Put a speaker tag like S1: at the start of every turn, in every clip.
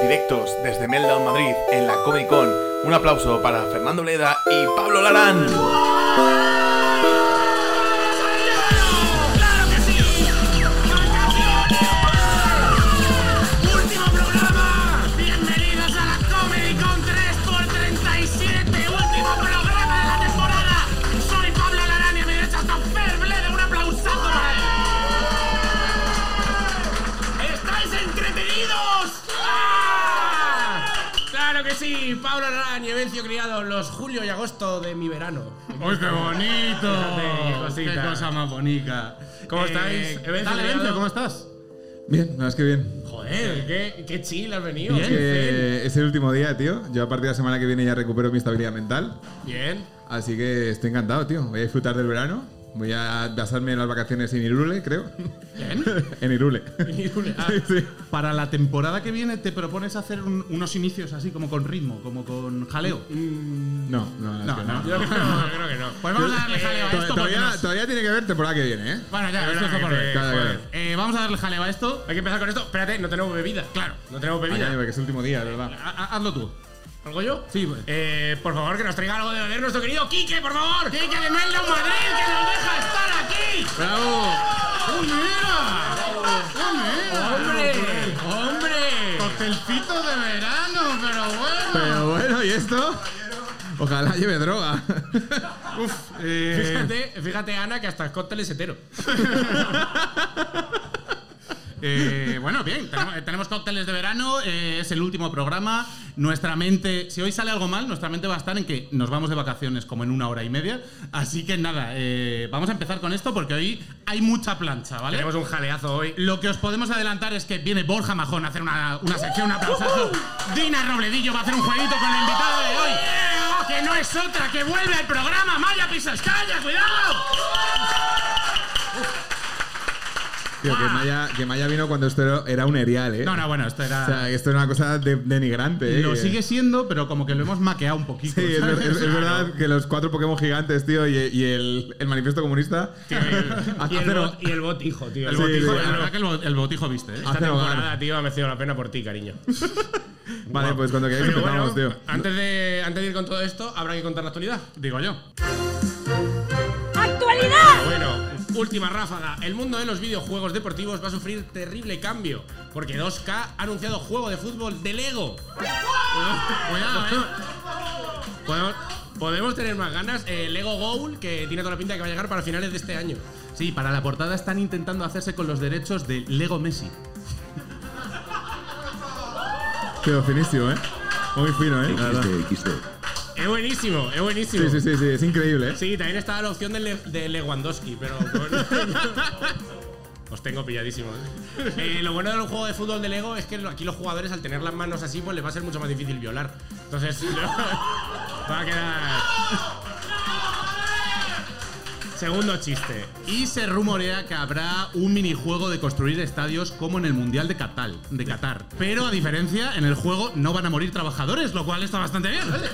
S1: directos desde Meltdown Madrid en la Comic Con. Un aplauso para Fernando Leda y Pablo Larán.
S2: ¡Claro que sí! ¡Vacaciones! ¡Último programa! ¡Bienvenidos a la Comedy Con 3x37! ¡Último programa de la temporada! Soy Pablo Larán y a mi derecha está Fer Bleda. ¡Un aplausazo para él! ¡Estáis entretenidos! ¡Ah!
S3: Claro que sí, Pablo Arán y Evencio Criado, los julio y agosto de mi verano.
S4: ¡Uy, qué bonito!
S3: Fíjate, qué cosita.
S4: cosa más bonita! ¿Cómo
S3: Eh,
S4: estáis?
S3: ¿qué
S4: Evencio,
S3: tal,
S4: Evencio,
S3: Evencio?
S4: ¿cómo estás?
S5: Bien, no, es que bien.
S3: Joder, qué, qué chill has venido.
S5: Es que es el último día, tío. Yo a partir de la semana que viene ya recupero mi estabilidad mental.
S3: Bien.
S5: Así que estoy encantado, tío. Voy a disfrutar del verano. Voy a basarme en las vacaciones en Irule, creo. en Irule.
S4: Ah, Para la temporada que viene te propones hacer un- unos inicios así como con ritmo, como con jaleo.
S3: Mm,
S5: No, no,
S4: No, no.
S3: Yo creo, yo creo que no.
S4: Pues vamos a darle
S3: Eh,
S5: Todavía,
S4: jaleo a esto. porque
S5: todavía-
S4: nos-
S5: todavía tiene que haber temporada que viene, ¿eh?
S4: Bueno,
S3: Es
S4: ya, esto es
S3: verdad que
S4: correcto.
S3: te-
S5: Claro, claro.
S3: Pues,
S4: Eh, vamos a darle jaleo a esto.
S3: Hay que empezar con esto. Espérate, no tenemos bebida. Claro, no tenemos
S5: Ah,
S3: bebida. Eh,
S5: coño, porque es el último día, de verdad.
S4: Ha- ha- hazlo tú.
S3: ¿Algo yo?
S4: Sí, pues.
S3: Eh, por favor, que nos traiga algo de beber nuestro querido Quique, por favor. Quique de Meldown Madrid, que nos deja estar aquí.
S4: ¡Bravo!
S3: ¡Hombre! ¡Hombre!
S4: ¡Coctelcito de verano, pero bueno!
S5: Pero bueno, ¿y esto? Ojalá lleve droga.
S4: Uf, eh,
S3: Fíjate, fíjate, Ana, que hasta el cóctel es hetero.
S4: Eh, bueno, bien, tenemos, tenemos cócteles de verano, eh, es el último programa. Nuestra mente, si hoy sale algo mal, nuestra mente va a estar en que nos vamos de vacaciones como en una hora y media. Así que nada, eh, vamos a empezar con esto porque hoy hay mucha plancha, ¿vale?
S3: Tenemos un jaleazo hoy.
S4: Lo que os podemos adelantar es que viene Borja Majón a hacer una, una sección, un aplausazo. Dina Robledillo va a hacer un jueguito con la invitada de hoy.
S3: Que no es otra, que vuelve al programa Maya Pisascaya, cuidado.
S5: Tío, que Maya, que Maya vino cuando esto era- era un erial, ¿eh?
S4: No, no, bueno, esto era.
S5: O sea, esto era una cosa de- denigrante, ¿eh?
S4: lo
S5: Que-
S4: sigue siendo, pero como que lo hemos maqueado un poquito.
S5: Sí, es, ver-
S4: ¿sabes?
S5: es- es verdad que los cuatro Pokémon gigantes, tío, y, y el, el manifiesto comunista
S3: Y el,
S5: hacen,
S3: bot- y el botijo, tío. El
S5: Sí,
S3: botijo.
S5: sí.
S4: La
S3: la
S4: verdad
S3: verdad
S4: que Ah, el, bo- el botijo viste, ¿eh?
S3: que Esta
S5: Hace hogar.
S3: temporada, tío, ha merecido la pena por ti, cariño.
S5: Vale, pues cuando queráis
S3: Pero
S5: empezamos,
S3: bueno,
S5: tío.
S3: antes de, antes de ir con todo esto, habrá que contar la actualidad.
S4: Digo yo.
S6: ¡Actualidad!
S3: Bueno, última ráfaga. El mundo de los videojuegos deportivos va a sufrir terrible cambio, porque 2K ha anunciado juego de fútbol de Lego. Cuidado, eh. Podemos, podemos tener más ganas. Eh, Lego Goal, que tiene toda la pinta de que va a llegar para finales de este año.
S4: Sí, para la portada están intentando hacerse con los derechos de Lego Messi.
S5: Tío, finísimo, ¿eh? Muy fino, ¿eh? La verdad.
S3: Es buenísimo, es buenísimo.
S5: Sí, sí, sí, sí, es increíble, ¿eh?
S3: Sí, también estaba la opción de, Le- de Lewandowski, pero bueno. Os tengo pilladísimos. Eh, lo bueno del juego de fútbol de Lego es que lo- aquí los jugadores, al tener las manos así, pues les va a ser mucho más difícil violar. Entonces, va a quedar. Segundo chiste.
S4: Y se rumorea que habrá un minijuego de construir estadios como en el Mundial de Qatar, de Qatar. Pero a diferencia, en el juego no van a morir trabajadores, lo cual está bastante bien. oye.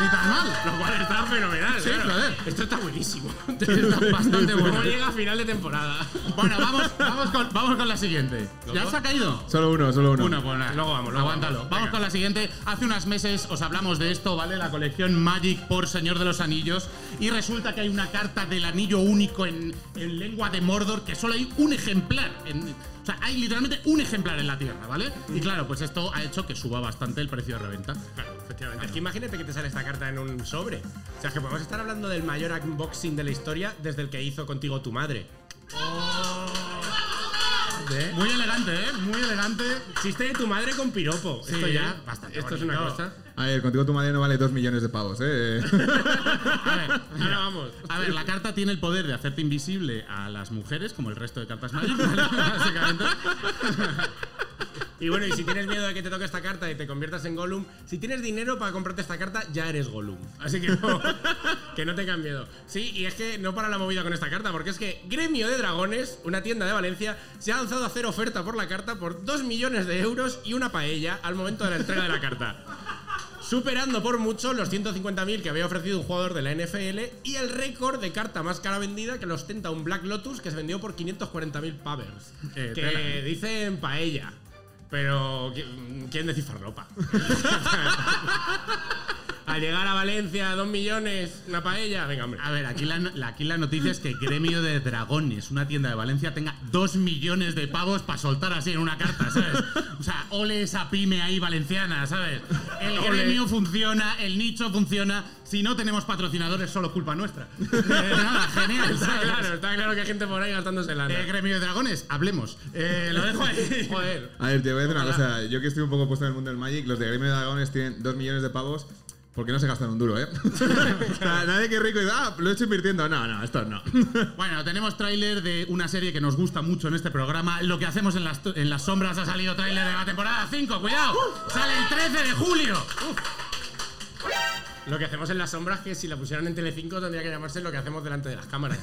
S4: Ni tan mal.
S3: Lo cual está fenomenal.
S4: Sí,
S3: claro.
S4: joder.
S3: Esto está buenísimo.
S4: Está bastante bueno.
S3: ¿Cómo llega a final de temporada?
S4: Bueno, vamos, vamos, con, vamos con la siguiente. ¿Ya se ha caído?
S5: Solo uno, solo uno.
S4: Uno, pues nada.
S3: Luego vamos, luego
S4: Aguántalo.
S3: vamos.
S4: Vamos,
S3: Venga.
S4: con la siguiente. Hace unos meses os hablamos de esto, ¿vale? La colección Magic por Señor de los Anillos. Y resulta que hay una carta del anillo único en, en lengua de Mordor que solo hay un ejemplar. en- o sea, hay literalmente un ejemplar en la Tierra, ¿vale? Y claro, pues esto ha hecho que suba bastante el precio de reventa.
S3: Claro, efectivamente. Es que imagínate que te sale esta carta en un sobre. O sea, es que podemos estar hablando del mayor unboxing de la historia desde el que hizo contigo tu madre. ¿Eh?
S4: Muy elegante, ¿eh? Muy elegante.
S3: Chiste de tu madre con piropo.
S4: Sí,
S3: esto ya,
S4: bastante
S3: Esto es
S4: bonito.
S3: una cosa.
S5: A ver, contigo tu madre no vale dos millones de pavos, ¿eh?
S4: A ver,
S3: Ahora vamos.
S4: A ver, la carta tiene el poder de hacerte invisible a las mujeres, como el resto de cartas Magic, ¿vale? básicamente.
S3: Y bueno, y si tienes miedo de que te toque esta carta y te conviertas en Gollum, si tienes dinero para comprarte esta carta, ya eres Gollum. Así que no, que no tengan miedo. Sí, y es que no para la movida con esta carta, porque es que Gremio de Dragones, una tienda de Valencia, se ha lanzado a hacer oferta por la carta por 2 millones de euros y una paella al momento de la entrega de la carta. superando por mucho los 150.000 que había ofrecido un jugador de la NFL y el récord de carta más cara vendida que lo ostenta un Black Lotus que se vendió por 540.000 pavers.
S4: Eh,
S3: que
S4: tela.
S3: dicen paella. Pero qui- quieren decir farlopa. Al llegar a Valencia, dos millones, una paella, venga, hombre.
S4: A ver, aquí la, la- aquí la noticia es que Gremio de Dragones, una tienda de Valencia, tenga dos millones de pavos para soltar así en una carta, ¿sabes? O sea, ole esa pyme ahí valenciana, ¿sabes? El
S3: Ole.
S4: gremio funciona, el nicho funciona. Si no tenemos patrocinadores, solo culpa nuestra. Eh, Nada, genial,
S3: Está
S4: ¿sabes?
S3: claro, está claro que hay gente por ahí gastándose lana.
S4: Eh, gremio de Dragones, hablemos. Eh, lo dejo ahí.
S3: Joder.
S5: A ver, te voy a decir una cosa. Yo que estoy un poco puesto en el mundo del Magic, los de Gremio de Dragones tienen 2 millones de pavos porque no se gastan un duro, ¿eh? O sea, nadie que es rico dice, ah, lo he hecho invirtiendo. No, no, esto no.
S4: Bueno, tenemos tráiler de una serie que nos gusta mucho en este programa. Lo que hacemos en las, en las sombras ha salido tráiler de la temporada 5. ¡Cuidado! ¡Sale el 13 de julio!
S3: Lo que hacemos en las sombras, que si la pusieran en Telecinco tendría que llamarse lo que hacemos delante de las cámaras.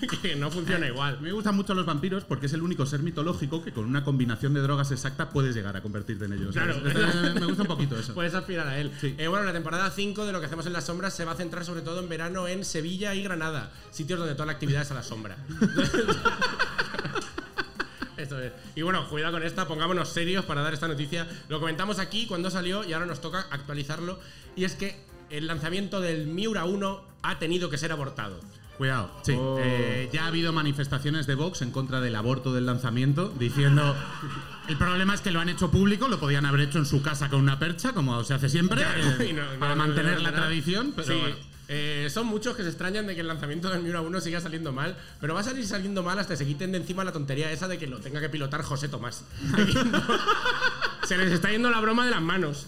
S3: que, que no funciona igual.
S4: Eh, Me gustan mucho los vampiros porque es el único ser mitológico que con una combinación de drogas exacta puedes llegar a convertirte en ellos.
S3: Claro.
S4: ¿sabes? me gusta un poquito eso.
S3: Puedes aspirar a él.
S4: Sí.
S3: Eh, bueno, la temporada 5 de lo que hacemos en las sombras se va a centrar sobre todo en verano en Sevilla y Granada, sitios donde toda la actividad es a la sombra. Esto es. Y bueno, cuidado con esta, pongámonos serios para dar esta noticia. Lo comentamos aquí cuando salió y ahora nos toca actualizarlo. Y es que el lanzamiento del Miura 1 ha tenido que ser abortado.
S4: Cuidado, sí.
S5: Oh.
S4: Eh, ya ha habido manifestaciones de Vox en contra del aborto del lanzamiento, diciendo. El problema es que lo han hecho público, lo podían haber hecho en su casa con una percha, como se hace siempre,
S3: Ya,
S4: eh,
S3: y no- no-
S4: para
S3: no-
S4: mantener
S3: no-
S4: la
S3: no-
S4: tradición, pero
S3: Sí,
S4: bueno.
S3: eh, son muchos que se extrañan de que el lanzamiento del Miura 1 siga saliendo mal, pero va a salir saliendo mal hasta que se quiten de encima la tontería esa de que lo tenga que pilotar José Tomás. se les está yendo la broma de las manos.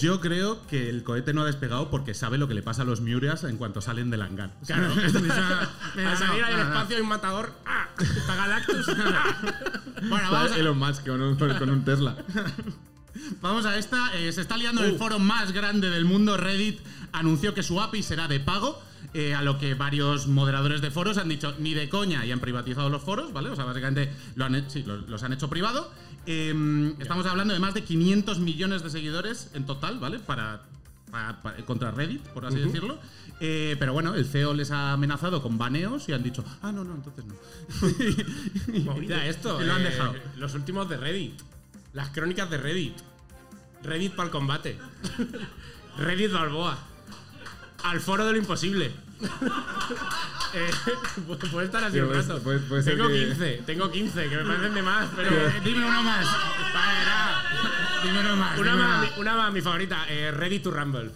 S4: Yo creo que el cohete no ha despegado porque sabe lo que le pasa a los Miurias en cuanto salen del hangar.
S3: Claro.
S4: Mira,
S3: Al salir
S4: no,
S3: al
S4: no, no.
S3: espacio hay un matador. ¡Ah! Está Galactus.
S4: Bueno,
S5: Está
S4: vamos a,
S5: Elon Musk con un, con un Tesla.
S4: Vamos a esta. eh, se está liando el foro más grande del mundo. Reddit anunció que su API será de pago. eh, a lo que varios moderadores de foros han dicho ni de coña y han privatizado los foros, ¿vale? O sea, básicamente lo han hecho- sí, lo- los han hecho privado. Eh, estamos hablando de más de 500 millones de seguidores en total, ¿vale? Para, para- para- contra Reddit, por así decirlo. Eh, pero bueno, el CEO les ha amenazado con baneos y han dicho, ah, no, no, entonces no.
S3: Movida esto.
S4: Y lo han
S3: eh,
S4: dejado.
S3: los últimos de Reddit. Las crónicas de Reddit. Reddit para el combate. Reddit Balboa. Al foro de lo imposible. Eh, pu- puede estar así
S5: Tío,
S3: un
S5: pues-
S3: rato.
S5: pues- puede ser
S3: tengo
S5: que-
S3: 15, tengo 15, que me parecen de más, pero.
S4: Eh, dime uno más. Vale, nada. Dime uno más.
S3: Una
S4: dime uno
S3: más, una más, mi favorita, eh, Ready to Rumble.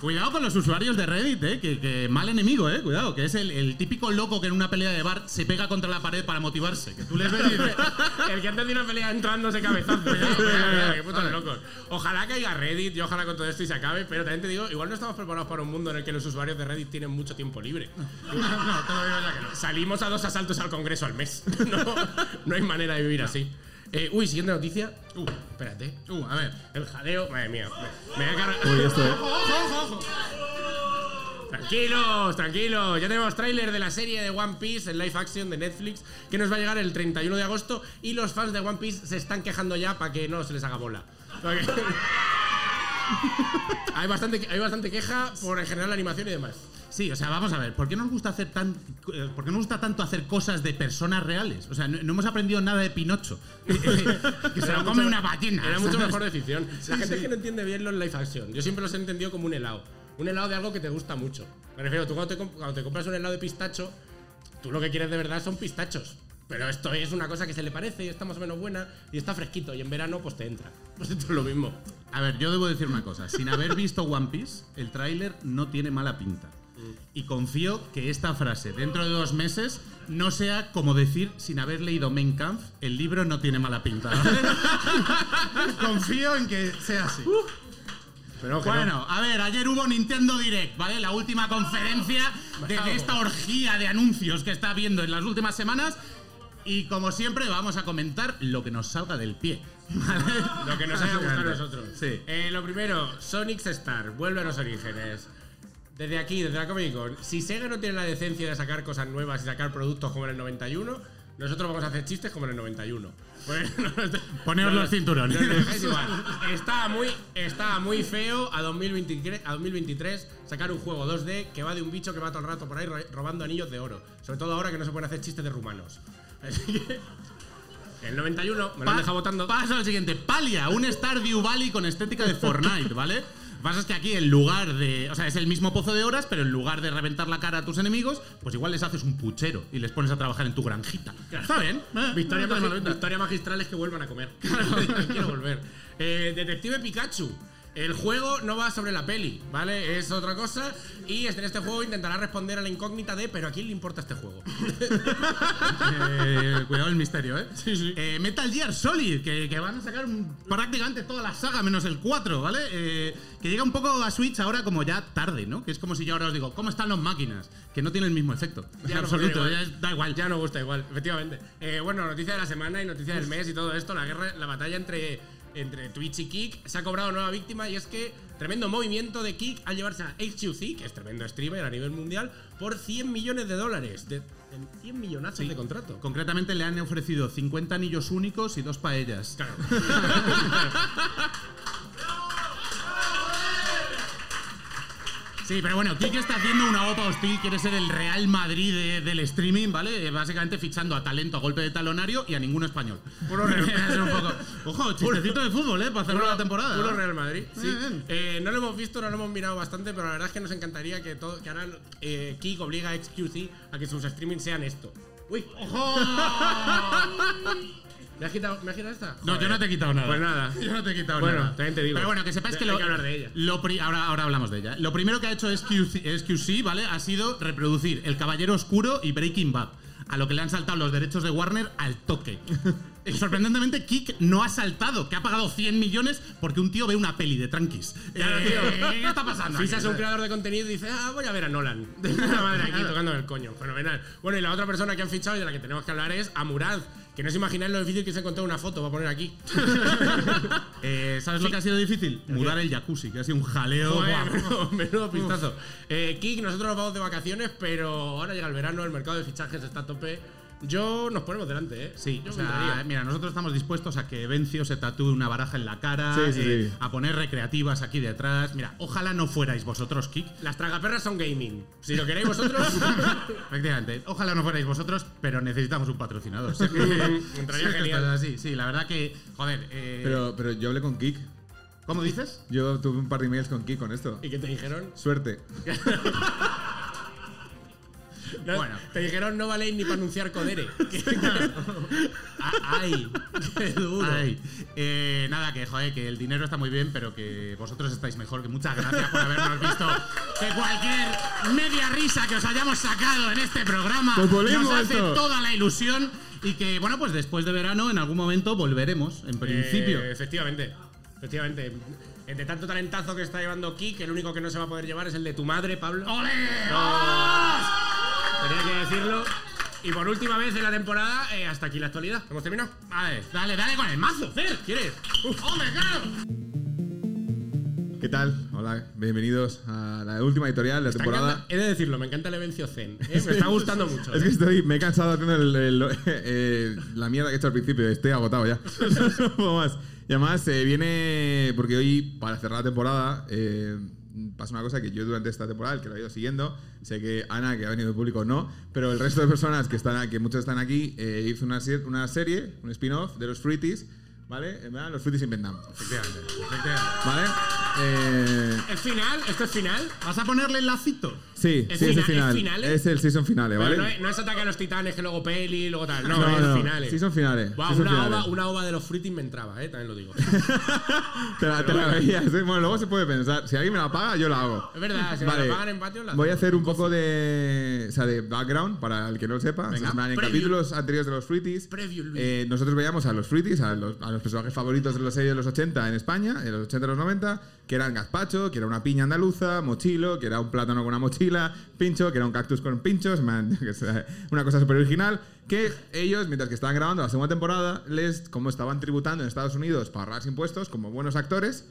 S4: Cuidado con los usuarios de Reddit, eh, que, que mal enemigo, eh, cuidado, que es el, el típico loco que en una pelea de bar se pega contra la pared para motivarse. Que tú les ves y dices,
S3: El que antes de una pelea entrándose cabezazo. Cuidado, cuidado, cuidado, qué putos locos. Ojalá caiga Reddit y ojalá con todo esto y se acabe, pero también te digo, igual no estamos preparados para un mundo en el que los usuarios de Reddit tienen mucho tiempo libre.
S4: no, te lo digo ya que no.
S3: Salimos a dos asaltos al Congreso al mes. No, no hay manera de vivir así. Eh, uy, siguiente noticia. Uh, espérate.
S4: Uh, a ver.
S3: El jaleo. Madre mía. Me, me voy
S5: Uy,
S3: a cargar.
S5: esto, ¿eh?
S3: Tranquilos, tranquilos. Ya tenemos tráiler de la serie de One Piece, el live action de Netflix, que nos va a llegar el 31 de agosto. Y los fans de One Piece se están quejando ya para que no se les haga bola. Porque- hay, bastante, hay bastante queja por en general la animación y demás.
S4: Sí, o sea, vamos a ver, ¿por qué nos gusta hacer tan eh, por qué nos gusta tanto hacer cosas de personas reales? O sea, no, no hemos aprendido nada de Pinocho. que se
S3: Era
S4: lo
S3: mucho-
S4: come una ballena.
S3: Era mucho
S4: ¿sabes?
S3: mejor de ficción. La gente es que no entiende bien los live action. Yo siempre los he entendido como un helado. Un helado de algo que te gusta mucho. Me refiero, tú cuando te, comp- cuando te compras un helado de pistacho, tú lo que quieres de verdad son pistachos. Pero esto es una cosa que se le parece y está más o menos buena y está fresquito y en verano pues te entra. Pues esto es lo mismo.
S4: A ver, yo debo decir una cosa. Sin haber visto One Piece, el tráiler no tiene mala pinta. Y confío que esta frase, dentro de dos meses, no sea como decir, sin haber leído Mein Kampf, el libro no tiene mala pinta. confío en que sea así.
S3: Pero
S4: Bueno, a ver, ayer hubo Nintendo Direct, ¿vale? La última conferencia de
S3: Bravo.
S4: esta orgía de anuncios que está viendo en las últimas semanas. Y como siempre, vamos a comentar lo que nos salga del pie. ¿vale?
S3: Lo que nos haya gustado a
S4: Básicamente.
S3: nosotros.
S4: Sí.
S3: Eh, lo primero, Sonic's Star, vuelve a los orígenes. Desde aquí, desde la Comic Con, si Sega no tiene la decencia de sacar cosas nuevas y sacar productos como en el 91, nosotros vamos a hacer chistes como en el 91. Pues,
S4: Poneos los cinturones.
S3: nos dejáis igual. Estaba muy, estaba muy feo a 2023, a 2023 sacar un juego 2D que va de un bicho que va todo el rato por ahí ro- robando anillos de oro. Sobre todo ahora que no se pueden hacer chistes de rumanos. Así que. El 91, me lo
S4: Pa-
S3: han dejado votando.
S4: Paso al siguiente. Palia, un Stardew Valley con estética de Fortnite, ¿vale? Lo que pasa es que aquí en lugar de. O sea, es el mismo pozo de horas, pero en lugar de reventar la cara a tus enemigos, pues igual les haces un puchero y les pones a trabajar en tu granjita. Está bien. ¿eh?
S3: Victoria,
S4: No está mal,
S3: magi-
S4: ¿verdad?
S3: Victoria magistral es que vuelvan a comer. Quiero volver. Eh, Detective Pikachu. El juego no va sobre la peli, ¿vale? Es otra cosa. Y en este juego intentará responder a la incógnita de ¿pero a quién le importa este juego?
S4: Eh, cuidado el misterio, ¿eh?
S3: Sí, sí.
S4: Eh, Metal Gear Solid, que, que van a sacar un- prácticamente toda la saga menos el 4, ¿vale? Eh, que llega un poco a Switch ahora como ya tarde, ¿no? Que es como si yo ahora os digo, ¿cómo están las máquinas? Que no tiene el mismo efecto.
S3: Ya
S4: En
S3: no
S4: absoluto,
S3: funciona
S4: ya
S3: igual.
S4: es- da igual.
S3: Ya no gusta igual, efectivamente. Eh, bueno, noticia de la semana y noticia del mes y todo esto. La guerra, la batalla entre, entre Twitch y Kik se ha cobrado nueva víctima y es que tremendo movimiento de Kik al llevarse a HQC, que es tremendo streamer a nivel mundial, por 100 millones de dólares. De, en 100 millonazos de contrato.
S4: Concretamente le han ofrecido 50 anillos únicos y dos paellas.
S3: Claro.
S4: Sí, pero bueno, Kike está haciendo una OPA hostil, quiere ser el Real Madrid de- del streaming, ¿vale? Eh, Básicamente fichando a talento a golpe de talonario y a ninguno español. Es un poco- Ojo, chistecito de fútbol, ¿eh? Para cerrar la temporada.
S3: Puro
S4: ¿eh? mm.
S3: Real Madrid. Sí.
S4: Bien, bien.
S3: Eh, no lo hemos visto, no lo hemos mirado bastante, pero la verdad es que nos encantaría que, todo, que ahora eh, Kik obliga a XQC a que sus streamings sean esto. ¡Uy! ¡Ojo! ¿Me has quitado, ¿me has quitado esta?
S4: No, yo no te he quitado nada.
S3: Pues nada.
S4: Yo no te he quitado
S3: Bueno,
S4: nada.
S3: también te digo.
S4: Pero bueno, que sepáis
S3: Hay
S4: que lo.
S3: que hablar de ella.
S4: lo pri- ahora, ahora hablamos de ella. Lo primero que ha hecho SQC, SQC, ¿vale? Ha sido reproducir El Caballero Oscuro y Breaking Bad. A lo que le han saltado los derechos de Warner al toque. Y Sorprendentemente, Kik no ha saltado, que ha pagado 100 millones porque un tío ve una peli de tranquis. Eh,
S3: Claro, tío.
S4: ¿Qué está pasando?
S3: Eh, Fisas es
S4: aquí?
S3: un creador de contenido y dice, ah, voy a ver a Nolan. De la madre aquí tocándome el coño. Fenomenal. Bueno, y la otra persona que han fichado y de la que tenemos que hablar es a Murad. Que no os imagináis lo difícil que se encontró una foto, voy a poner aquí.
S4: Eh, ¿Sabes lo que ha sido difícil? Mudar el jacuzzi, que ha sido un jaleo.
S3: Joder,
S4: guau.
S3: menudo, menudo pistazo. Eh, Kik, nosotros nos vamos de vacaciones, pero ahora llega el verano, el mercado de fichajes está a tope. Yo nos ponemos delante, ¿eh?
S4: Sí,
S3: yo
S4: o sea,
S3: entraría.
S4: mira, nosotros estamos dispuestos a que Vencio se tatúe una baraja en la cara,
S5: Sí, sí,
S4: eh,
S5: sí.
S4: a poner recreativas aquí detrás. Mira, ojalá no fuerais vosotros, Kik.
S3: Las tragaperras son gaming. Si lo queréis vosotros,
S4: Efectivamente, ojalá no fuerais vosotros, pero necesitamos un patrocinador. Sí,
S3: entraría genial.
S4: Sí, sí, la verdad que, joder, eh,
S5: Pero, pero yo hablé con Kik.
S4: ¿cómo dices?
S5: Yo tuve un par de emails con Kik con esto.
S3: ¿Y qué te dijeron?
S5: Suerte.
S3: No,
S4: Bueno.
S3: Te dijeron no valéis ni para anunciar Codere.
S4: Ah, ¡Ay!
S3: Qué duro.
S4: Ay. Eh, nada, que joder, que el dinero está muy bien, pero que vosotros estáis mejor. Que muchas gracias por habernos visto. Que cualquier media risa que os hayamos sacado en este programa
S5: Populismo
S4: nos hace
S5: esto.
S4: toda la ilusión. Y que, bueno, pues después de verano en algún momento volveremos, en principio.
S3: Eh, efectivamente. Efectivamente. Entre tanto talentazo que está llevando Kik, el único que no se va a poder llevar es el de tu madre, Pablo.
S4: ¡Ole!
S3: Tenía que decirlo. Y por última vez en la temporada, eh, hasta aquí la actualidad. ¿Hemos terminado?
S4: Vale, dale, dale con el mazo, Fer.
S3: ¿Quieres?
S4: Uf.
S7: Oh
S4: ¡Hombre, claro!
S5: ¿Qué tal? Hola, bienvenidos a la última editorial de la
S3: Me
S5: temporada.
S3: encanta- he de decirlo, me encanta el Evencio Zen. ¿eh? Me está gustando mucho.
S5: Es que estoy, me he cansado haciendo el- el- eh, la mierda que he hecho al principio, estoy agotado ya. no puedo más. Y además eh, viene, porque hoy, para cerrar la temporada, eh, pasa una cosa que yo durante esta temporada, el que lo ha ido siguiendo, sé que Ana, que ha venido de público, no, pero el resto de personas que están aquí, muchos están aquí, eh, hizo una, se- una serie, un spin-off de los Fruities, ¿vale? En verdad, los Fruities inventan,
S4: Efectivamente, efectivamente.
S5: ¿vale? Eh,
S3: ¿Es final? ¿Esto es final?
S4: ¿Vas a ponerle el lacito?
S5: sí,
S3: ¿Es
S5: sí, es el
S3: fina- es
S5: final.
S3: finales?
S5: Es el season finale,
S3: Pero
S5: ¿vale?
S3: no, es, no es ataque a los titanes, que luego peli, luego tal. No,
S5: No,
S3: es
S5: no,
S3: finales.
S5: sí son finales,
S3: Buah,
S5: sí son
S3: una,
S5: finales.
S3: Ova, una ova de los fritis me entraba, eh, también lo digo.
S5: Te la, te la veías, ¿eh? Bueno, luego se puede pensar. Si alguien me la paga, yo la hago.
S3: Es verdad, si me la pagan en patio, la
S5: Voy a
S3: hacemos.
S5: hacer un poco de, o sea, de background para el que no lo sepa.
S4: Venga,
S5: En plan, en
S3: preview.
S5: capítulos anteriores de los Fruities,
S3: Preview, Luis.
S5: eh, nosotros veíamos a los Fruities, a los, a los personajes favoritos de los series de los 80 en España, en los 80 y los 90, que eran gazpacho, que era una piña andaluza, mochilo, que era un plátano con una mochila, pincho, que era un cactus con pinchos, man, que es, eh, una cosa súper original, que ellos, mientras que estaban grabando la segunda temporada, les, como estaban tributando en Estados Unidos para ahorrar impuestos, como buenos actores,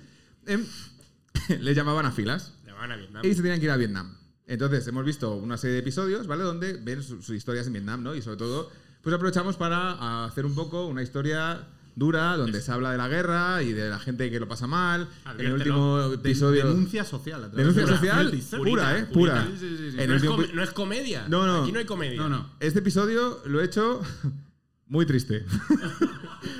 S5: em, les llamaban a filas
S3: Le van a Vietnam.
S5: y se tienen que ir a Vietnam. Entonces, hemos visto una serie de episodios, ¿vale? Donde ven su- sus historias en Vietnam, ¿no? Y sobre todo, pues aprovechamos para hacer un poco una historia dura, donde se habla de la guerra y de la gente que lo pasa mal. En el
S3: Adviértelo.
S5: último episodio...
S4: Denuncia social. a través
S5: Denuncia
S4: de la
S5: social
S4: Fruitis.
S5: pura, ¿eh? Pura.
S4: Sí, sí, sí, sí.
S5: En
S3: No,
S5: el
S3: es
S5: último-
S3: com- no es comedia.
S5: No, no.
S3: Aquí no hay comedia.
S4: No, no.
S5: Este episodio lo he hecho muy triste.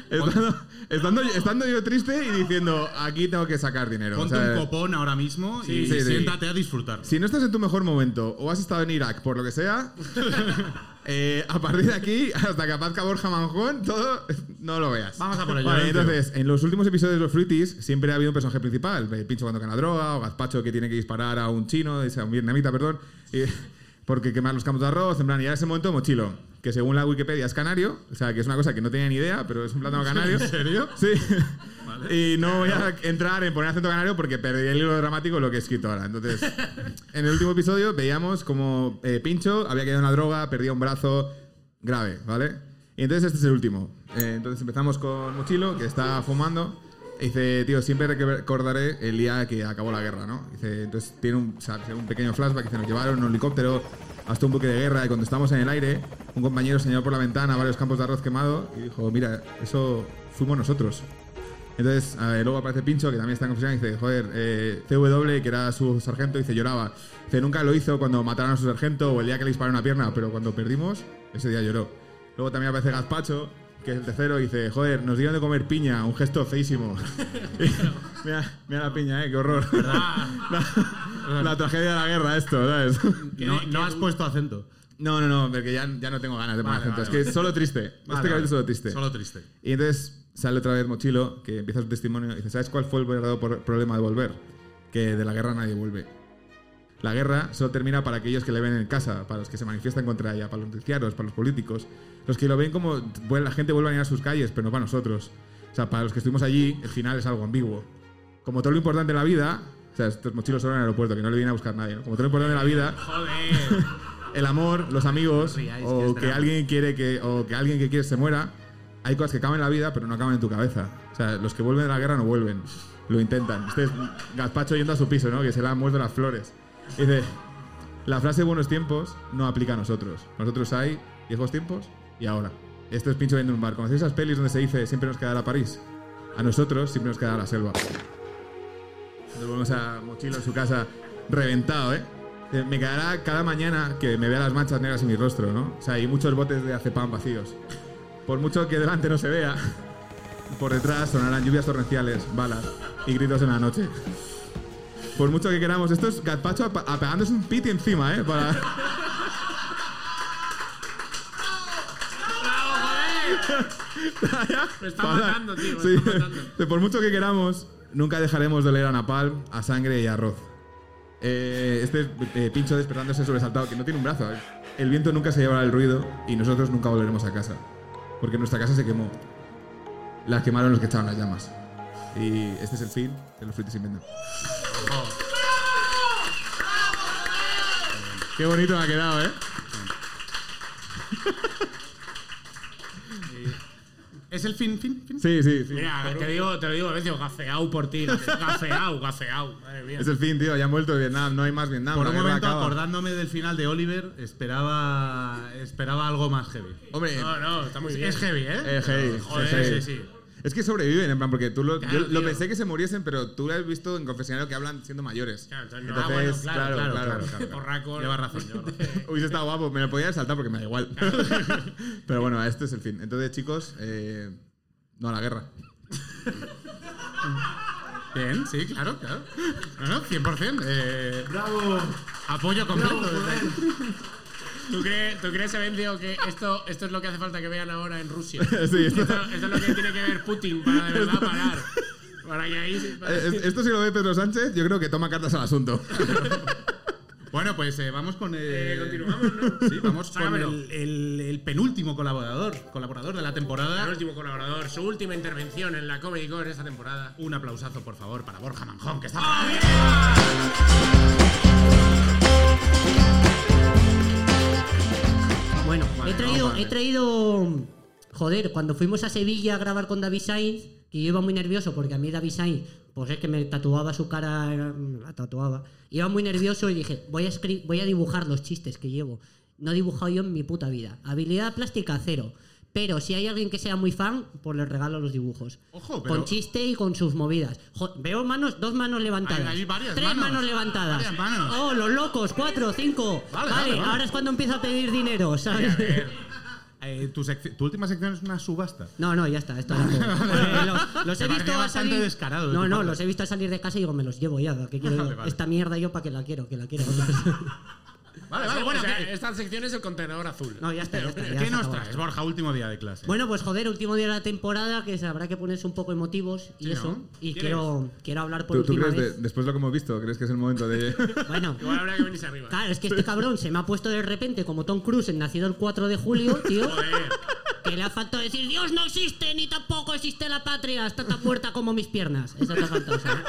S5: estando, estando yo- estando yo triste y diciendo, aquí tengo que sacar dinero.
S4: Ponte
S5: O sea,
S4: un copón ahora mismo
S5: sí,
S4: y
S5: sí.
S4: siéntate a disfrutar.
S5: si no estás en tu mejor momento o has estado en Irak por lo que sea, eh, a partir de aquí, hasta que aparezca Borja Manjón, todo no lo veas.
S4: Vamos a por ello, ¿eh?
S5: Vale,
S4: Lorenzo.
S5: entonces, en los últimos episodios de los Fruities siempre ha habido un personaje principal. El pincho cuando gana droga, o Gazpacho que tiene que disparar a un chino, o sea, a un vietnamita, perdón, y- porque quemar los campos de arroz. En plan, y ahora ese momento, Mochilo, que según la Wikipedia es canario, o sea, que es una cosa que no tenía ni idea, pero es un plátano canario.
S4: ¿En serio?
S5: Sí. Y no voy a entrar en poner acento canario porque perdería el hilo dramático de lo que he escrito ahora. Entonces, en el último episodio veíamos como eh, Pincho había quedado en una droga, perdía un brazo grave, ¿vale? Y entonces este es el último. Eh, entonces empezamos con Mochilo, que está fumando. Y dice, tío, siempre recordaré el día que acabó la guerra, ¿no? Dice, entonces tiene un, o sea, un pequeño flashback, dice, nos llevaron en un helicóptero hasta un buque de guerra y cuando estábamos en el aire, un compañero señaló por la ventana varios campos de arroz quemado y dijo, mira, eso fuimos nosotros. Entonces, a ver, luego aparece Pincho, que también está en confusión, y dice, joder, eh, CW, que era su sargento, dice, lloraba. Dice, nunca lo hizo cuando mataron a su sargento o el día que le dispararon una pierna, pero cuando perdimos, ese día lloró. Luego también aparece Gazpacho, que es el tercero, y dice, joder, nos dieron de comer piña, un gesto feísimo. mira, mira la piña, eh, qué horror. la, la tragedia de la guerra, esto, ¿sabes?
S4: No, no has puesto acento.
S5: No, no, no, porque ya, ya no tengo ganas de poner
S4: Vale,
S5: acento.
S4: vale,
S5: es que solo triste. este
S4: Vale,
S5: capítulo
S4: vale.
S5: es solo triste.
S4: Solo triste.
S5: Y entonces sale otra vez Mochilo, que empieza su testimonio y dice, ¿sabes cuál fue el verdadero por- problema de volver? Que de la guerra nadie vuelve. La guerra solo termina para aquellos que le ven en casa, para los que se manifiestan contra ella, para los noticiarios, para los políticos, los que lo ven como bueno, la gente vuelve a ir a sus calles, pero no para nosotros. O sea, para los que estuvimos allí, el final es algo ambiguo. Como todo lo importante de la vida, o sea, estos mochilos son en el aeropuerto, que no le viene a buscar nadie, ¿no? Como todo lo importante de la vida,
S3: Joder.
S5: el amor, los amigos,
S4: riáis, que es
S5: o que
S4: drama.
S5: alguien quiere que, o que alguien que quieres se muera, hay cosas que acaban en la vida, pero no acaban en tu cabeza. O sea, los que vuelven de la guerra no vuelven, lo intentan. Este es Gazpacho yendo a su piso, ¿no? Que se le han muerto las flores. Y dice, la frase buenos tiempos no aplica a nosotros. Nosotros hay viejos tiempos y ahora. Esto es pincho viendo un bar. ¿Conocéis esas pelis donde se dice siempre nos quedará París? A nosotros siempre nos quedará la selva. Nos vamos a Mochilo en su casa reventado, ¿eh? Eh, Me quedará cada mañana que me vea las manchas negras en mi rostro, ¿no? O sea, y muchos botes de acepán vacíos. Por mucho que delante no se vea, por detrás sonarán lluvias torrenciales, balas y gritos en la noche. Por mucho que queramos, esto es Gazpacho apa- apagándose un piti encima, ¿eh? Para...
S3: Me está
S5: para-
S3: matando, tío. Me
S5: Sí.
S3: está matando.
S5: Por mucho que queramos, nunca dejaremos de oler a napalm, a sangre y a arroz. Eh, este eh, pincho despertándose sobresaltado, que no tiene un brazo. ¿eh? El viento nunca se llevará el ruido y nosotros nunca volveremos a casa. Porque nuestra casa se quemó. Las quemaron los que echaban las llamas. Y este es el fin de los frutis inventan. Qué bonito me ha quedado, ¿eh?
S4: ¿Es el fin, fin, fin?
S5: Sí, sí, sí.
S3: Mira, te digo, te lo digo, Vencio, gafeau por ti. Gafeau, gafeau. Madre mía.
S5: Es el fin, tío. Ya han vuelto de Vietnam. No hay más Vietnam.
S4: Por
S5: la
S4: un
S5: guerra
S4: momento,
S5: acaba.
S4: acordándome del final de Oliver, esperaba, esperaba algo más heavy.
S5: Hombre,
S3: No, no, está muy bien.
S4: Es heavy, ¿eh?
S5: Eh, hey,
S3: Joder,
S5: eh, hey.
S3: sí, sí.
S5: Es que sobreviven, en plan, porque tú lo,
S3: Claro,
S5: yo lo
S3: tío.
S5: pensé que se muriesen, pero tú lo has visto en confesionario que hablan siendo mayores.
S3: Claro, entonces no.
S5: Entonces,
S3: Ah, bueno,
S5: claro, claro,
S3: claro. Porraco.
S4: Lleva razón, lleva razón.
S5: Hubiese estado guapo, me lo podía haber saltado porque me da igual. pero bueno, este es el fin. Entonces, chicos, eh, no a la guerra.
S4: Bien, sí, claro, claro. No, no, 100%. eh, Apoyo completo.
S3: ¿Tú crees, ¿Tú crees, Evencio, que esto, esto es lo que hace falta que vean ahora en Rusia?
S5: Sí,
S3: esto,
S5: esto-
S3: esto es lo que tiene que ver Putin para de verdad parar. Para que ahí. se- para-
S5: Eh, es- Esto si lo ve Pedro Sánchez, yo creo que toma cartas al asunto.
S4: Bueno, pues eh, vamos con. eh,
S3: Eh, continuamos, ¿no?
S4: Sí, vamos con
S3: Sácamelo.
S4: el, eh, el- el penúltimo colaborador, colaborador de la
S3: El
S4: temporada.
S3: último colaborador, su última intervención en la Comedy Core esta temporada. ¡Ah,
S4: Un aplausazo, por favor, para Borja Manjón, que está.
S6: Bueno,
S4: Vale,
S6: he traído,
S4: vamos,
S6: he
S4: vale.
S6: traído. Joder, cuando fuimos a Sevilla a grabar con David Sainz, que yo iba muy nervioso porque a mí David Sainz, pues es que me tatuaba su cara, eh, la tatuaba. Iba muy nervioso y dije, voy a, escri- voy a dibujar los chistes que llevo. No he dibujado yo en mi puta vida. Habilidad plástica cero. Pero si hay alguien que sea muy fan, pues le regalo los dibujos.
S4: Ojo, pero-
S6: Con chiste y con sus movidas. Jo- veo manos, dos manos levantadas.
S4: Hay- hay varias
S6: tres
S4: manos.
S6: manos, levantadas.
S4: Varias manos.
S6: Oh, los locos, cuatro, cinco. Vale,
S4: Vale, vale, vale.
S6: ahora es cuando empiezo a pedir dinero, ¿sabes?
S4: eh, tu, secci- tu última sección es una subasta.
S6: No, no, ya está. Esto era todo. Eh, los, los
S4: Te
S6: he visto
S4: parecía
S6: a
S4: bastante
S6: salir.
S4: descarado de
S6: no,
S4: tu
S6: no,
S4: parte.
S6: los he visto a salir de casa y digo, me los llevo ya. ¿Qué quiero yo?
S4: Vale, vale.
S6: Esta mierda yo para que la quiero, que la quiero.
S4: Vale, vale, bueno.
S3: O sea,
S4: ¿qué,
S3: esta sección es el contenedor azul.
S6: no, ya está, ya está. ya
S4: qué
S6: se
S4: nos
S6: acabó.
S4: traes, Borja? Último día de clase.
S6: Bueno, pues joder, último día de la temporada que habrá que ponerse un poco emotivos y
S4: Sí,
S6: eso.
S4: ¿no?
S6: Y
S3: ¿Quieres?
S6: quiero, quiero hablar por
S5: ¿Tú, tú
S6: última
S5: crees, de-
S6: vez. Pues
S5: después de lo que hemos visto, crees que es el momento de...
S6: Bueno,
S3: Igual habrá que venirse arriba.
S6: claro, es que este cabrón se me ha puesto de repente como Tom Cruise, en nacido el 4 de julio, tío.
S3: Joder.
S6: Que le ha faltado decir, Dios no existe, ni tampoco existe la patria, está tan muerta como mis piernas. Eso te ha faltado, o sea.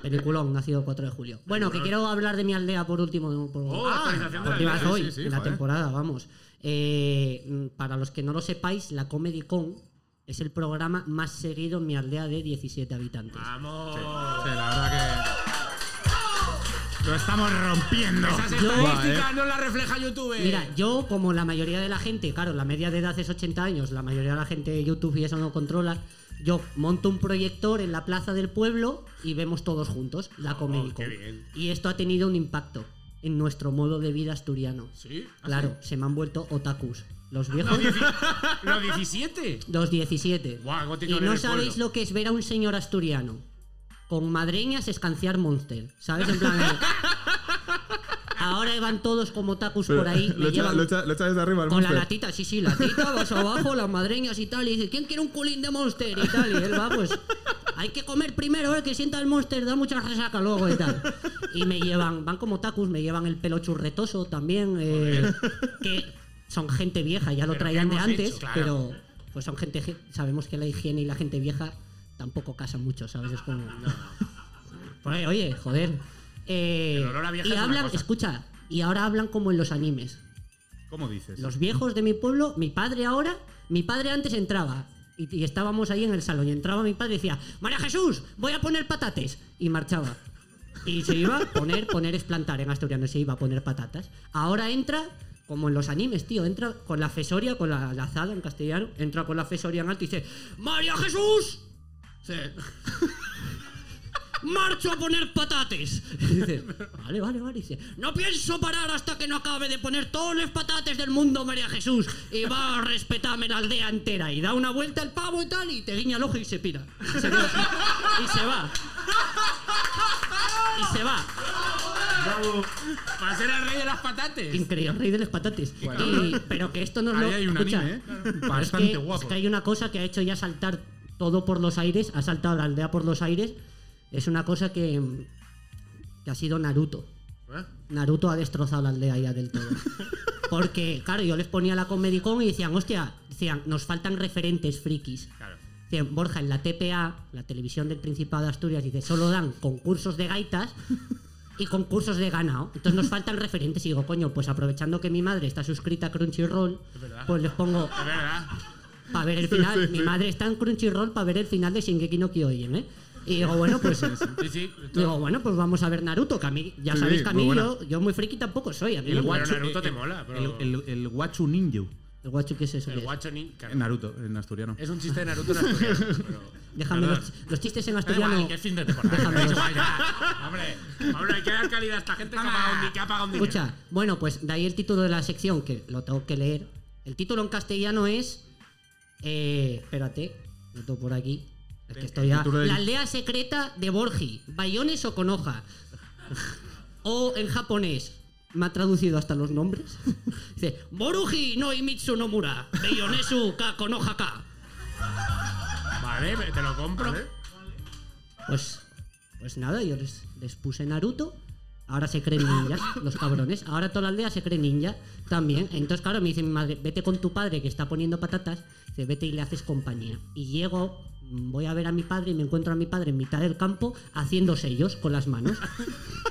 S6: Peliculón, nacido el 4 de julio. Bueno, que quiero hablar de mi aldea por último. Por,
S3: Oh, actualización de la
S6: porque
S3: aldea.
S6: vas
S4: Sí,
S6: hoy,
S4: sí, sí,
S6: en la
S4: joder.
S6: temporada, vamos. Eh, mm, para los que no lo sepáis, la Comedy Con es el programa más seguido en mi aldea de 17 habitantes.
S3: Vamos.
S4: Sí, la verdad que. Lo estamos rompiendo.
S3: Esas
S6: Yo-
S3: estadísticas no las refleja YouTube.
S6: Mira, yo como la mayoría de la gente, claro, la media de edad es 80 años, la mayoría de la gente de YouTube y eso no controla, yo monto un proyector en la plaza del pueblo y vemos todos juntos la Comedy Con.
S3: Oh, qué bien.
S6: Y esto ha tenido un impacto en nuestro modo de vida asturiano.
S3: Sí. Ah,
S6: Claro, se me han vuelto otakus. Los viejos,
S3: Los 17.
S6: los 17.
S3: Buah,
S6: y
S3: gótico en
S6: no
S3: el
S6: sabéis
S3: pueblo.
S6: lo que es ver a un señor asturiano con madreñas escanciar Monster. ¿Sabes? En plan. de- Ahora van todos como otakus por ahí.
S5: lo,
S6: le
S5: echa,
S6: llevan-
S5: lo echa- lo echa desde arriba el
S6: con la
S5: monster.
S6: latita, sí, sí, latita, vas abajo, las madreñas y tal, y dice, ¿quién quiere un culín de Monster? Y tal, y él va, pues, hay que comer primero, eh, que sienta el Monster, da mucha resaca luego y tal. Y me llevan, van como tacos, me llevan el pelo churretoso también, eh, que son gente vieja, ya lo
S3: Pero
S6: traían
S3: ¿qué
S6: de
S3: hemos
S6: antes,
S3: hecho? Claro.
S6: pero pues son gente, ge- sabemos que la higiene y la gente vieja tampoco casan mucho, ¿sabes? Es como... Pues, oye, joder. Eh,
S3: El olor a vieja
S6: y
S3: es una
S6: hablan,
S3: cosa.
S6: escucha, y ahora hablan como en los animes.
S4: ¿Cómo dices?
S6: Los viejos de mi pueblo, mi padre ahora, mi padre antes entraba. Y, y estábamos ahí en el salón. Y entraba mi padre y decía, María Jesús, voy a poner patates. Y marchaba. Y se iba a poner, poner es plantar en asturiano, se iba a poner patatas. Ahora entra, como en los animes, tío, entra con la fesoria, con la lazada en castellano, entra con la fesoria en alto y dice, María Jesús, marcho a poner patates. Y dice, vale, vale, vale. Y dice, no pienso parar hasta que no acabe de poner todos los patates del mundo, María Jesús. Y va a respetarme la aldea entera. Y da una vuelta el pavo y tal, y te guiña el ojo y se pira. Se queda así. y se va. Y se va.
S3: Para ser el rey de las patates.
S6: Increíble, el rey de los patates. Y- pero que esto no es
S4: Ahí
S6: lo...
S4: hay un
S6: escucha,
S4: anime, ¿eh?
S6: pero
S4: Bastante
S6: es que,
S4: guapo.
S6: Es que hay una cosa que ha hecho ya saltar todo por los aires, ha saltado la aldea por los aires. Es una cosa que, que ha sido Naruto.
S7: Ah.
S6: Naruto ha destrozado la aldea ya del todo. Porque, claro, yo les ponía la Comedy Con y decían, hostia, decían, nos faltan referentes frikis. Decían, Borja, en la TPA, la televisión del Principado de Asturias, dice, solo dan concursos de gaitas y concursos de ganado. Entonces nos faltan referentes. Y digo, coño, pues aprovechando que mi madre está suscrita a Crunchyroll, pues les pongo
S3: Es verdad.
S6: para ver el final. Mi madre está en Crunchyroll para ver el final de Shingeki no Kyojin, ¿eh? Y digo, bueno, pues...
S3: Sí, sí.
S6: Digo, bueno, pues vamos a ver Naruto, que a mí, ya
S5: Sí,
S6: sabéis que a
S5: muy
S6: mí
S5: buena.
S6: yo, yo muy friki tampoco soy. A mí
S3: El
S6: me-
S3: guacho
S4: guacho-
S3: Naruto
S4: eh,
S3: te mola, pero.
S4: El, el, el Guachu Ninja.
S6: ¿El guacho qué es eso?
S3: el
S6: ¿Qué es?
S3: guacho ninja.
S4: Naruto, en asturiano.
S3: Es un chiste de Naruto en asturiano. pero-
S6: Déjame
S3: Perdón.
S6: los, los chistes en
S3: Da
S6: asturiano.
S3: igual, que es fin de temporada.
S6: Déjame
S3: Da
S6: los-
S3: igual, ya. Hombre, Pablo, hay que dar calidad a esta gente que ha pagado un, di- que ha pagado un dinero.
S6: Escucha, bueno, pues de ahí el título de la sección, que lo tengo que leer. El título en castellano es. Eh, espérate, lo tengo por aquí. Es que estoy ya.
S4: título del-
S6: La aldea secreta de Borgi, Bayones o Konoha. O en japonés. Me ha traducido hasta los nombres. Dice, Boruji no Imitsu no Mura, Bayonesu ka Konoha ka.
S3: Vale, me- te lo compro.
S6: Pues, pues nada, yo les, les puse Naruto. Ahora se creen ninjas, los cabrones. Ahora toda la aldea se cree ninja también. Entonces, claro, me dice mi madre, vete con tu padre que está poniendo patatas. Dice, vete y le haces compañía. Y llego, mm, voy a ver a mi padre y me encuentro a mi padre en mitad del campo haciendo sellos con las manos.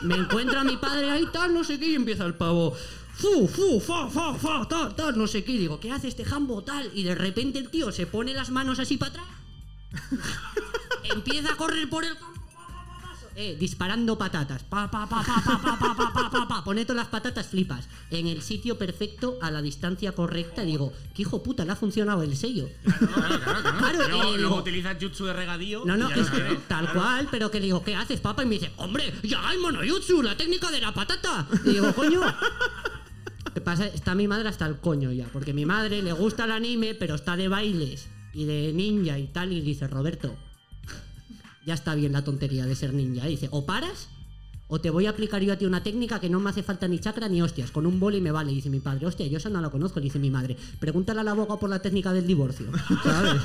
S6: Me encuentro a mi padre ahí, tal, no sé qué, y empieza el pavo. Fu, fu, fa, fa, fa, tal, tal, no sé qué. Y digo, ¿qué hace este jambo, tal? Y de repente el tío se pone las manos así para atrás empieza a correr por el campo, pa, pa, pa, pa, eh, disparando patatas. Pa, pa, pa, pa, pa, pa, pa, pa, pa, pa, pa. Pone todas las patatas, flipas. En el sitio perfecto, a la distancia correcta, digo, ¿qué hijo puta le ha funcionado el sello?
S3: Claro, claro, claro.
S6: Claro, y
S3: luego,
S6: le
S3: luego
S6: digo-
S3: utiliza jutsu de regadío.
S6: No, no,
S3: y ya
S6: es que
S3: está, ¿eh?
S6: tal cual, pero que le digo, ¿qué haces, papá? Y me dice, hombre, Yagai Monoyutsu, la técnica de la patata. Y digo, coño. que pasa, está mi madre hasta el coño ya, porque mi madre le gusta el anime, pero está de bailes y de ninja y tal, y dice, Roberto, ya está bien la tontería de ser ninja. Y dice, o paras, o te voy a aplicar yo a ti una técnica que no me hace falta ni chakra ni hostias, con un boli me vale. Y dice mi padre, hostia, yo eso no la conozco, le dice mi madre, pregúntale a la boca por la técnica del divorcio, ¿sabes?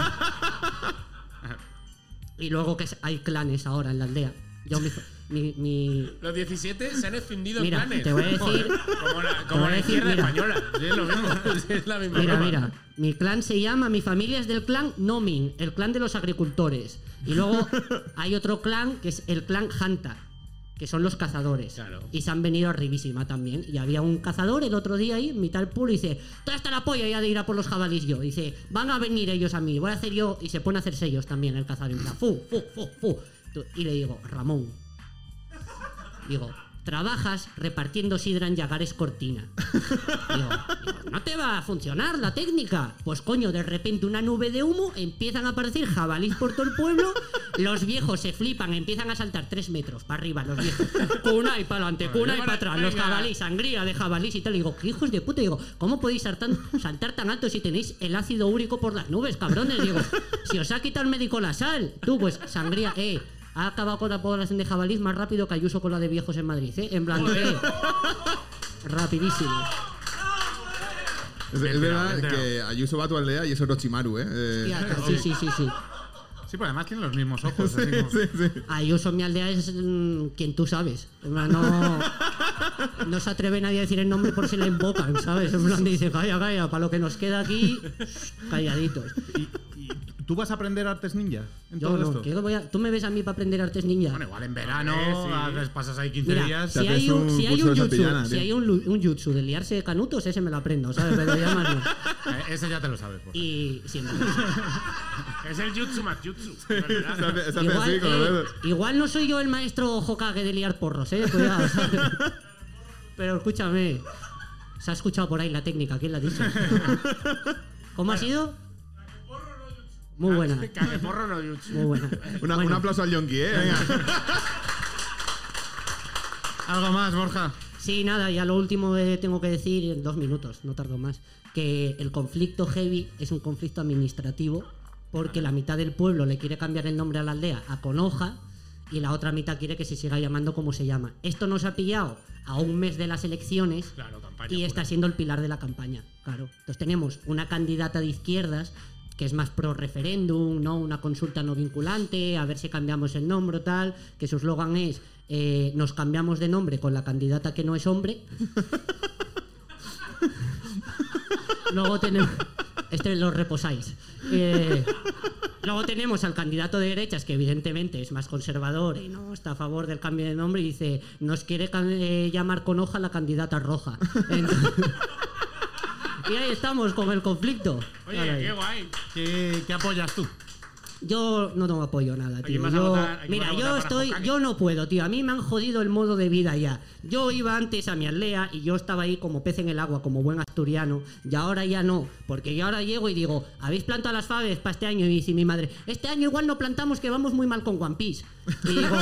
S6: y luego que hay clanes ahora en la aldea. Yo, mi- mi- mi,
S3: Los 17 se han escindido
S6: Mira,
S3: en planes.
S6: te voy a decir-
S3: Joder, como la,
S6: te voy
S3: como
S6: a
S3: la
S6: decir,
S3: izquierda
S6: mira.
S3: española. Sí, es lo mismo. Sí, es la misma
S6: Mira,
S3: broma.
S6: mira, mi clan se llama, mi familia es del clan Nomin, el clan de los agricultores. Y luego hay otro clan que es el clan Hanta, que son los cazadores.
S3: Claro.
S6: Y se han venido arribísima también. Y había un cazador el otro día ahí, en mitad del pueblo, y dice, toda hasta la polla ya de ir a por los jabalís yo. Dice, van a venir ellos a mí, voy a hacer yo. Y se pone a hacer sellos también el cazador. Y mira, fu, fu, fu, fu. Tú- Y le digo, Ramón. Digo, trabajas repartiendo sidra en Yagares Cortina. Digo, digo, no te va a funcionar la técnica. Pues coño, de repente una nube de humo, empiezan a aparecer jabalís por todo el pueblo, los viejos se flipan, empiezan a saltar tres metros para arriba los viejos. Cuna y para adelante, cuna y para atrás, los
S3: venga.
S6: jabalís, sangría de jabalís y tal. Y digo, "¿Qué hijos de puta, digo, ¿cómo podéis saltar, saltar tan alto si tenéis el ácido úrico por las nubes, cabrones? Digo, si os ha quitado el médico la sal, tú pues sangría, eh. Ha acabado con la población de jabalís más rápido que Ayuso con la de viejos en Madrid, ¿eh? En blanco, eh. Rapidísimo.
S5: Es, es verdad que Ayuso va a tu aldea y es Orochimaru, ¿eh? Eh,
S6: Hostia, sí, sí, sí, sí.
S4: Sí, pero además tienen los mismos
S6: Pues
S4: ojos. así como-
S6: Ayuso en mi aldea es mm, quien tú sabes. En plan, No, no se atreve nadie a decir el nombre por si le invocan, ¿sabes? En plan dice, calla, calla, para lo que nos queda aquí, calladitos.
S4: ¿Y, y tú vas a aprender artes ninja en
S6: Yo
S4: todo
S6: no,
S4: esto?
S6: ¿qué voy a- tú me ves a mí para aprender artes ninja.
S4: Bueno, igual en verano haces- pasas ahí 15
S6: Mira,
S4: días.
S6: si
S5: te haces
S6: hay un,
S5: un
S6: si hay
S5: curso
S6: un
S5: de
S6: jutsu,
S5: Santillana,
S6: si
S5: tío.
S6: hay un, lu- un jutsu de liarse de canutos, ese me lo aprendo, ¿sabes? Pero ya más no.
S4: Eh, Ese ya te lo sabes. por
S6: Y siempre.
S3: Es el jutsu más jutsu.
S5: se hace- se hace
S6: Igual,
S5: así con los
S6: eh,
S5: dedos.
S6: igual no soy yo el maestro Hokage de liar porros, eh. Cuidado. ¿sabes? Pero escúchame. Se ha escuchado por ahí la técnica, ¿quién la ha dicho? ¿Cómo ha sido? Muy buena,
S3: Cagueporro no jutsu.
S6: muy buena.
S5: Una-
S6: Bueno,
S5: Un aplauso al Yonki, ¿eh? Venga.
S4: favor. Algo más, Borja.
S6: Sí, nada, ya lo último que tengo que decir en dos minutos, no tardo más, que el conflicto heavy es un conflicto administrativo porque la mitad del pueblo le quiere cambiar el nombre a la aldea a Conoja y la otra mitad quiere que se siga llamando como se llama. Esto nos ha pillado a un mes de las elecciones
S3: Claro, campaña.
S6: y está
S3: pura.
S6: siendo el pilar de la campaña, claro. Entonces tenemos una candidata de izquierdas que es más pro referéndum, ¿no? Una consulta no vinculante, a ver si cambiamos el nombre o tal, que su eslogan es eh, nos cambiamos de nombre con la candidata que no es hombre. Luego tenemos. Este lo reposáis. Eh, luego tenemos al candidato de derechas, que evidentemente es más conservador y no está a favor del cambio de nombre, y dice: Nos quiere ca- eh, llamar con hoja la candidata roja. Entonces- y ahí estamos con el conflicto.
S3: Oye,
S6: Caray.
S3: qué guay.
S4: ¿Qué, qué apoyas tú?
S6: Yo no tengo apoyo nada, tío.
S3: quién vas a
S6: Yo-
S3: votar? ¿A quién
S6: mira,
S3: vas a
S6: yo
S3: votar para
S6: estoy,
S3: Hokage?
S6: yo no puedo, tío. A mí me han jodido el modo de vida ya. Yo iba antes a mi aldea y yo estaba ahí como pez en el agua, como buen asturiano. Y ahora ya no, porque yo ahora llego y digo, habéis plantado las faves para este año y dice mi madre, este año igual no plantamos que vamos muy mal con One Piece. Y digo,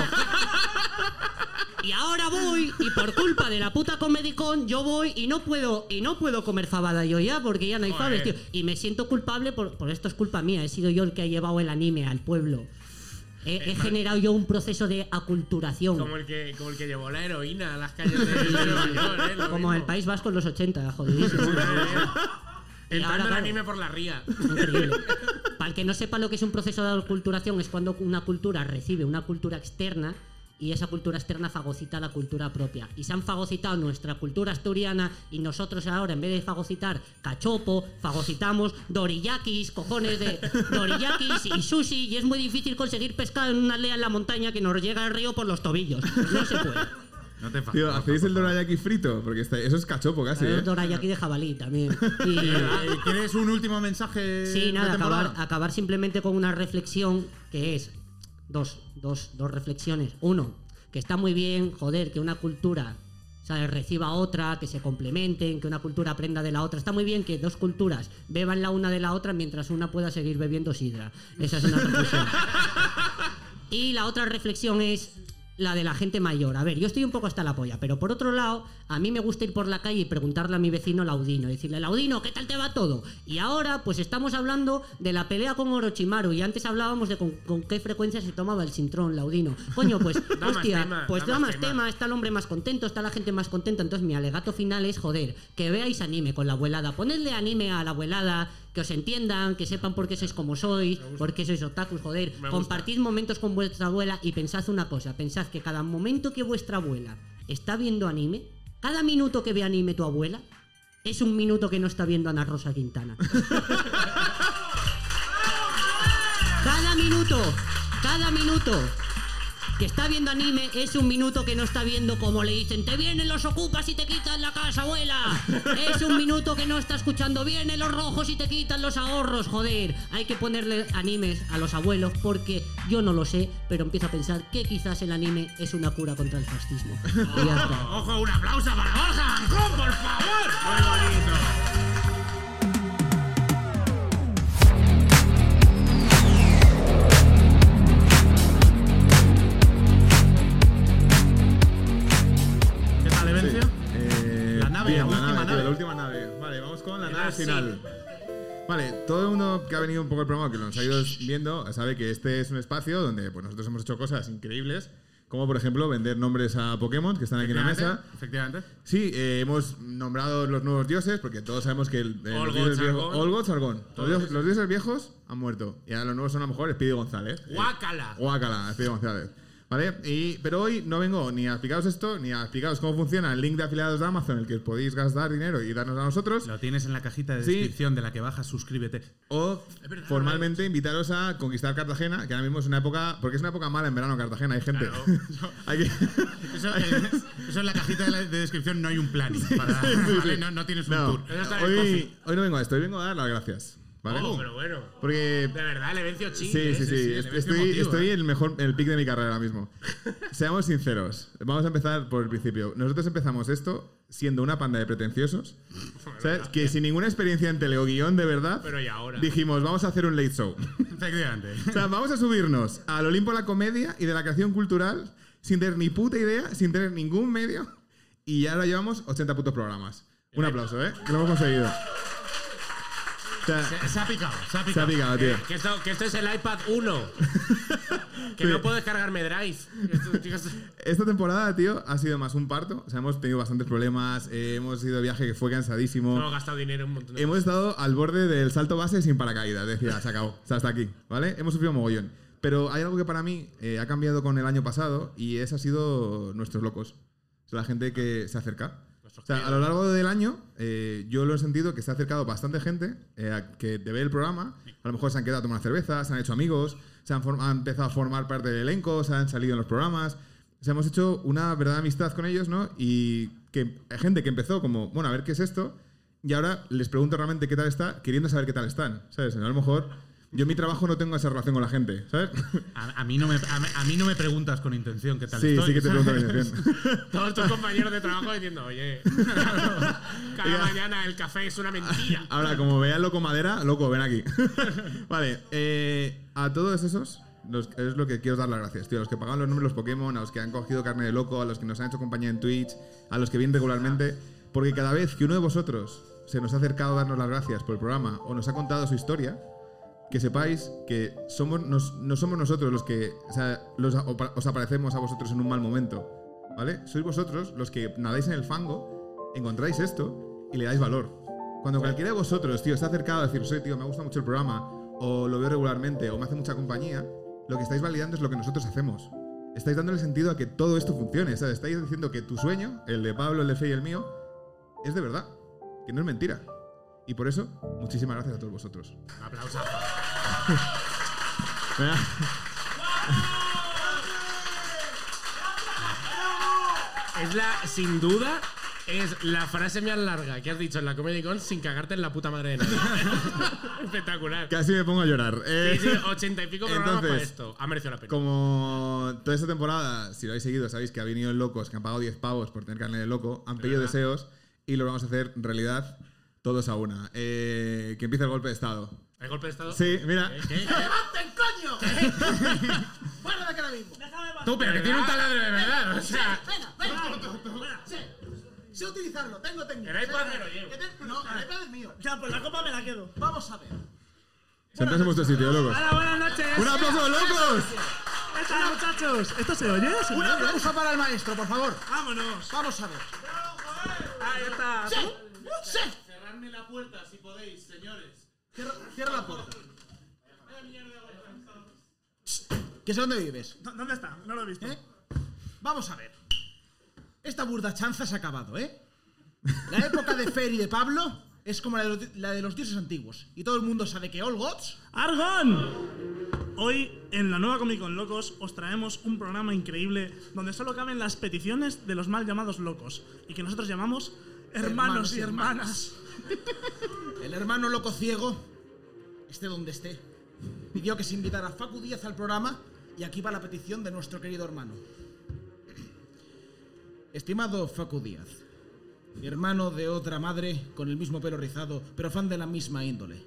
S6: y ahora voy y por culpa de la puta Comedicón yo voy y no puedo y no puedo comer fabada yo ya porque ya no hay
S3: Joder.
S6: faves, tío. Y me siento culpable por, por esto es culpa mía, he sido yo el que ha llevado el anime al pueblo. He, he generado yo un proceso de aculturación.
S3: Como el, que, como el que llevó la heroína a las calles de, de Nueva York, ¿eh? Lo
S6: Como el
S3: mismo.
S6: País Vasco en los 80, jodidísimo. Y ahora,
S3: Entrando el
S6: claro.
S3: anime por la ría.
S6: Increíble. Para el que no sepa lo que es un proceso de aculturación, es cuando una cultura recibe una cultura externa y esa cultura externa fagocita la cultura propia. Y se han fagocitado nuestra cultura asturiana y nosotros ahora, en vez de fagocitar cachopo, fagocitamos doriyakis, cojones de doriyakis y sushi. Y es muy difícil conseguir pescado en una aldea en la montaña que nos llega el río por los tobillos. No se puede.
S4: No te enfades,
S5: Tío,
S4: Borja,
S5: ¿hacéis el
S4: por favor.
S5: dorayaki frito? Porque está- eso es cachopo casi,
S6: Pero
S5: ¿eh?
S6: es dorayaki de jabalí también. Y,
S4: Eh, ¿Quieres un último mensaje?
S6: Sí, nada,
S4: de temporada?
S6: acabar, acabar simplemente con una reflexión que es dos, dos, dos reflexiones. Uno, que está muy bien, joder, que una cultura ¿sabes? reciba otra, que se complementen, que una cultura aprenda de la otra. Está muy bien que dos culturas beban la una de la otra mientras una pueda seguir bebiendo sidra. Esa es una reflexión. Y la otra reflexión es la de la gente mayor. A ver, yo estoy un poco hasta la polla, pero por otro lado, a mí me gusta ir por la calle y preguntarle a mi vecino Laudino, y decirle, Laudino, ¿qué tal te va todo? Y ahora, pues estamos hablando de la pelea con Orochimaru, y antes hablábamos de con, con qué frecuencia se tomaba el sintrón, Laudino. Coño, pues,
S3: Da más
S6: hostia,
S3: tema,
S6: pues da más tema,
S3: tema.
S6: está el hombre más contento, está la gente más contenta. Entonces, mi alegato final es, joder, que veáis anime con la abuelada. Ponedle anime a la abuelada, que os entiendan, que sepan por qué sois como sois, por qué sois otakus, joder.
S3: gusta.
S6: Compartid momentos con vuestra abuela y pensad una cosa, pensad que cada momento que vuestra abuela está viendo anime, cada minuto que ve anime tu abuela, es un minuto que no está viendo Ana Rosa Quintana. Cada minuto, cada minuto que está viendo anime es un minuto que no está viendo como le dicen te vienen los ocupas y te quitan la casa, abuela. Es un minuto que no está escuchando vienen los rojos y te quitan los ahorros, joder. Hay que ponerle animes a los abuelos porque yo no lo sé, pero empiezo a pensar que quizás el anime es una cura contra el fascismo. Y ya está.
S3: ¡Ojo, un aplauso para Borja Mancón, por favor! ¡Muy bonito!
S4: ¿Qué tal,
S5: Sí.
S4: Evencio?
S5: Eh,
S4: La nave, la última
S5: nave, tío,
S4: nave.
S5: la última nave. Vale, vamos con la
S3: Ah,
S5: nave
S3: sí.
S5: final. Vale, todo el mundo que ha venido un poco al programa, que nos ha ido viendo, sabe que este es un espacio donde pues, nosotros hemos hecho cosas increíbles, como por ejemplo vender nombres a Pokémon que están aquí en la mesa.
S4: Efectivamente.
S5: Sí, eh, hemos nombrado los nuevos dioses, porque todos sabemos que el, eh,
S3: Olgo,
S5: los dioses
S3: Sargón.
S5: viejos- Olgo, Sargón. Los, dios- los dioses viejos han muerto. Y ahora los nuevos son a lo mejor Speedy González. Eh,
S3: ¡Guácala!
S5: Guácala, Espíritu González. ¿Vale? Y, pero hoy no vengo ni a explicaros esto, ni a explicaros cómo funciona el link de afiliados de Amazon, el que podéis gastar dinero y darnos a nosotros,
S4: Lo tienes en la cajita de
S5: Sí.
S4: descripción de la que bajas, suscríbete.
S5: o formalmente invitaros a conquistar Cartagena, que ahora mismo es una época, porque es una época mala en verano Cartagena, hay gente. Hay que-
S4: Eso, eh, eso en la cajita de, la- de descripción no hay un planning. para- ¿vale? no, no tienes un
S5: No,
S4: tour.
S3: Eso está en el
S5: hoy, hoy no vengo a esto, hoy vengo a dar las gracias. ¿Vale?
S3: Oh, pero bueno.
S5: Porque
S3: De verdad, le venció ching. eh,
S5: Sí, sí, sí.
S4: le ves
S5: Estoy,
S4: emotivo,
S5: estoy
S4: ¿eh?
S5: en el mejor, en el pic de mi carrera ahora mismo. Seamos sinceros. Vamos a empezar por el principio. Nosotros empezamos esto siendo una panda de pretenciosos, ¿sabes? Que sin ninguna experiencia en tele o guión de verdad,
S3: Pero y ahora.
S5: dijimos, vamos a hacer un late show.
S4: Efectivamente.
S5: O sea, vamos a subirnos al Olimpo de la comedia y de la creación cultural sin tener ni puta idea, sin tener ningún medio. Y ya ahora llevamos 80 putos programas. Un aplauso, ¿eh? Que lo hemos conseguido. O sea,
S4: Se, se ha picado, se
S5: se ha
S4: ha picado.
S5: picado, tío.
S3: eh, Que esto, que esto es el iPad 1. que
S5: Sí.
S3: no puedo descargarme Drive. Esto, chicos,
S5: Esta temporada, tío, ha sido más un parto. O sea, hemos tenido bastantes problemas. eh, hemos ido de viaje que fue cansadísimo.
S3: hemos gastado dinero un montón de
S5: Hemos estado al borde del salto base sin paracaídas. Decía, se acabó. O sea, hasta aquí, ¿vale? Hemos sufrido mogollón. Pero hay algo que para mí eh, ha cambiado con el año pasado y ese ha sido nuestros locos. O sea, la gente que se acerca. O sea, a lo largo del año eh, yo lo he sentido que se ha acercado bastante gente eh, a- que te ve el programa. A lo mejor se han quedado a tomar cerveza, se han hecho amigos, se han, form- han empezado a formar parte del elenco, se han salido en los programas. O sea, hemos hecho una verdadera amistad con ellos, ¿no? Y que hay gente que empezó como, bueno, a ver qué es esto. Y ahora les pregunto realmente qué tal está, queriendo saber qué tal están, ¿sabes? A lo mejor yo en mi trabajo no tengo esa relación con la gente, ¿sabes?
S4: A, a mí no me, a, mí- a mí no me preguntas con intención qué tal
S5: Sí,
S4: estoy.
S5: sí que te
S4: ¿sabes?
S5: pregunto mi intención.
S3: Todos tus compañeros de trabajo diciendo, oye, cada mañana el café es una mentira.
S5: Ahora, como veas loco madera, loco, ven aquí. vale, eh, a todos esos los- es lo que quiero dar las gracias, tío. A los que pagaban los números Pokémon, a los que han cogido carne de loco, a los que nos han hecho compañía en Twitch, a los que vienen regularmente. Porque cada vez que uno de vosotros se nos ha acercado a darnos las gracias por el programa o nos ha contado su historia, que sepáis que somos, nos- no somos nosotros los que o sea, los- opa- os aparecemos a vosotros en un mal momento, ¿vale? Sois vosotros los que nadáis en el fango, encontráis esto y le dais valor. Cuando cualquiera de vosotros, tío, está acercado a decir, soy tío, me gusta mucho el programa, o lo veo regularmente, o me hace mucha compañía, lo que estáis validando es lo que nosotros hacemos. Estáis dándole sentido a que todo esto funcione, ¿sabes? Estáis diciendo que tu sueño, el de Pablo, el de Fey y el mío, es de verdad, que no es mentira. Y por eso, muchísimas gracias a todos vosotros.
S3: Un aplauso.
S5: Venga.
S3: Es la, sin duda, es la frase más larga que has dicho en la Comedy Con sin cagarte en la puta madre de nadie. Espectacular.
S5: Casi me pongo a llorar. Eh,
S3: Sí, sí, ochenta y pico programas
S5: Entonces,
S3: para esto. Ha merecido la pena.
S5: Como toda esta temporada, si lo habéis seguido, sabéis que ha venido locos, que han pagado 10 pavos por tener carne de loco, han pedido deseos y lo vamos a hacer realidad todos a una. Eh, que empiece el golpe de Estado.
S3: ¿El golpe de estado?
S5: Sí, mira.
S3: ¿Qué?
S2: ¡Levanten, coño! ¡Fuera de que la
S7: ahora mismo. Déjame pasar.
S3: Tú, pero que tiene un taladro de verdad, o sea.
S7: Venga, venga. Sí. Sé utilizarlo, tengo técnica.
S3: El
S7: sé-
S3: iPad me lo llevo.
S7: que te- No, el iPad es mío.
S8: Ya, pues la copa me la quedo.
S7: Vamos a ver.
S5: Sentarse en vuestro sitio, locos.
S8: Hola, buenas noches.
S5: ¡Un aplauso, locos!
S8: ¿Qué tal, muchachos? ¿Esto se oye? ¿Se
S7: Un
S8: oye?
S7: aplauso para el maestro, por favor.
S8: Vámonos.
S7: Vamos a ver.
S8: Ahí está.
S7: ¡Sí! ¡Sí!
S4: Cerradme la puerta si podéis, señores.
S7: Cierra, cierra la puerta. ¿Qué es dónde vives?
S8: ¿Dó- ¿Dónde está? No lo he visto.
S7: ¿Eh? Vamos a ver. Esta burda chanza se ha acabado, ¿eh? La época de Fer y de Pablo es como la de, los, la de los dioses antiguos. Y todo el mundo sabe que All Gods
S8: ¡Argon! Hoy en la nueva Comic Con Locos os traemos un programa increíble donde solo caben las peticiones de los mal llamados locos y que nosotros llamamos
S7: Hermanos
S8: hermanos, y
S7: y
S8: hermanas.
S7: El hermano loco ciego, esté donde esté, pidió que se invitara a Facu Díaz al programa y aquí va la petición de nuestro querido hermano. Estimado Facu Díaz, hermano de otra madre con el mismo pelo rizado, pero fan de la misma índole.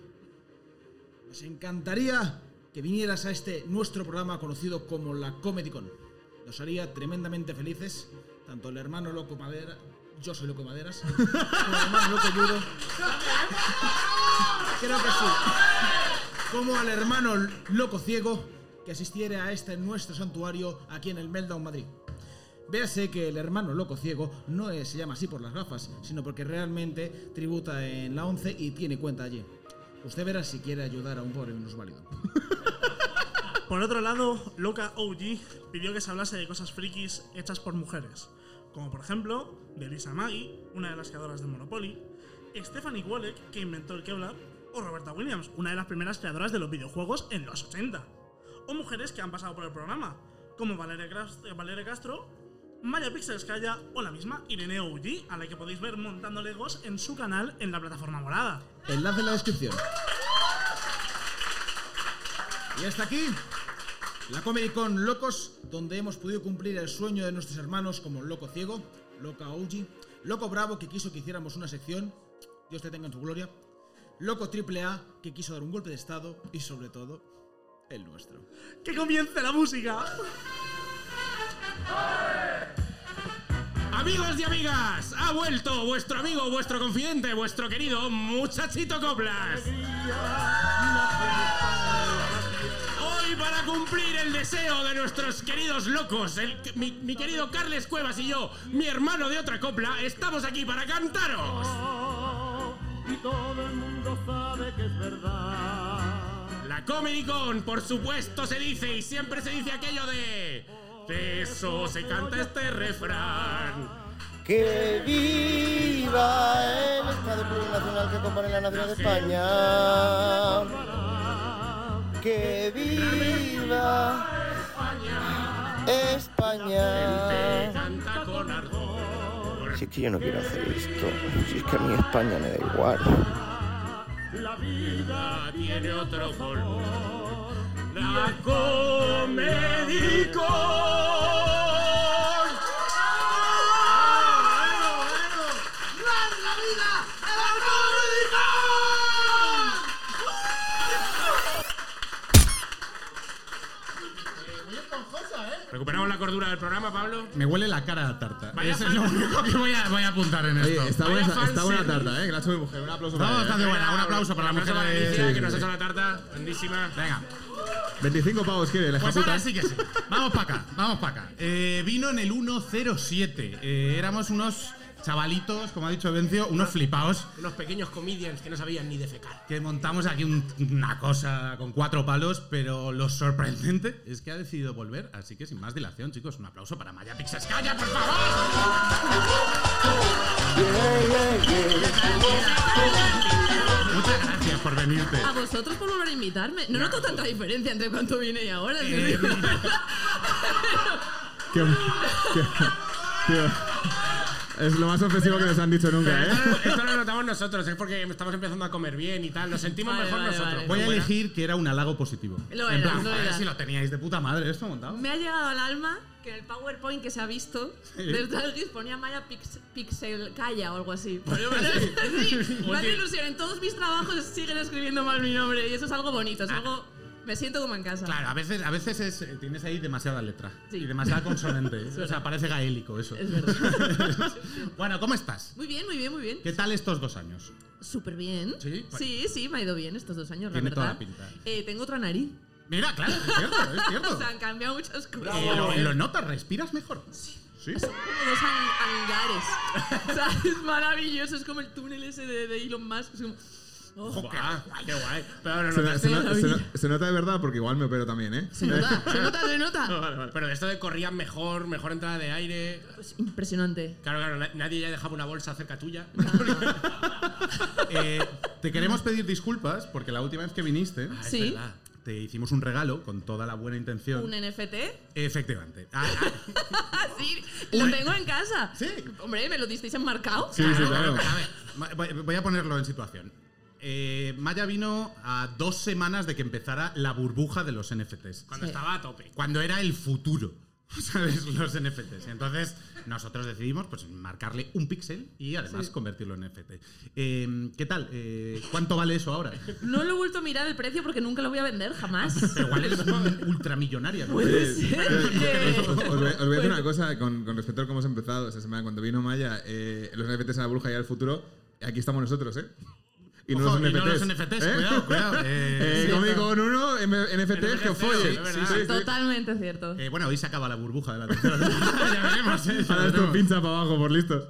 S7: Nos encantaría que vinieras a este nuestro programa conocido como la Comedy Con. Nos haría tremendamente felices, tanto el hermano loco madera, yo soy loco maderas, como el hermano loco judo. Creo que sí. Como al hermano loco ciego que asistiera a este nuestro santuario aquí en el Meltdown Madrid. Véase que el hermano loco ciego no es- se llama así por las gafas, sino porque realmente tributa en la 11 y tiene cuenta allí. Usted verá si quiere ayudar a un pobre minusválido.
S8: Por otro lado, Loca OG pidió que se hablase de cosas frikis hechas por mujeres, como por ejemplo de Lisa Maggie, una de las creadoras de Monopoly, Stephanie Wallach, que inventó el Kevlar, o Roberta Williams, una de las primeras creadoras de los videojuegos en los 80. O mujeres que han pasado por el programa, como Valeria, Gras- eh, Valeria Castro, Maya Pixelskaya o la misma Irene OG, a la que podéis ver montando Legos en su canal en la plataforma morada.
S7: Enlace en la descripción. Y hasta aquí la Comedy Con Locos, donde hemos podido cumplir el sueño de nuestros hermanos como Loco Ciego, Loca Ouji, Loco Bravo, que quiso que hiciéramos una sección, Dios te tenga en tu gloria, Loco Triple A, que quiso dar un golpe de estado, y sobre todo, el nuestro.
S8: ¡Que comience la música!
S3: Amigos y amigas, ha vuelto vuestro amigo, vuestro confidente, vuestro querido muchachito Coplas. Hoy para cumplir el deseo de nuestros queridos locos, el- mi, mi querido Carles Cuevas y yo, mi hermano de otra copla, estamos aquí para cantaros.
S9: y todo el mundo sabe que es verdad.
S3: La Comedy Con, por supuesto, se dice y siempre se dice aquello de... De eso se canta este refrán.
S10: ¡Que viva el Estado plurinacional que compone la nación de España! ¡Que viva
S3: Se
S10: España!
S3: canta con ardor.
S10: Si es que yo no quiero hacer esto, si es que a mí España me da igual.
S3: Ah, tiene otro color. La Comedicón. Recuperamos la cordura del programa, Pablo.
S4: Me huele la cara a tarta.
S3: Vaya
S4: Eso es lo
S3: fan-
S4: único que voy a, voy a apuntar en esto.
S5: Oye, está
S3: Vaya
S5: buena,
S3: fan
S5: está buena
S3: service.
S5: tarta, ¿eh? Que la ha hecho mi mujer. Un aplauso
S4: Está
S5: para
S4: bastante
S5: ella.
S4: buena. Un aplauso para la
S3: Un aplauso
S4: mujer
S3: para
S4: de-
S3: Alicia,
S4: sí,
S3: que nos ha
S4: sí,
S3: hecho
S4: sí.
S3: la tarta. Grandísima.
S4: Venga.
S5: 25 pavos quiere, la hija
S4: Pues
S5: puta.
S4: ahora sí que sí. Vamos para acá, vamos para acá. Eh, vino en el 107. Eh, éramos unos chavalitos, como ha dicho Bencio, unos flipaos.
S3: Unos pequeños comedians que no sabían ni defecar.
S4: que montamos aquí un- una cosa con cuatro palos, pero lo sorprendente es que ha decidido volver, así que sin más dilación, chicos, un aplauso para Maya Pixascaya, por favor. Muchas gracias por venirte.
S11: A vosotros por volver a invitarme. No noto tanta diferencia entre cuánto vine y ahora. ¿sí?
S4: Eh,
S5: Que- que- tío, es lo más ofensivo que nos han dicho nunca,
S3: Esto
S5: ¿eh?
S3: no- esto no lo notamos nosotros, es porque estamos empezando a comer bien y tal. Nos sentimos
S11: Vale,
S3: mejor
S11: vale,
S3: nosotros.
S11: vale.
S4: Voy a elegir que era un halago positivo.
S11: Lo
S4: en
S11: era,
S4: plan,
S11: lo
S4: joder,
S11: era.
S4: si lo teníais de puta madre esto montado.
S11: Me ha llegado al alma que en el PowerPoint que se ha visto del Transgis ponía Maya Pix- Pixel Calla o algo así. Sí, me hace ilusión. En todos mis trabajos siguen escribiendo mal mi nombre y eso es algo bonito, es algo Me siento como en casa.
S4: Ah. Claro, a veces, a veces es, eh, tienes ahí demasiada letra
S11: Sí.
S4: y demasiada consonante. ¿eh? o sea, parece gaélico eso.
S11: Es verdad.
S4: bueno, ¿cómo estás?
S11: Muy bien, muy bien, muy bien.
S4: ¿Qué tal estos dos años?
S11: Súper bien.
S4: Sí, pues-
S11: sí, sí, me ha ido bien estos dos años,
S4: Tiene
S11: Pues la
S4: toda
S11: verdad.
S4: la pinta.
S11: Eh, tengo otra nariz.
S4: Mira, claro, es cierto, es
S11: o
S4: cierto.
S11: sea, han cambiado muchas cosas.
S4: Eh, lo, lo notas? ¿Respiras mejor? Sí.
S11: Como dos han- hangares. o sea, es maravilloso. Es como el túnel ese de, de Elon Musk. Es como, oh,
S4: Ojo, qué
S3: Ah,
S4: guay, qué guay. Pero,
S5: Se,
S4: lo
S5: no-
S4: notas-
S5: se no-
S11: la
S5: se no-
S11: vida.
S5: se nota de verdad porque igual me opero también, ¿eh?
S11: se nota, se nota, se nota.
S4: Vale, vale.
S3: Pero esto de corrían mejor, mejor entrada de aire.
S11: Pues impresionante.
S3: Claro, claro, na- nadie ya dejaba una bolsa cerca tuya.
S4: Eh, te queremos pedir disculpas porque la última vez que viniste
S3: Ah, es
S11: Sí.
S3: verdad.
S4: te hicimos un regalo con toda la buena intención.
S11: Un NFT.
S4: Efectivamente. Ah, ah,
S11: Ah, sí, lo tengo en casa.
S4: Sí.
S11: Hombre, me lo disteis enmarcado.
S5: Sí, sí, claro.
S4: A ver, ma- voy- voy a ponerlo en situación. Eh, Maya vino a dos semanas de que empezara la burbuja de los NFTs.
S3: Cuando
S11: Sí.
S3: estaba a tope.
S4: Cuando era el futuro, ¿sabes? Los NFTs. Entonces, nosotros decidimos pues, marcarle un píxel y además convertirlo en NFT. Eh, ¿Qué tal? Eh, ¿Cuánto vale eso ahora?
S11: No lo he vuelto a mirar el precio porque nunca lo voy a vender jamás.
S4: Pero igual eres un ultramillonaria. ¿no?
S11: Puede ser
S5: Os voy, os
S11: que.
S5: voy a
S4: Pues
S5: decir una cosa con, con respecto a cómo hemos empezado esta semana. Cuando vino Maya, eh, los NFTs a la bruja y al futuro, aquí estamos nosotros, ¿eh? Y
S4: Ojo, y
S5: NFTs.
S4: no los NFTs,
S5: ¿eh?
S4: cuidado, cuidado. Eh,
S5: Eh,
S4: sí,
S5: conmigo con uno, M- NFTs que os
S3: NFTs,
S5: follen.
S3: es verdad.
S11: Totalmente cierto.
S4: Eh, bueno, hoy se acaba la burbuja de la atención. ya veremos, eh, ya
S5: Ahora esto
S4: veremos.
S5: pincha para abajo, por listos.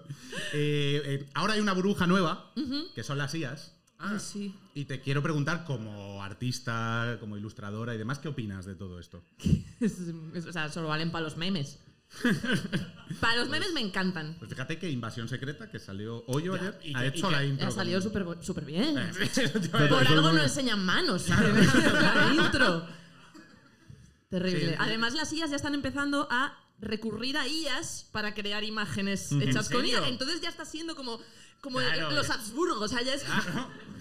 S4: Eh, eh, ahora hay una burbuja nueva, que son las IAS.
S3: Ah.
S11: Ay, Pues sí.
S4: Y te quiero preguntar, como artista, como ilustradora y demás, ¿qué opinas de todo esto?
S11: Es- es- o sea, solo valen para los memes. Para los memes me encantan.
S4: Pues fíjate que Invasión Secreta, que salió hoy o ayer,
S3: y
S4: ha
S3: que-
S4: hecho
S3: y
S4: la
S3: que
S4: intro.
S11: Ha
S4: con-
S11: salido súper bo- súper bien.
S5: Total,
S11: Por algo
S5: totalmente.
S11: no enseñan manos. La intro. Terrible.
S4: Sí.
S11: Además, las IAS ya están empezando a recurrir a IAS para crear imágenes hechas con
S3: serio?
S11: IA. Entonces ya está siendo como, como
S3: Claro,
S11: los
S3: ya.
S11: Habsburgo. O sea, ya es,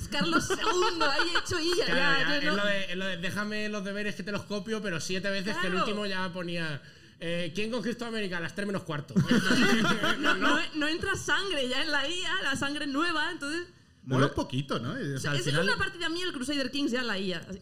S11: es Carlos II ahí hecho IA.
S3: Claro,
S11: ya,
S3: ya,
S11: yo no-
S3: es, lo de, es lo de déjame los deberes que te los copio, pero siete veces que el
S11: Claro.
S3: último ya ponía. eh, ¿Quién conquistó América? A las 3 menos cuarto.
S11: no, no- no entra sangre ya en la IA, la sangre nueva. Entonces,
S4: Mola un poquito, ¿no? O sea, al
S11: esa
S4: final-
S11: es una partida mía el Crusader Kings ya en la IA. así.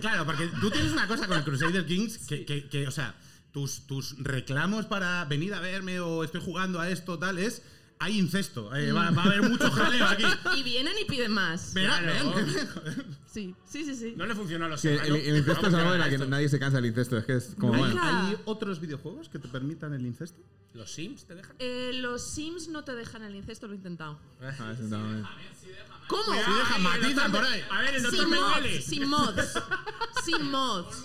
S4: Claro, porque tú tienes una cosa con el Crusader Kings que, que- que, o sea, tus, tus reclamos para venir a verme o estoy jugando a esto, tal, es. Hay incesto. eh, va, va a haber mucho jaleo aquí.
S11: Y vienen y piden más.
S4: Verá,
S3: Claro.
S4: ven, ven.
S11: Sí, sí, sí. sí.
S3: No le funcionó a los
S5: Que el,
S3: serranos.
S5: el incesto es
S3: Vamos a
S5: algo de la
S3: ganar
S5: que
S3: esto.
S5: nadie se cansa del incesto, es que es como
S11: Ay,
S5: bueno.
S11: claro.
S4: ¿Hay otros videojuegos que te permitan el incesto?
S3: ¿Los Sims te dejan?
S11: Eh, los Sims no te dejan el incesto, lo he intentado.
S5: Ah, eso está bien.
S11: ¿Cómo?
S4: Sí, deja matizan por ahí.
S3: A ver, el doctor
S11: Sin mods,
S3: Mengele.
S11: sin mods. Sin mods.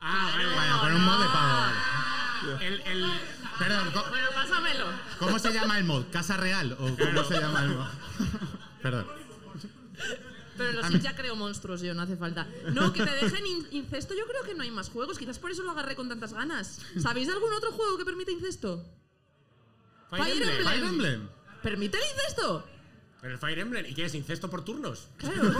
S3: Ah, vale, vale.
S4: Bueno, con un mod de pago, vale.
S3: El, el,
S4: Perdón, co-
S11: Bueno, pásamelo.
S4: ¿cómo se llama el mod? ¿Casa Real? ¿O cómo se llama el mod? Perdón.
S11: Pero en los Sims ya creo monstruos yo, no hace falta. No, que te dejen in- incesto, yo creo que no hay más juegos. Quizás por eso lo agarré con tantas ganas. ¿Sabéis de algún otro juego que permite incesto?
S3: Fire
S11: Fire
S3: Emblem.
S11: Emblem.
S4: Fire Emblem.
S11: ¿Permite el incesto?
S3: Pero el Fire Emblem. ¿Y qué es? ¿Incesto por turnos?
S11: Claro.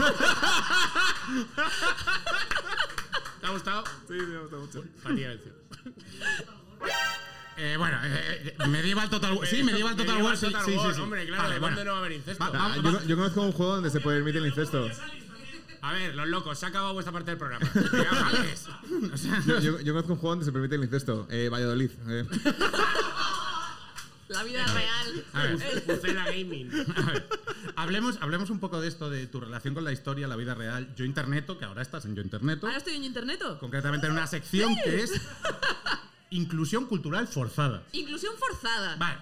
S3: ¿Te ha gustado? Sí, me ha gustado mucho. Para ti, Vencio.
S4: Eh, bueno, eh, eh, medieval Total War. Sí, medieval Total
S3: Medieval
S4: War. Sí,
S3: Total
S4: sí, sí,
S3: War,
S4: sí.
S3: Hombre, claro,
S4: Vale,
S3: ¿dónde
S4: bueno.
S3: no va a haber incesto?
S4: Va-
S5: Ah,
S4: va-
S5: yo, yo conozco un juego donde se puede permitir el incesto.
S3: A ver, los locos, se ha acabado vuestra parte del programa. Venga, jales.
S5: Yo, yo- yo conozco un juego donde se permite el incesto. Eh, Valladolid. eh.
S11: La vida real. Eh,
S3: Bucela Gaming.
S4: A ver, hablemos, hablemos un poco de esto, de tu relación con la historia, la vida real. Yo Interneto, que ahora estás en Yo Interneto,
S11: Ahora estoy en interneto.
S4: concretamente en una sección que es inclusión cultural forzada.
S11: Inclusión forzada.
S4: Vale,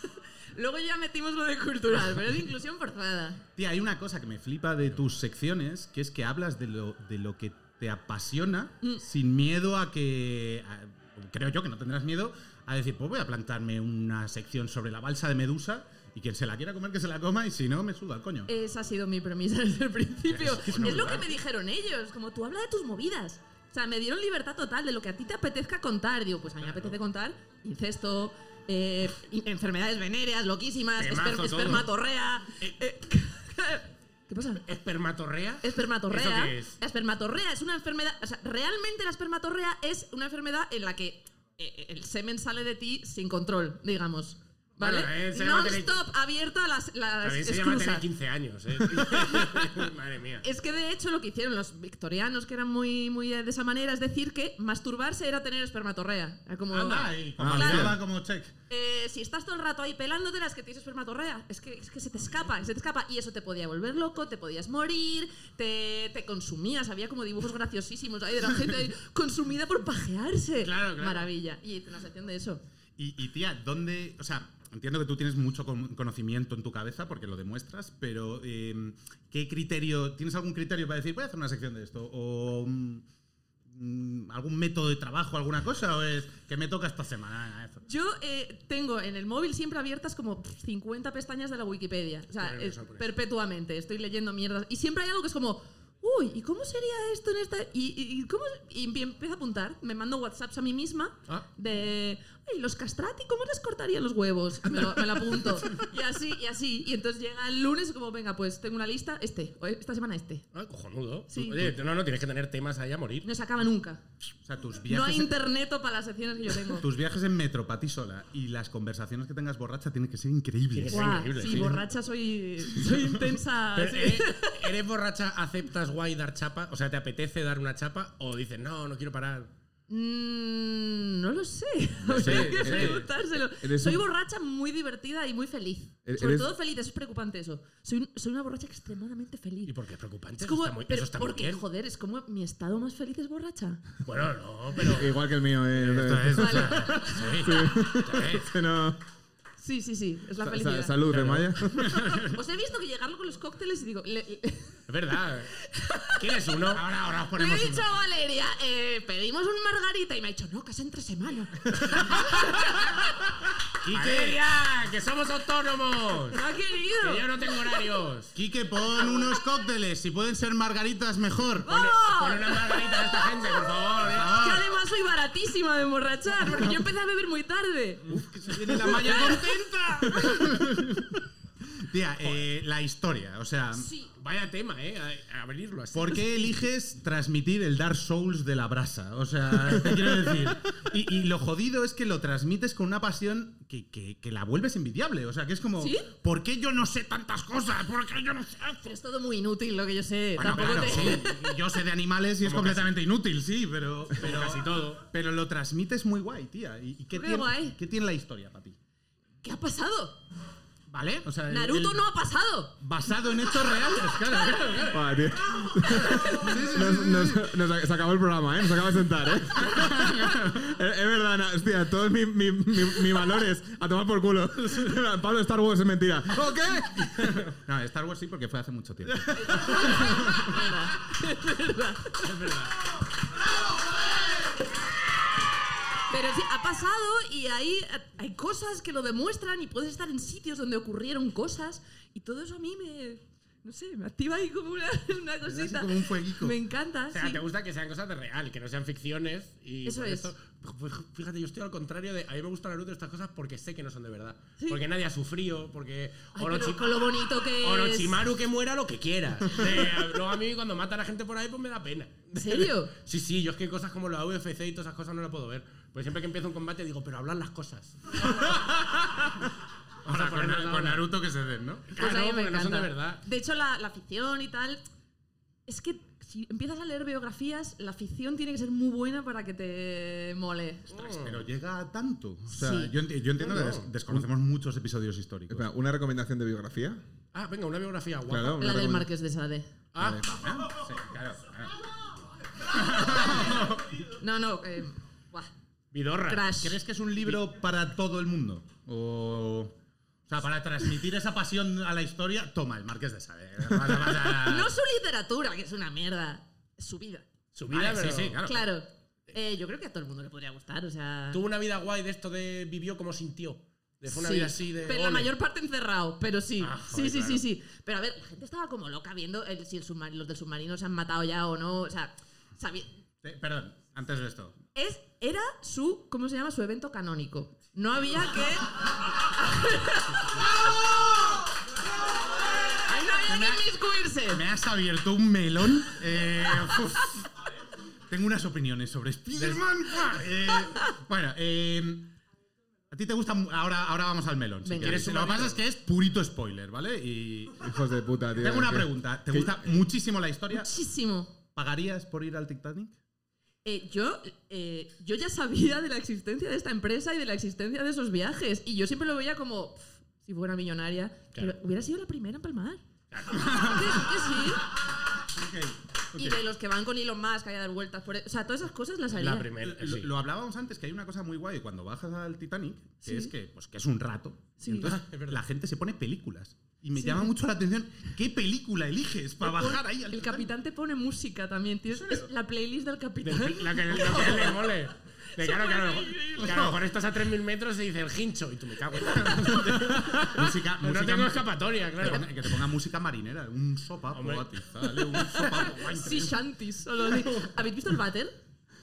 S11: Luego ya metimos lo de cultural, pero es inclusión forzada.
S4: tía, hay una cosa que me flipa de tus secciones, que es que hablas de lo, de lo que te apasiona
S11: Mm.
S4: sin miedo a que... a- creo yo que no tendrás miedo a decir, pues voy a plantarme una sección sobre la balsa de Medusa y quien se la quiera comer que se la coma y si no, me suda el coño.
S11: Esa ha sido mi premisa desde el principio.
S4: Es que es
S11: Es,
S4: una
S11: lo
S4: verdad.
S11: que me dijeron ellos, como tú habla de tus movidas. O sea, me dieron libertad total de lo que a ti te apetezca contar. Digo, pues a mí me apetece contar incesto, eh, in- enfermedades venéreas loquísimas,
S3: Temazo
S11: esper-
S3: todo.
S11: espermatorrea. eh, ¿Qué pasa?
S3: ¿Espermatorrea?
S11: Espermatorrea.
S3: ¿Eso qué es?
S11: La espermatorrea es una enfermedad. O sea, realmente la eh, espermatorrea es una enfermedad en la que eh, el semen sale de ti sin control, digamos. ¿Vale?
S3: Bueno, eh, se llama
S11: non
S3: tener-
S11: stop abierta las, las
S3: También se llama tener
S11: esclusas.
S3: 15 años, ¿eh? Madre mía.
S11: Es que de hecho lo que hicieron los victorianos, que eran muy, muy de esa manera, es decir que masturbarse era tener espermatorrea. Era Como,
S4: Anda, y como
S11: Claro.
S4: miraba como check.
S11: Eh, si estás todo el rato ahí pelándote las que tienes espermatorrea, es que, es que se te escapa, se te escapa. Y eso te podía volver loco, te podías morir, te, te consumías. Había como dibujos graciosísimos ahí de la gente ahí, consumida por pajearse.
S4: Claro, claro.
S11: Maravilla. Y una sección de eso.
S4: Y, y, tía, ¿dónde.? O sea, entiendo que tú tienes mucho con- conocimiento en tu cabeza porque lo demuestras, pero eh, ¿qué criterio. ¿Tienes algún criterio para decir, voy a hacer una sección de esto? ¿O mm, algún método de trabajo, alguna cosa? ¿O es que me toca esta semana? Esto?
S11: Yo eh, tengo en el móvil siempre abiertas como 50 pestañas de la Wikipedia. O sea,
S4: Ponernos
S11: eh,
S4: a por eso.
S11: perpetuamente. Estoy leyendo mierdas. Y siempre hay algo que es como, uy, ¿y cómo sería esto en esta? Y, y- y cómo? y empie- empiezo a apuntar. Me mando WhatsApps a mí misma de, ay, los castrati, ¿cómo les cortaría los huevos? Me lo, me lo apunto. y así, y así. Y entonces llega el lunes como, venga, pues tengo una lista, este, o esta semana este.
S3: Ah, cojonudo.
S11: Sí.
S3: Oye, no, no, tienes que tener temas ahí a morir.
S11: No se acaba nunca.
S4: O sea, tus
S11: No hay
S4: viajes.
S11: internet para las secciones que yo tengo.
S4: tus viajes en metro para ti sola y las conversaciones que tengas borracha tienen que ser increíbles.
S11: Buah, sí, borracha soy, soy intensa.
S3: Pero,
S11: sí.
S3: ¿eres, eres borracha, aceptas guay dar chapa? O sea, ¿te apetece dar una chapa? ¿O dices, no, no quiero parar?
S11: Mm, no lo sé.
S3: No sé,
S11: Habría que
S3: eres-
S11: preguntárselo.
S3: eres
S11: Soy
S3: un-
S11: borracha muy divertida y muy feliz.
S3: Eres-
S11: Sobre
S3: eres-
S11: todo feliz, eso es preocupante eso. Soy, un- soy una borracha extremadamente feliz.
S3: ¿Y por qué es preocupante?
S11: Es como,
S3: eso está muy,
S11: pero
S3: eso está muy
S11: porque,
S3: bien.
S11: joder, es como mi estado más feliz es borracha.
S3: Bueno, no, pero.
S5: Igual que el mío, eh. Esto
S3: es, o
S5: sea,
S3: sí.
S5: Este no.
S11: Sí, sí, sí, es la
S5: Sa- sa-
S11: felicidad.
S5: salud, Claro. Remaya.
S11: Os he visto que llegarlo con los cócteles y digo, le, le-
S3: Es verdad. ¿Quieres uno? Ahora, ahora os
S11: le he dicho a Valeria, eh, pedimos un margarita y me ha dicho, no, que es entre semana.
S3: ¡Valeria! Ah, ¡Que somos autónomos!
S11: No ha querido.
S3: ¡Que yo no tengo horarios!
S4: Quique, pon unos cócteles. Si pueden ser margaritas,
S11: ¡Oh!
S4: mejor.
S11: ¡Vamos!
S3: Pon unas margaritas a esta gente, por favor. ¿eh?
S11: Que además soy baratísima de emborrachar, porque yo empecé a beber muy tarde.
S4: Tiene la malla Tía, eh, la historia, o sea,
S3: Vaya tema, ¿eh? A- Abrirlo así.
S4: ¿por qué eliges transmitir el Dark Souls de la brasa? O sea, te quiero decir. Y, y lo jodido es que lo transmites con una pasión que, que- que la vuelves envidiable. O sea, que es como,
S11: ¿Sí?
S4: ¿por qué yo no sé tantas cosas? ¿Por qué yo no sé?
S11: Pero es todo muy inútil lo que yo sé.
S4: Bueno,
S11: Tampoco
S4: claro,
S11: te-
S4: sí. Yo sé de animales y es
S3: Como
S4: completamente inútil, sí, pero, pero
S3: casi todo.
S4: Pero lo transmites muy guay, tía. ¿Y, y qué,
S11: Muy
S4: tiene,
S11: guay.
S4: qué tiene la historia para ti?
S11: ¿Qué ha pasado?
S4: ¿Vale? O sea, el-
S11: Naruto
S4: el-
S11: no ha pasado.
S4: Basado en hechos reales, claro, claro, claro.
S5: Buah, tío. Nos, nos- nos- se acabó el programa, ¿eh? Nos acaba de sentar, ¿eh? es, es verdad, na- hostia, todos mis mi, mi- mis valores a tomar por culo. Pablo Star Wars es mentira. ¿O qué?
S4: No, Star Wars sí, porque fue hace mucho tiempo.
S11: Pero sí, ha pasado y hay, hay cosas que lo demuestran y puedes estar en sitios donde ocurrieron cosas y todo eso a mí me... No sé, me activa ahí como una, una cosita.
S4: como un fueguico.
S11: Me encanta.
S3: O sea,
S11: sí.
S3: te gusta que sean cosas de real, que no sean ficciones. Y
S11: Eso
S3: por
S11: es.
S3: pues, fíjate, yo estoy al contrario de. A mí me gusta Naruto estas cosas porque sé que no son de verdad.
S11: Sí.
S3: Porque nadie ha sufrido, porque.
S11: Ay,
S3: Orochi-
S11: pero con lo bonito que
S3: Orochimaru que muera lo que quiera. Eh, Luego a mí cuando matan a gente por ahí, pues me da pena.
S11: ¿En serio?
S3: Sí, sí, yo es que cosas como la UFC y todas esas cosas no las puedo ver. Pues siempre que empiezo un combate digo, pero hablan las cosas.
S4: O sea, con,
S3: ponernos ahora.
S4: con Naruto que se den, ¿no?
S11: Pues a
S3: Claro,
S11: mí me
S3: porque Ah, no son de
S11: encanta.
S3: verdad.
S11: De hecho, la, la ficción y tal. Es que si empiezas a leer biografías, la ficción tiene que ser muy buena para que te mole.
S4: Pero llega a tanto. O sea,
S11: Sí.
S4: yo, enti- yo entiendo que des- desconocemos muchos episodios históricos.
S5: Espera, ¿una recomendación de biografía?
S3: Ah, venga, una biografía guapa.
S5: Claro, una
S11: La del Marqués
S5: recomendación.
S11: de Sade.
S3: Ah,
S4: Sí, claro, claro.
S11: No, no. eh, buah.
S3: Vidorra.
S11: Crash.
S4: ¿Crees que es un libro para todo el mundo? O, o sea, para transmitir esa pasión a la historia, toma el Marqués de Sade. Pasa, pasa.
S3: Ah.
S11: No su literatura, que es una mierda. Su vida. Ah,
S3: Su vida,
S4: Vale, Ah, sí,
S3: pero
S4: sí, claro.
S11: Claro. Eh, yo creo que a todo el mundo le podría gustar. O sea.
S3: Tuvo una vida guay de esto de vivió como sintió. De fue una
S11: Sí,
S3: vida así de.
S11: Pero la
S3: ole.
S11: mayor parte encerrado, pero sí.
S3: Ah,
S11: sí,
S3: joder,
S11: sí,
S3: claro.
S11: sí, sí. Pero a ver, la gente estaba como loca viendo el- si el submar- los del submarino se han matado ya o no. O sea, sabi-
S4: Sí, perdón, antes de esto.
S11: es, era su, ¿cómo se llama? Su evento canónico. No había que. Ahí no había que inmiscuirse.
S4: Me has abierto un melón. Eh, uf. Tengo unas opiniones sobre Spider-Man. Eh, bueno, eh, A ti te gusta. mu- Ahora, ahora vamos al melón. si
S11: Venga.
S4: quieres.
S11: ¿Quieres
S4: Lo que
S11: sumar?
S4: pasa es que es purito spoiler, ¿vale? Y.
S5: Hijos de puta, tío.
S4: Tengo una
S5: que-
S4: pregunta. ¿Te
S5: que-
S4: gusta muchísimo la historia?
S11: Muchísimo.
S4: ¿Pagarías por ir al Titanic?
S11: Eh, yo, eh, yo ya sabía de la existencia de esta empresa y de la existencia de esos viajes. Y yo siempre lo veía como, "Pf, si fuera millonaria,
S4: Claro.
S11: pero hubiera sido la primera en palmar. Que- que sí. Y de los que van con Elon Musk a dar vueltas. por- e-, o sea, todas esas cosas las haría.
S3: La primera,
S4: Lo,
S3: sí.
S4: lo hablábamos antes que hay una cosa muy guay cuando bajas al Titanic, que
S11: Sí.
S4: es que, pues, que es un rato.
S11: Sí.
S4: Entonces,
S11: Ah,
S4: la gente se pone películas. Y me
S11: Sí.
S4: llama mucho la atención qué película eliges para bajar ahí al
S11: El
S4: Titanic?
S11: capitán te pone música también, tío. Es, es la playlist del capitán.
S3: La que, la que le mole. De claro, que a, lo mejor,
S11: Superhéroe.
S3: que a lo mejor estás a 3.000 metros y dices el hincho y tú me cago. en la-
S4: Música, música
S3: No tengo escapatoria,
S4: que, te
S3: claro.
S4: ponga, que te ponga música marinera, un sopapo,
S3: Hombre.
S4: a ti, ¿vale? Un sopapo. guay.
S11: Sí, Shantis. solo así. ¿Habéis visto el váter?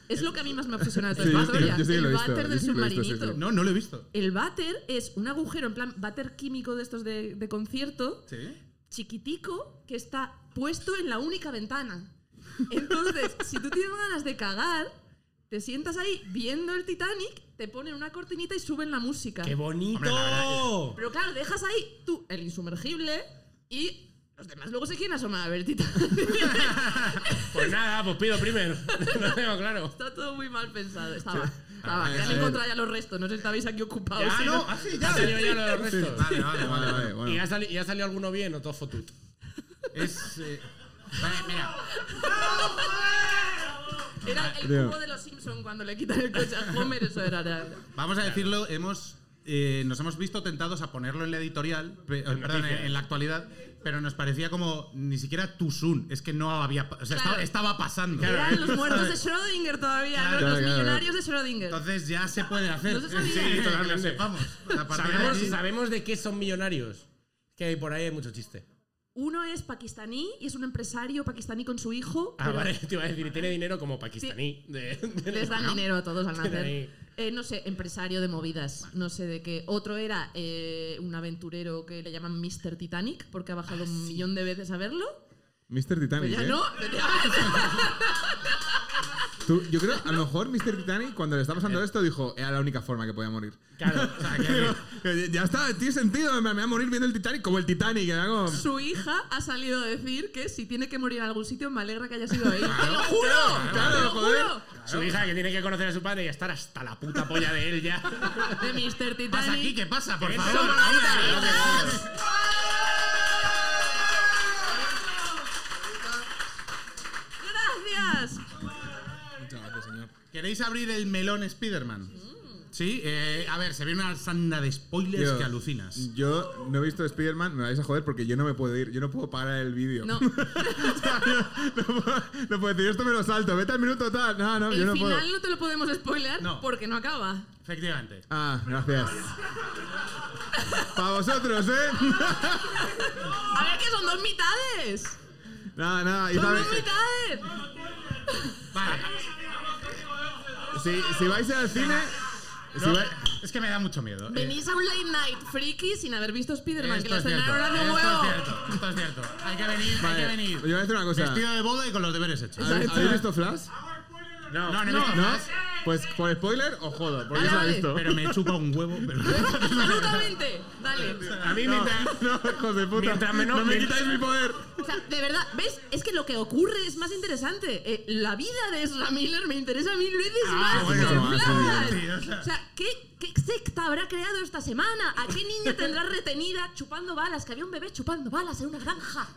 S11: Es lo que a mí más me ha obsesionado de
S5: Sí,
S11: esta
S5: yo sí,
S11: historia.
S5: yo sí que lo he
S11: el
S5: visto,
S11: váter
S5: yo
S11: del
S5: sí que lo he visto, sí, sí.
S11: submarinito.
S4: No, no lo he visto.
S11: El váter es un agujero, en plan váter químico de estos de, de concierto,
S4: Sí.
S11: chiquitico, que está puesto en la única ventana. Entonces, si tú tienes ganas de cagar, te sientas ahí viendo el Titanic, te ponen una cortinita y suben la música.
S3: ¡Qué bonito!
S11: Pero claro, dejas ahí tú el insumergible y los demás luego se quieren asomar a ver el Titanic.
S3: Pues nada, pues pido primero. No tengo claro.
S11: Está todo muy mal pensado. Estaba. estaba.
S5: ver,
S11: Ya
S5: a
S11: han
S5: ver.
S11: encontrado ya los restos, no sé si estabais aquí
S4: Ah,
S11: ocupados.
S3: Ya,
S11: Sí,
S3: no,
S11: no.
S3: así, ya. Ha salido ya lo de los restos.
S5: Vale, vale, vale, vale.
S3: ¿Y,
S5: bueno.
S3: ha sali- y ha salido alguno bien o todo fotut?
S4: Es. eh, vale, mira.
S11: Era el
S5: Creo.
S11: cubo de los Simpson cuando le quitan el coche a Homer, eso era. era-
S4: Vamos a decirlo, hemos, eh, nos hemos visto tentados a ponerlo en la editorial, pe- eh, perdón, en, en la actualidad, pero nos parecía como ni siquiera Tusun, es que no había, pa- o sea,
S11: Claro.
S4: estaba, estaba pasando.
S11: Eran los muertos de Schrödinger todavía,
S4: Claro,
S11: ¿no?
S5: claro,
S11: los
S5: claro.
S11: millonarios de Schrödinger.
S4: Entonces ya se puede hacer.
S11: No se sabía.
S4: Sí, totalmente.
S3: Grande.
S4: sepamos. A partir de
S3: ¿Sabemos,
S4: aquí-
S3: sabemos de qué son millonarios. Que hay por ahí hay mucho chiste.
S11: Uno es pakistaní y es un empresario pakistaní con su hijo.
S3: Ah,
S11: pero
S3: vale, te iba a decir, y tiene dinero como pakistaní. De- de-
S11: Les dan dinero a todos al nacer.
S3: Ahí.
S11: Eh, no sé, empresario de movidas, no sé de qué. Otro era eh, un aventurero que le llaman Mr. Titanic porque ha bajado un millón de veces a verlo.
S5: Mr. Titanic.
S11: Pues ya
S5: ¿eh?
S11: no.
S5: Tú- yo creo, a lo mejor Mr. Titanic, cuando le está
S4: Eh.
S5: pasando esto, dijo: era la única forma que podía morir.
S3: Claro,
S5: O sea, que- ya está, tiene sentido, me me voy a morir viendo el Titanic como el Titanic. era como-
S11: Su hija ha salido a decir que si tiene que morir en algún sitio, me alegra que haya sido ahí. ¡Te lo ¡Ah, juro!
S5: claro,
S11: ¡Te lo
S5: joder.
S11: juro!
S3: su hija que tiene que conocer a su padre y estar hasta la puta polla de él ya.
S11: De Mr. Titanic.
S4: pasa aquí? ¿Qué pasa? Por
S3: Eso,
S4: favor.
S11: ¡Somos
S4: hombre,
S11: los
S4: hombre.
S11: titanes! ¡Gracias!
S4: ¿Queréis abrir el melón Spider-Man? Sí, eh, a ver, se viene una sanda de spoilers
S5: Tío,
S4: que alucinas.
S5: Yo no he visto Spider-Man, me vais a joder porque yo no me puedo ir, yo no puedo parar el vídeo.
S11: No,
S5: O sea, yo no, puedo, no puedo decir esto me lo salto, vete al minuto tal. No, no, Ah, yo
S11: el
S5: no puedo.
S11: final no te lo podemos spoiler
S4: No.
S11: porque no acaba.
S4: Efectivamente.
S5: Ah, gracias. Para vosotros, ¿eh?
S11: A ver, que son dos mitades.
S5: Nada, nada. Ah, y
S11: Son
S5: sabe-
S11: dos mitades.
S4: Vale.
S5: si, si vais al cine. si
S4: No,
S5: vai-
S4: es que me da mucho miedo. eh.
S11: Venís a un late night friki sin haber visto Spider-Man, que
S4: Esto
S11: la
S4: es cierto,
S11: estrenaron hace un
S4: esto
S11: huevo.
S4: es cierto, esto es cierto. Hay que venir,
S5: Vale,
S4: hay que venir.
S5: yo voy a decir una cosa.
S4: Vestido de boda y con los deberes hechos.
S5: ¿Habéis habéis visto Flash?
S4: No, no, no,
S5: Ah, ¿No? Pues por spoiler o jodo, porque
S11: Vale,
S5: se ha
S11: vale.
S5: visto.
S4: Pero me chupa un huevo. pero-
S11: Absolutamente. Dale.
S3: A mí mientras,
S5: No, hijos de puta.
S3: Mientras menos-
S5: no me
S3: mientras-
S5: quitáis mi poder.
S11: O sea, de verdad, ¿ves? Es que lo que ocurre es más interesante. Eh, la vida de Ezra Miller me interesa a mí Luis más
S5: bueno,
S11: que
S5: más,
S11: Flash.
S4: Ah, sí, o sea.
S11: O sea, ¿qué, ¿qué secta habrá creado esta semana? ¿A qué niña tendrá retenida chupando balas? Que había un bebé chupando balas en una granja.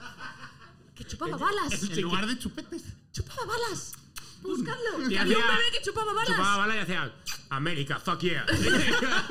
S11: Que chupaba balas.
S4: En lugar de chupetes.
S11: Chupaba balas. Buscadlo.
S3: Y
S11: Que había un
S3: hacía-
S11: bebé que chupaba balas.
S3: chupaba bala y hacía América, fuck yeah.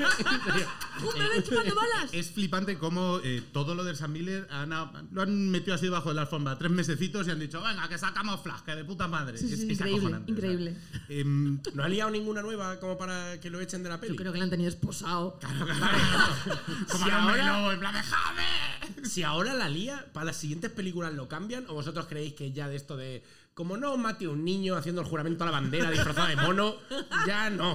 S11: Un bebé chupando balas.
S4: Eh, Es flipante cómo eh, todo lo del Sam Miller han- lo han metido así debajo de la alfombra. Tres mesecitos y han dicho, venga, que sacamos Flash, que de puta madre.
S11: Sí, sí,
S4: es,
S11: sí,
S4: es
S11: increíble,
S4: acojonante, o sea.
S11: increíble.
S4: Em,
S3: ¿No ha liado ninguna nueva como para que lo echen de la peli?
S11: Yo creo que la han tenido esposado.
S4: como
S3: Si
S4: a Hombre
S3: ahora-
S4: Lobo, en plan, "Déjame".
S3: Si ahora la lía, para las siguientes películas lo cambian, o vosotros creéis que ya de esto de como no mate a un niño haciendo el juramento a la bandera disfrazado de mono, ya no.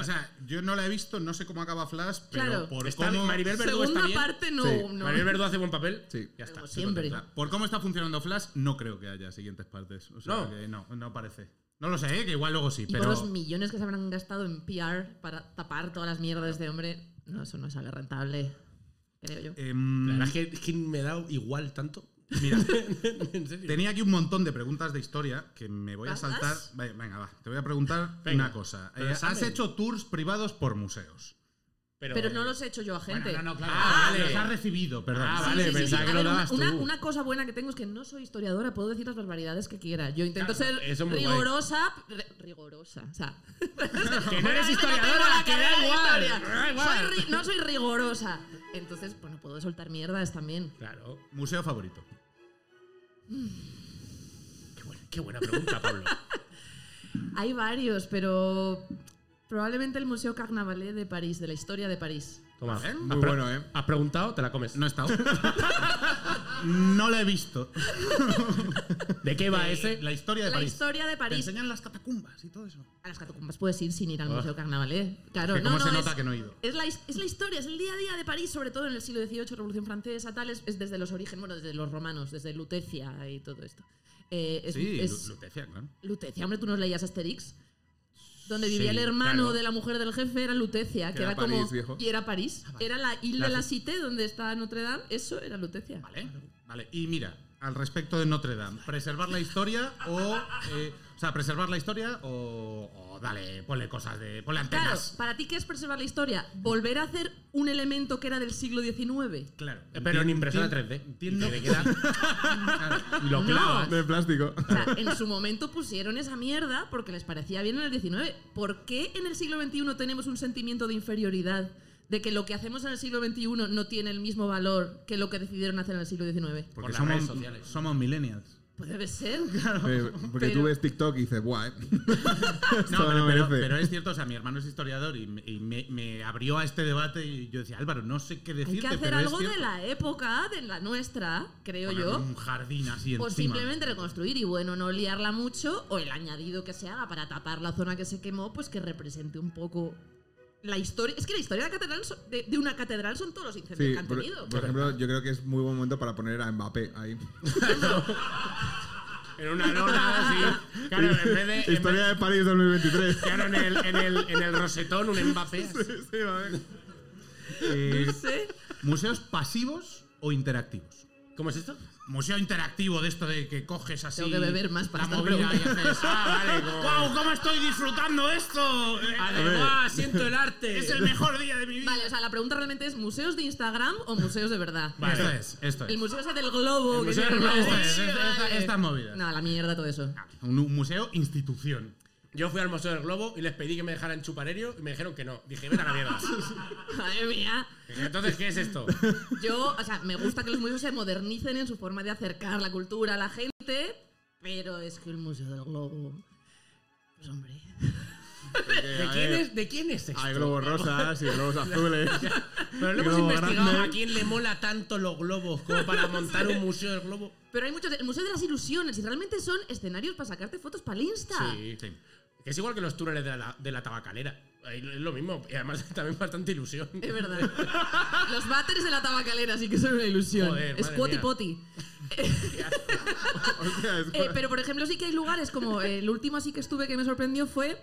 S4: O sea, yo no la he visto, no sé cómo acaba Flash, pero
S11: Claro.
S4: por
S3: Está-
S4: cómo...
S3: Maribel Verdú está
S11: Segunda
S3: bien.
S11: parte no.
S5: Sí,
S11: no.
S3: Maribel Verdú hace buen papel.
S5: Sí.
S3: Ya está.
S11: Como siempre.
S4: Por cómo está funcionando Flash, no creo que haya siguientes partes. O sea,
S3: No.
S4: que no, no parece. No lo sé, ¿eh? que igual luego sí,
S11: Y
S4: pero.
S11: por los millones que se habrán gastado en PR para tapar todas las mierdas de hombre, no, eso no sale rentable, creo yo.
S4: Em,
S3: La verdad es que, es que me da igual tanto.
S4: Mira,
S3: en serio.
S4: tenía aquí un montón de preguntas de historia que me voy a
S11: ¿Vas?
S4: saltar. Ve- Venga, va, te voy a preguntar
S3: Venga.
S4: una cosa.
S3: Pero
S4: Eh, has
S3: examen.
S4: hecho tours privados por museos.
S11: Pero no los he hecho yo a gente.
S4: Bueno, no, no, claro.
S3: Ah,
S4: Ah,
S3: vale.
S4: Los has recibido, perdón.
S3: Ah,
S11: Sí,
S3: vale,
S11: sí, sí,
S3: pensaba
S11: sí.
S3: que
S11: A
S3: lo
S11: ver, una-
S3: dabas
S11: una,
S3: tú.
S11: una cosa buena que tengo es que no soy historiadora, puedo decir las barbaridades que quiera. Yo intento
S3: Claro,
S11: ser
S3: eso es muy guay.
S11: rigorosa, re- rigorosa, o sea,
S3: Que no
S11: Pero
S3: eres
S11: yo tengo
S3: historiadora,
S11: la
S3: que
S11: carrera
S3: da
S11: de
S3: igual.
S11: historia.
S3: Da igual.
S11: Soy ri- no soy rigorosa. Entonces, bueno, puedo soltar mierdas también.
S3: Claro.
S4: Museo favorito.
S3: Qué buena, qué buena pregunta, Pablo.
S11: Hay varios, pero probablemente el Museo Carnavalet de París, de la historia de París.
S3: Toma.
S4: ¿Eh?
S5: Muy
S3: has pre-
S5: bueno, ¿eh?
S3: Has preguntado, te la comes.
S4: No he estado. no la he visto.
S3: ¿De qué va
S4: Eh,
S3: ese?
S4: La historia de
S11: La
S4: París.
S11: historia de
S4: Te
S11: París.
S4: enseñan las
S7: Catacumbas y todo eso.
S11: A las catacumbas puedes ir sin ir al
S3: Ah.
S11: Museo Carnavalet. Claro,
S4: Que
S11: no,
S4: cómo
S11: no,
S4: se
S11: es-
S4: nota que no he ido.
S11: Es la, his- es la historia, es el día a día de París, sobre todo en el siglo XVIII, Revolución Francesa, tal, es, es desde los orígenes, bueno, desde los romanos, desde Lutecia y todo esto. Eh, es,
S4: Sí,
S11: es-
S4: Lu- Lutecia, claro.
S11: Lutecia, hombre, tú nos leías Asterix. Donde vivía el hermano de la mujer del jefe era Lutecia, que
S5: era
S11: era,
S5: París,
S11: como.
S5: viejo.
S11: Y era París. Era la Isle
S4: Ah, La
S11: de la
S4: fi-
S11: Cité, donde está Notre Dame, eso era Lutecia.
S4: Vale, vale. Y mira, al respecto de Notre Dame, ¿preservar la historia o. eh, o sea, preservar la historia o. o dale, ponle cosas de. ponle
S11: Claro,
S4: antenas.
S11: ¿para ti qué es preservar la historia? Volver a hacer un elemento que era del siglo XIX.
S4: Claro.
S3: Eh, Pero en
S4: Enti-
S3: impresora
S4: enti-
S3: 3D.
S4: Entiendo.
S3: Y te queda-
S4: Claro, y lo
S11: No.
S4: clavas.
S5: De plástico.
S11: O sea, en su momento pusieron esa mierda porque les parecía bien en el XIX. ¿Por qué en el siglo XXI tenemos un sentimiento de inferioridad? De que lo que hacemos en el siglo XXI no tiene el mismo valor que lo que decidieron hacer en el siglo XIX.
S4: Porque
S3: las
S4: somos,
S3: redes sociales.
S4: somos millennials.
S11: Puede ser.
S5: Eh, Porque
S11: Pero-
S5: tú ves TikTok y dices, guau, eh. Esto
S4: No, pero,
S5: no merece.
S4: pero- pero es cierto, o sea, mi hermano es historiador y, me, y me- me abrió a este debate y yo decía, Álvaro, no sé qué
S11: Hay
S4: decirte,
S11: que hacer
S4: pero es
S11: algo de
S4: cierto".
S11: la época, de la nuestra, creo
S4: Poner
S11: yo.
S4: Un jardín así
S11: O
S4: encima.
S11: Pues simplemente reconstruir y bueno, no liarla mucho, o el añadido que se haga para tapar la zona que se quemó, pues que represente un poco la historia. Es que la historia de, la catedral so- de, de una catedral son todos los incendios
S5: Sí,
S11: que han
S5: por,
S11: tenido.
S5: por ejemplo, yo creo que es muy buen momento para poner a Mbappé ahí.
S3: En una lona así. Claro, en vez de. en vez-
S5: Historia de París 2023.
S3: claro, en el, en, el, en el rosetón, un Mbappé. así.
S4: Eh,
S11: No sé.
S4: ¿Museos pasivos o interactivos?
S3: ¿Cómo es esto?
S4: Museo interactivo de esto de que coges así.
S11: Tengo que beber más para
S4: la
S11: esta
S4: movida y
S11: pregunta.
S4: haces. Ah, vale. como-
S3: ¡Guau! ¿Cómo estoy disfrutando esto? Además, Ah, siento el arte.
S4: Es eh, ah, el mejor día de mi vida.
S11: Vale, o sea, la pregunta realmente es ¿museos de Instagram o museos de verdad?
S4: Vale, esto es, esto es.
S11: El museo ese del globo.
S4: El
S11: que
S4: museo del
S11: tiene-
S4: globo, es-
S11: Sí,
S4: es-
S11: vale.
S4: esta- esta movida. Ah.
S11: No, la mierda todo eso.
S4: Un, un museo institución.
S3: Yo fui al Museo del Globo y les pedí que me dejaran chuparerio y me dijeron que no. Dije, vete a la mierda.
S11: Madre mía.
S3: Dije, Entonces, ¿qué es esto?
S11: Yo, o sea, me gusta que los museos se modernicen en su forma de acercar la cultura a la gente, pero es que el Museo del Globo. Pues hombre.
S3: ¿De quién es, de quién es esto?
S5: Hay globos rosas y globos azules.
S3: Pero lo hemos
S5: globo
S3: investigado
S5: grande.
S3: a quién le mola tanto los globos como para montar un museo del globo.
S11: Pero hay muchos. El Museo de las Ilusiones, y realmente son escenarios para sacarte fotos para el Insta.
S3: sí. Que es igual que los túneles de la, de la tabacalera. Ahí Es lo mismo. Y además también bastante ilusión.
S11: Es verdad. Los váteres de la tabacalera sí que son una ilusión.
S3: Joder, madre
S11: Squatty
S3: mía.
S11: potty.
S5: Hostia, es-
S11: Eh, pero por ejemplo sí que hay lugares como eh, el último así que estuve que me sorprendió fue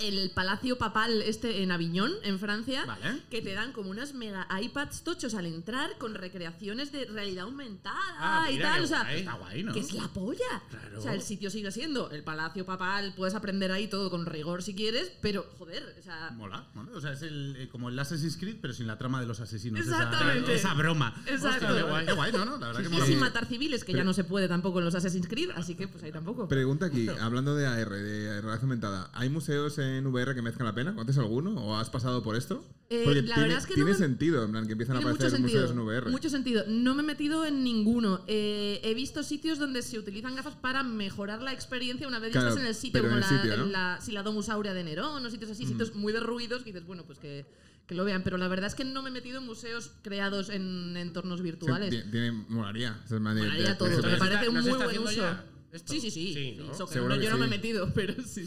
S11: el Palacio Papal este en Aviñón, en Francia,
S4: Vale.
S11: que te dan como unas mega iPads tochos al entrar con recreaciones de realidad aumentada
S3: Ah,
S11: y
S3: mira,
S11: tal.
S3: qué
S11: O sea,
S3: guay.
S4: Está guay, ¿no?
S11: que es la polla.
S3: Claro.
S11: O sea, el sitio sigue siendo el Palacio Papal, puedes aprender ahí todo con rigor si quieres, pero joder, o sea,
S4: Mola, mola. O sea, es el, eh, como el Assassin's Creed, pero sin la trama de los asesinos. Esa-
S11: Exactamente.
S4: Esa, broma.
S11: Exacto.
S4: Hostia, qué guay, qué guay, ¿no? no? La verdad que
S11: y
S4: mola.
S11: sin
S4: mucho.
S11: matar civiles, que ya no se puede tampoco en los Assassin's Creed, así que pues ahí tampoco.
S5: Pregunta aquí, hablando de AR, de realidad aumentada. ¿Hay museos en VR que mezclan la pena? ¿Conoces alguno? ¿O has pasado por esto?
S11: Eh,
S5: Porque
S11: la
S5: tiene,
S11: verdad es que
S5: tiene
S11: no me-
S5: sentido, en plan, que empiezan a
S11: Tiene mucho
S5: aparecer
S11: sentido.
S5: museos en VR.
S11: Mucho sentido. No me he metido en ninguno. Eh, he visto sitios donde se utilizan gafas para mejorar la experiencia una vez ya
S5: Claro,
S11: estás en el sitio,
S5: pero
S11: como
S5: en
S11: la,
S5: el sitio,
S11: en
S5: ¿no? Mm.
S11: la- si la Domus Aurea de Nerón o sitios así, sitios muy derruidos, que dices, bueno, pues que, que lo vean. Pero la verdad es que no me he metido en museos creados en entornos
S5: Sí,
S11: virtuales.
S5: ti- tiene, molaría. esa manera de-
S11: Molaría
S5: de-
S11: todo,
S5: de-
S11: me
S5: de-
S11: parece
S3: está-
S11: un
S3: no se
S11: muy
S3: está
S11: buen
S3: haciendo
S11: uso.
S3: ya.
S11: Sí, sí, sí.
S3: Sí, ¿no?
S11: It's okay.
S5: Seguro
S11: No,
S5: que
S11: yo no me he
S5: sí.
S11: metido, pero sí.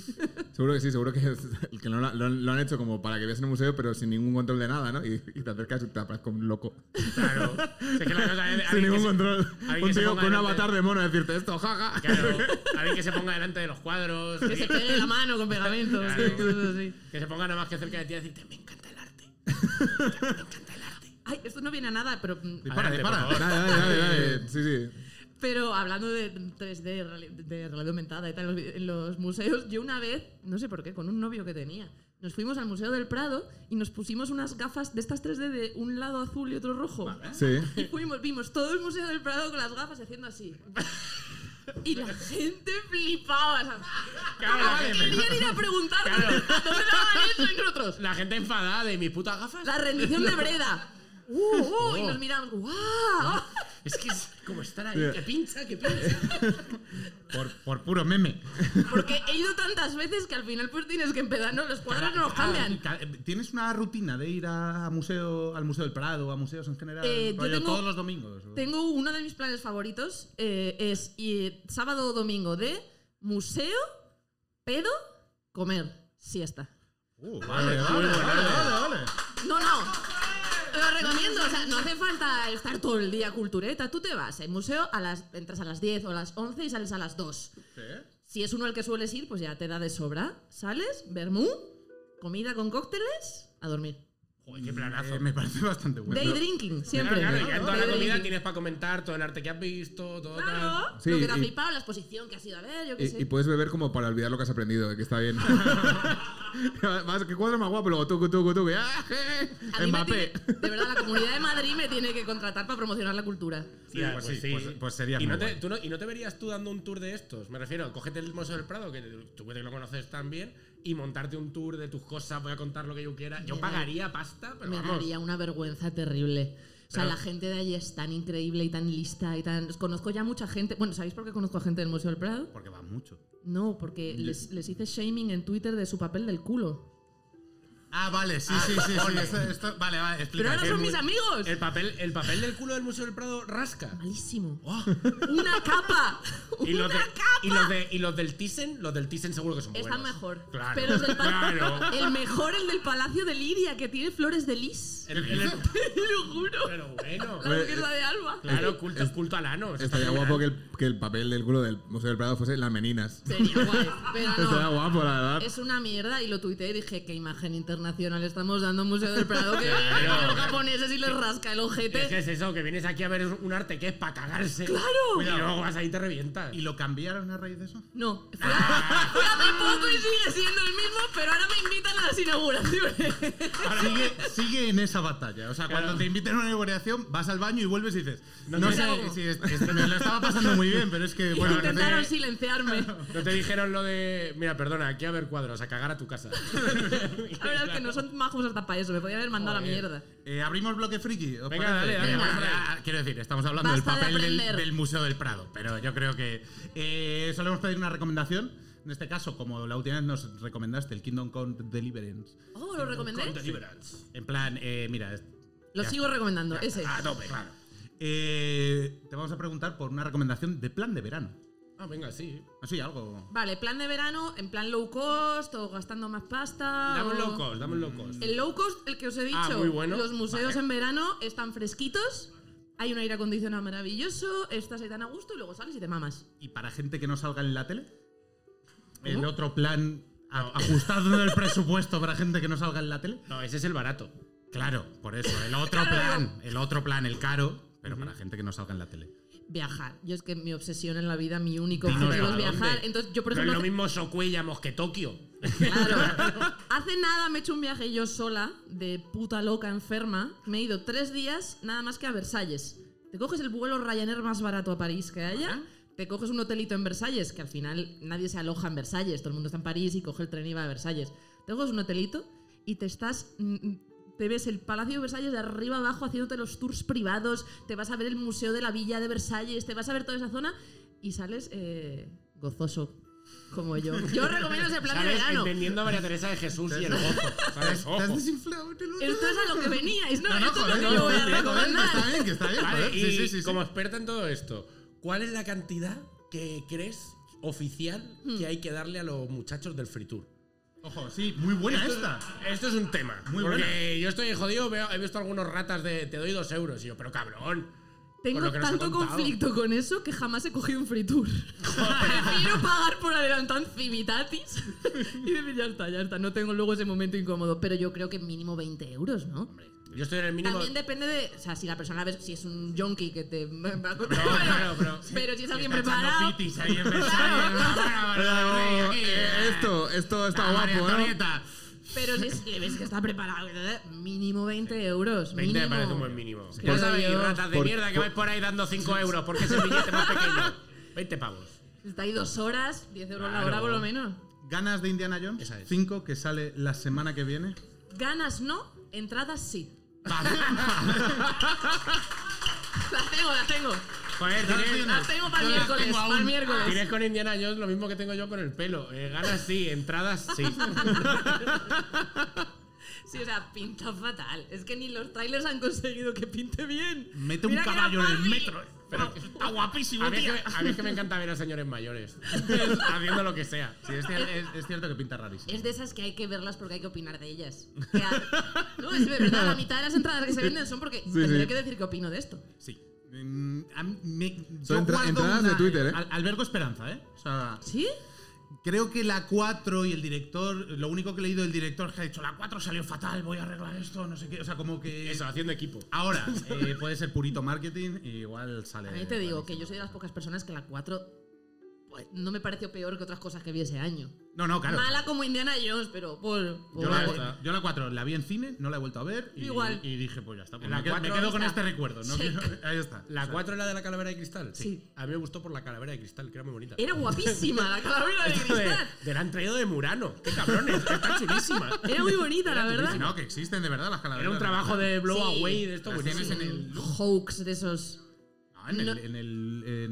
S5: Seguro que sí, seguro que, que no la- lo, han- lo han hecho como para que veas en un museo, pero sin ningún control de nada, ¿no? Y, y te acercas y te aparezco un loco.
S3: Claro. Si es que la cosa
S5: sin
S3: es- alguien que
S5: ningún
S3: se-
S5: control.
S3: alguien
S5: Un
S3: que se
S5: tío
S3: ponga
S5: con un
S3: delante-
S5: avatar de mono a decirte esto, jaja.
S3: Claro, alguien que se ponga delante de los cuadros.
S11: Que se pegue la mano con pegamento.
S3: Claro.
S11: sí, cosas así.
S3: Que se ponga nada más que cerca de ti a decirte, me encanta el arte.
S11: Ay, esto no viene a nada, pero, mm,
S5: Dispara,
S3: Adelante,
S5: dispara.
S3: por favor.
S5: Dale, dale, dale, dale. Sí, sí.
S11: pero hablando de 3D, reali- de realidad aumentada y tal, en los vi- en los museos, yo una vez, no sé por qué, con un novio que tenía, nos fuimos al Museo del Prado y nos pusimos unas gafas de estas 3D de un lado azul y otro rojo.
S5: Sí.
S11: Y fuimos, vimos todo el Museo del Prado con las gafas y haciendo así. Y la gente flipaba. o sea,
S3: Claro, la gente-
S11: Querían ir a preguntar
S3: Claro.
S11: dónde daban eso y nosotros.
S3: La gente enfadada de mis putas gafas.
S11: La rendición de Breda. Uh, uh, Y nos miramos. ¡Guau!
S3: Oh. Es que es como estar ahí. Que pincha, que pincha.
S4: Por, por puro meme.
S11: Porque he ido tantas veces que al final pues tienes que empezar, ¿no? Los cuadros no los cambian.
S4: Ah, ¿Tienes una rutina de ir a museo, al Museo del Prado, a museos en general?
S11: Eh, yo
S4: rollo
S11: tengo-
S4: todos los domingos. o-
S11: Tengo uno de mis planes favoritos, eh, es ir sábado o domingo de museo, pedo, comer, siesta.
S4: Uh, vale, vale, vale, vale, vale.
S11: No, no. Lo recomiendo, o sea, no hace falta estar todo el día cultureta. Tú te vas al museo, a las, entras a las 10 o a las 11 y sales a las 2. Si es uno al que sueles ir, pues ya te da de sobra. Sales, vermú, comida con cócteles, a dormir.
S3: Joder, qué planazo.
S4: Eh, me parece bastante bueno.
S11: Day drinking, siempre.
S3: Claro, claro, y ya en toda la
S11: Day
S3: comida
S11: drinking.
S3: tienes para comentar todo el arte que has visto, todo tal.
S11: Claro,
S5: Sí,
S11: lo que te ha
S5: y-
S11: flipado, la exposición que has ido a ver, yo qué sé.
S5: Y, y puedes beber como para olvidar lo que has aprendido, que está bien. Vas, que cuadro más guapo, luego tú, tú, tú, que ¡ah,
S11: A
S5: je!
S11: mí me
S5: Mbappé.
S11: tiene- de verdad, la comunidad de Madrid me tiene que contratar para promocionar la cultura.
S3: Ya,
S4: pues sí, pues- pues serías
S3: y
S4: muy
S3: no te,
S4: guay.
S3: tú no, y no te verías tú dando un tour de estos. Me refiero, cógete el Museo del Prado, que tú que lo conoces tan bien, y montarte un tour de tus cosas, voy a contar lo que yo quiera. Yo
S11: Me da-
S3: pagaría pasta, pero
S11: me
S3: vamos.
S11: daría una vergüenza terrible. O sea,
S3: Pero-
S11: la gente de allí es tan increíble y tan lista y tan. Conozco ya mucha gente. Bueno, ¿sabéis por qué conozco a gente del Museo del Prado?
S4: Porque va mucho.
S11: No, porque les, les hice shaming en Twitter de su papel del culo.
S4: Ah, vale, sí, sí, sí. sí esto, esto- vale, vale,
S11: Pero
S4: explica.
S11: ahora
S4: Que
S11: son
S4: es
S11: mis
S4: muy-
S11: amigos.
S3: El papel, el papel del culo del Museo del Prado rasca. Oh,
S11: Malísimo. ¡Una capa!
S3: Y los,
S11: ¡Una
S3: de,
S11: capa!
S3: y, los de, y los del Thyssen, los del Thyssen seguro que son buenos.
S11: Está mejor.
S3: Claro.
S11: Pero el, del pa-
S3: claro.
S11: el mejor, el del Palacio de Liria, que tiene flores de lis.
S3: El- el- el-
S11: Lo juro.
S3: pero bueno.
S11: La burguesa de Alba.
S3: Claro, culto, culto al ano. eso está
S5: Estaría
S3: genial.
S5: guapo que el, que el papel del culo del Museo del Prado fuese las meninas.
S11: Sería guay. Pero
S5: Estaría
S11: no.
S5: Este
S3: Ah,
S5: guapo, la verdad.
S11: Es una mierda y lo tuiteé y dije qué imagen internacional estamos dando a un Museo del Prado que
S3: Claro.
S11: a los japoneses y les rasca el
S3: Es que
S11: ojete.
S3: es eso, que vienes aquí a ver un arte que es para cagarse. ¡Claro! Y luego vas ahí y te revientas.
S4: ¿Y lo cambiaron a raíz de eso?
S11: No, fue,
S3: Ah.
S11: fue hace poco y sigue siendo el mismo, pero ahora me invitan a las inauguraciones.
S4: Sigue, sigue en esa batalla. O sea, cuando te inviten a una inauguración, vas al baño y vuelves y dices, no,
S11: te-
S4: sé si es- es- me lo estaba pasando muy bien, pero es que, bueno, no sé-
S11: Intentaron silenciarme.
S3: No te dijeron lo de. Mira, perdona, aquí a ver cuadros, a cagar a tu casa.
S11: La verdad es que no son majos hasta para eso, me podían haber mandado a la
S3: Joder.
S11: mierda.
S4: Eh, abrimos bloque friki. ¿os
S3: Venga,
S4: parece?
S3: dale, dale,
S4: Venga,
S3: dale.
S4: ah, Quiero decir, estamos hablando
S11: Basta de
S4: del papel del,
S11: aprender.
S4: del Museo del Prado, pero yo creo que eh, solemos pedir una recomendación. En este caso, como la última vez nos recomendaste el Kingdom Come Deliverance.
S11: Oh, ¿lo recomendé?
S3: Deliverance.
S4: En plan, eh, mira, es-
S11: Lo
S4: Ya
S11: sigo recomendando, ese.
S3: A tope. Claro.
S4: eh, te vamos a preguntar por una recomendación de plan de verano.
S3: Ah, venga, sí.
S4: Así, algo.
S11: Vale, plan de verano, en plan low cost o gastando más pasta.
S3: Dame un
S11: o-
S3: low cost, dame un low cost.
S11: Ah. El low cost, el que os he dicho,
S3: Ah, muy bueno.
S11: los museos
S3: Vale.
S11: en verano están fresquitos, hay un aire acondicionado maravilloso, estás ahí tan a gusto y luego sales y te mamas.
S4: Y para gente que no salga en la tele, el otro plan a- ajustado del presupuesto para gente que no salga en la tele.
S3: No, ese es el barato.
S4: Claro, por eso. El otro plan, el otro plan, el caro, pero para gente que no salga en la tele.
S11: Viajar. Yo es que mi obsesión en la vida, mi único
S3: Dinos,
S11: objetivo es
S3: ¿a dónde?
S11: viajar. Entonces yo, por
S3: no es
S11: ejemplo,
S3: lo mismo Socuellamos que Tokio.
S11: hace, claro, hace nada me he hecho un viaje yo sola, de puta loca enferma. Me he ido tres días nada más que a Versalles. Te coges el vuelo Ryanair más barato a París que haya. Te coges un hotelito en Versalles, que al final nadie se aloja en Versalles, todo el mundo está en París y coge el tren y va a Versalles. Te coges un hotelito y te estás. mm, mm, Te ves el Palacio de Versalles de arriba abajo haciéndote los tours privados, te vas a ver el Museo de la Villa de Versalles, te vas a ver toda esa zona y sales eh, gozoso, como yo. Yo recomiendo ese plan de
S3: ¿Sabes?
S11: verano.
S3: Entendiendo a María Teresa de Jesús y el gozo. ¿Sabes? Ojo.
S11: Esto es a lo que veníais, ¿no?
S4: No, no,
S11: Esto
S4: joder,
S11: es lo
S4: no,
S11: que yo voy a
S4: joder, joder, que
S11: recomendar.
S4: está bien, que está bien.
S3: Vale,
S4: joder,
S3: y
S4: sí, sí, sí, sí.
S3: como experta en todo esto, ¿cuál es la cantidad
S12: que crees oficial
S11: Hmm.
S12: que hay que darle a los muchachos del Free Tour.
S13: Ojo, sí, muy buena
S3: Esto-
S13: esta.
S3: Esto es un tema.
S13: Muy
S3: porque
S13: buena.
S3: yo estoy jodido, veo- he visto algunos ratas de te doy dos euros. Y yo, pero cabrón. con
S11: Tengo
S3: lo que nos ha
S11: tanto
S3: contado.
S11: conflicto con eso que jamás he cogido un free tour. Prefiero pagar por adelantado en civitatis y decir, ya está, ya está. No tengo luego ese momento incómodo, pero yo creo que mínimo 20 euros, ¿no?
S3: Yo estoy en el mínimo.
S11: También depende de. O sea, si la persona ves, si es un junkie que te. pero,
S3: claro, pero-
S11: si es alguien
S3: Está echando
S11: preparado.
S3: pitis ahí en Versalles.
S5: Pero, eh, esto, esto
S11: Ah,
S5: está guapo, ¿no?
S11: Pero si es- le ves que está preparado, mínimo 20 euros.
S3: 20 me
S11: mínimo.
S3: parece un buen mínimo.
S11: Claro,
S3: Ya sabéis,
S11: yo-
S3: ratas de
S11: Por-
S3: mierda que
S11: por-
S3: vais por ahí dando 5 euros porque es el billete más pequeño. 20 pavos.
S11: Está ahí dos horas, 10 euros la hora
S3: Claro.
S11: por lo menos.
S4: ¿Ganas de Indiana Jones? 5 que sale la semana que viene.
S11: Ganas no, entradas sí. las tengo, las tengo.
S3: Joder,
S11: Las
S3: tienes-
S11: tengo, las tengo para el
S3: Yo las
S11: miércoles,
S3: tengo
S11: para el
S3: aún.
S11: miércoles.
S3: Tienes con Indiana Jones lo mismo que tengo yo con el pelo. Eh, ganas sí, entradas sí.
S11: Sí, o sea, pinta fatal. Es que ni los trailers han conseguido que pinte bien.
S13: Mete
S11: Mira que era Barbie.
S3: Pero está guapísimo, a mí, es que,
S11: tío.
S3: me- a mí es que me encanta ver a señores mayores haciendo lo que sea.
S4: Sí, es, cier- es- es cierto que pinta rarísimo.
S11: Es de esas que hay que verlas porque hay que opinar de ellas. Que a- No, es verdad, la mitad de las entradas que se venden son porque
S5: Sí,
S11: tendré
S5: sí.
S11: que decir qué opino de esto.
S4: Sí. Mm, a mí me-
S5: Son
S4: yo
S5: entra-
S4: guardo
S5: entradas de Twitter, ¿eh?
S4: Al- albergo esperanza, ¿eh? O sea,
S11: ¿Sí?
S4: Creo que la 4 y el director, lo único que he leído del director es que ha dicho, la 4 salió fatal, voy a arreglar esto, no sé qué. O sea, como que... Eso,
S3: haciendo equipo.
S4: Ahora, eh, puede ser purito marketing y igual sale...
S11: Ahí te digo que yo soy de las pocas personas que la 4 pues, no me pareció peor que otras cosas que vi ese año.
S4: No, no, claro.
S11: Mala como Indiana Jones, pero por.
S4: Yo la, yo la 4 la vi en cine, no la he vuelto a ver y,
S11: Igual.
S4: y dije, pues ya está. pues
S3: La
S4: me, quedo, me
S3: cuatro
S4: quedo con
S3: está.
S4: este recuerdo. ¿no?
S3: Sí.
S4: Quiero- Ahí está.
S3: ¿La
S4: O sea,
S3: 4 es la de la calavera de cristal?
S11: Sí.
S3: A mí me gustó por la calavera de cristal, que era muy bonita.
S11: Era guapísima la calavera de
S3: Esto
S11: cristal.
S3: Te la han traído de Murano. ¡Qué cabrones! Está chulísima.
S11: Era muy bonita, la
S4: era
S11: verdad.
S4: chulísimo. No, que existen de verdad las calaveras.
S3: Era un trabajo de blow
S11: Sí.
S3: away de esto
S4: Las
S3: buenísimo.
S4: tienes en el
S11: Hoax de esos.
S4: Ah, en el,
S11: No.
S4: en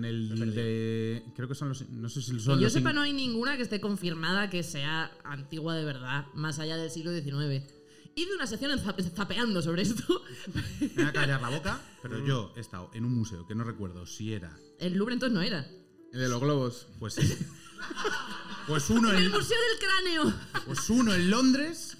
S4: el, en el de, creo que son los no sé si son
S11: que yo
S4: los
S11: sepa,
S4: ing-
S11: no hay ninguna que esté confirmada que sea antigua de verdad, más allá del siglo XIX. Hice una sección en zape- zapeando sobre esto.
S4: me voy a callar la boca pero yo he estado en un museo que no recuerdo si era
S11: El Louvre entonces no era.
S4: el de los globos pues sí. pues uno
S11: En el
S4: en,
S11: Museo del Cráneo.
S4: pues uno en Londres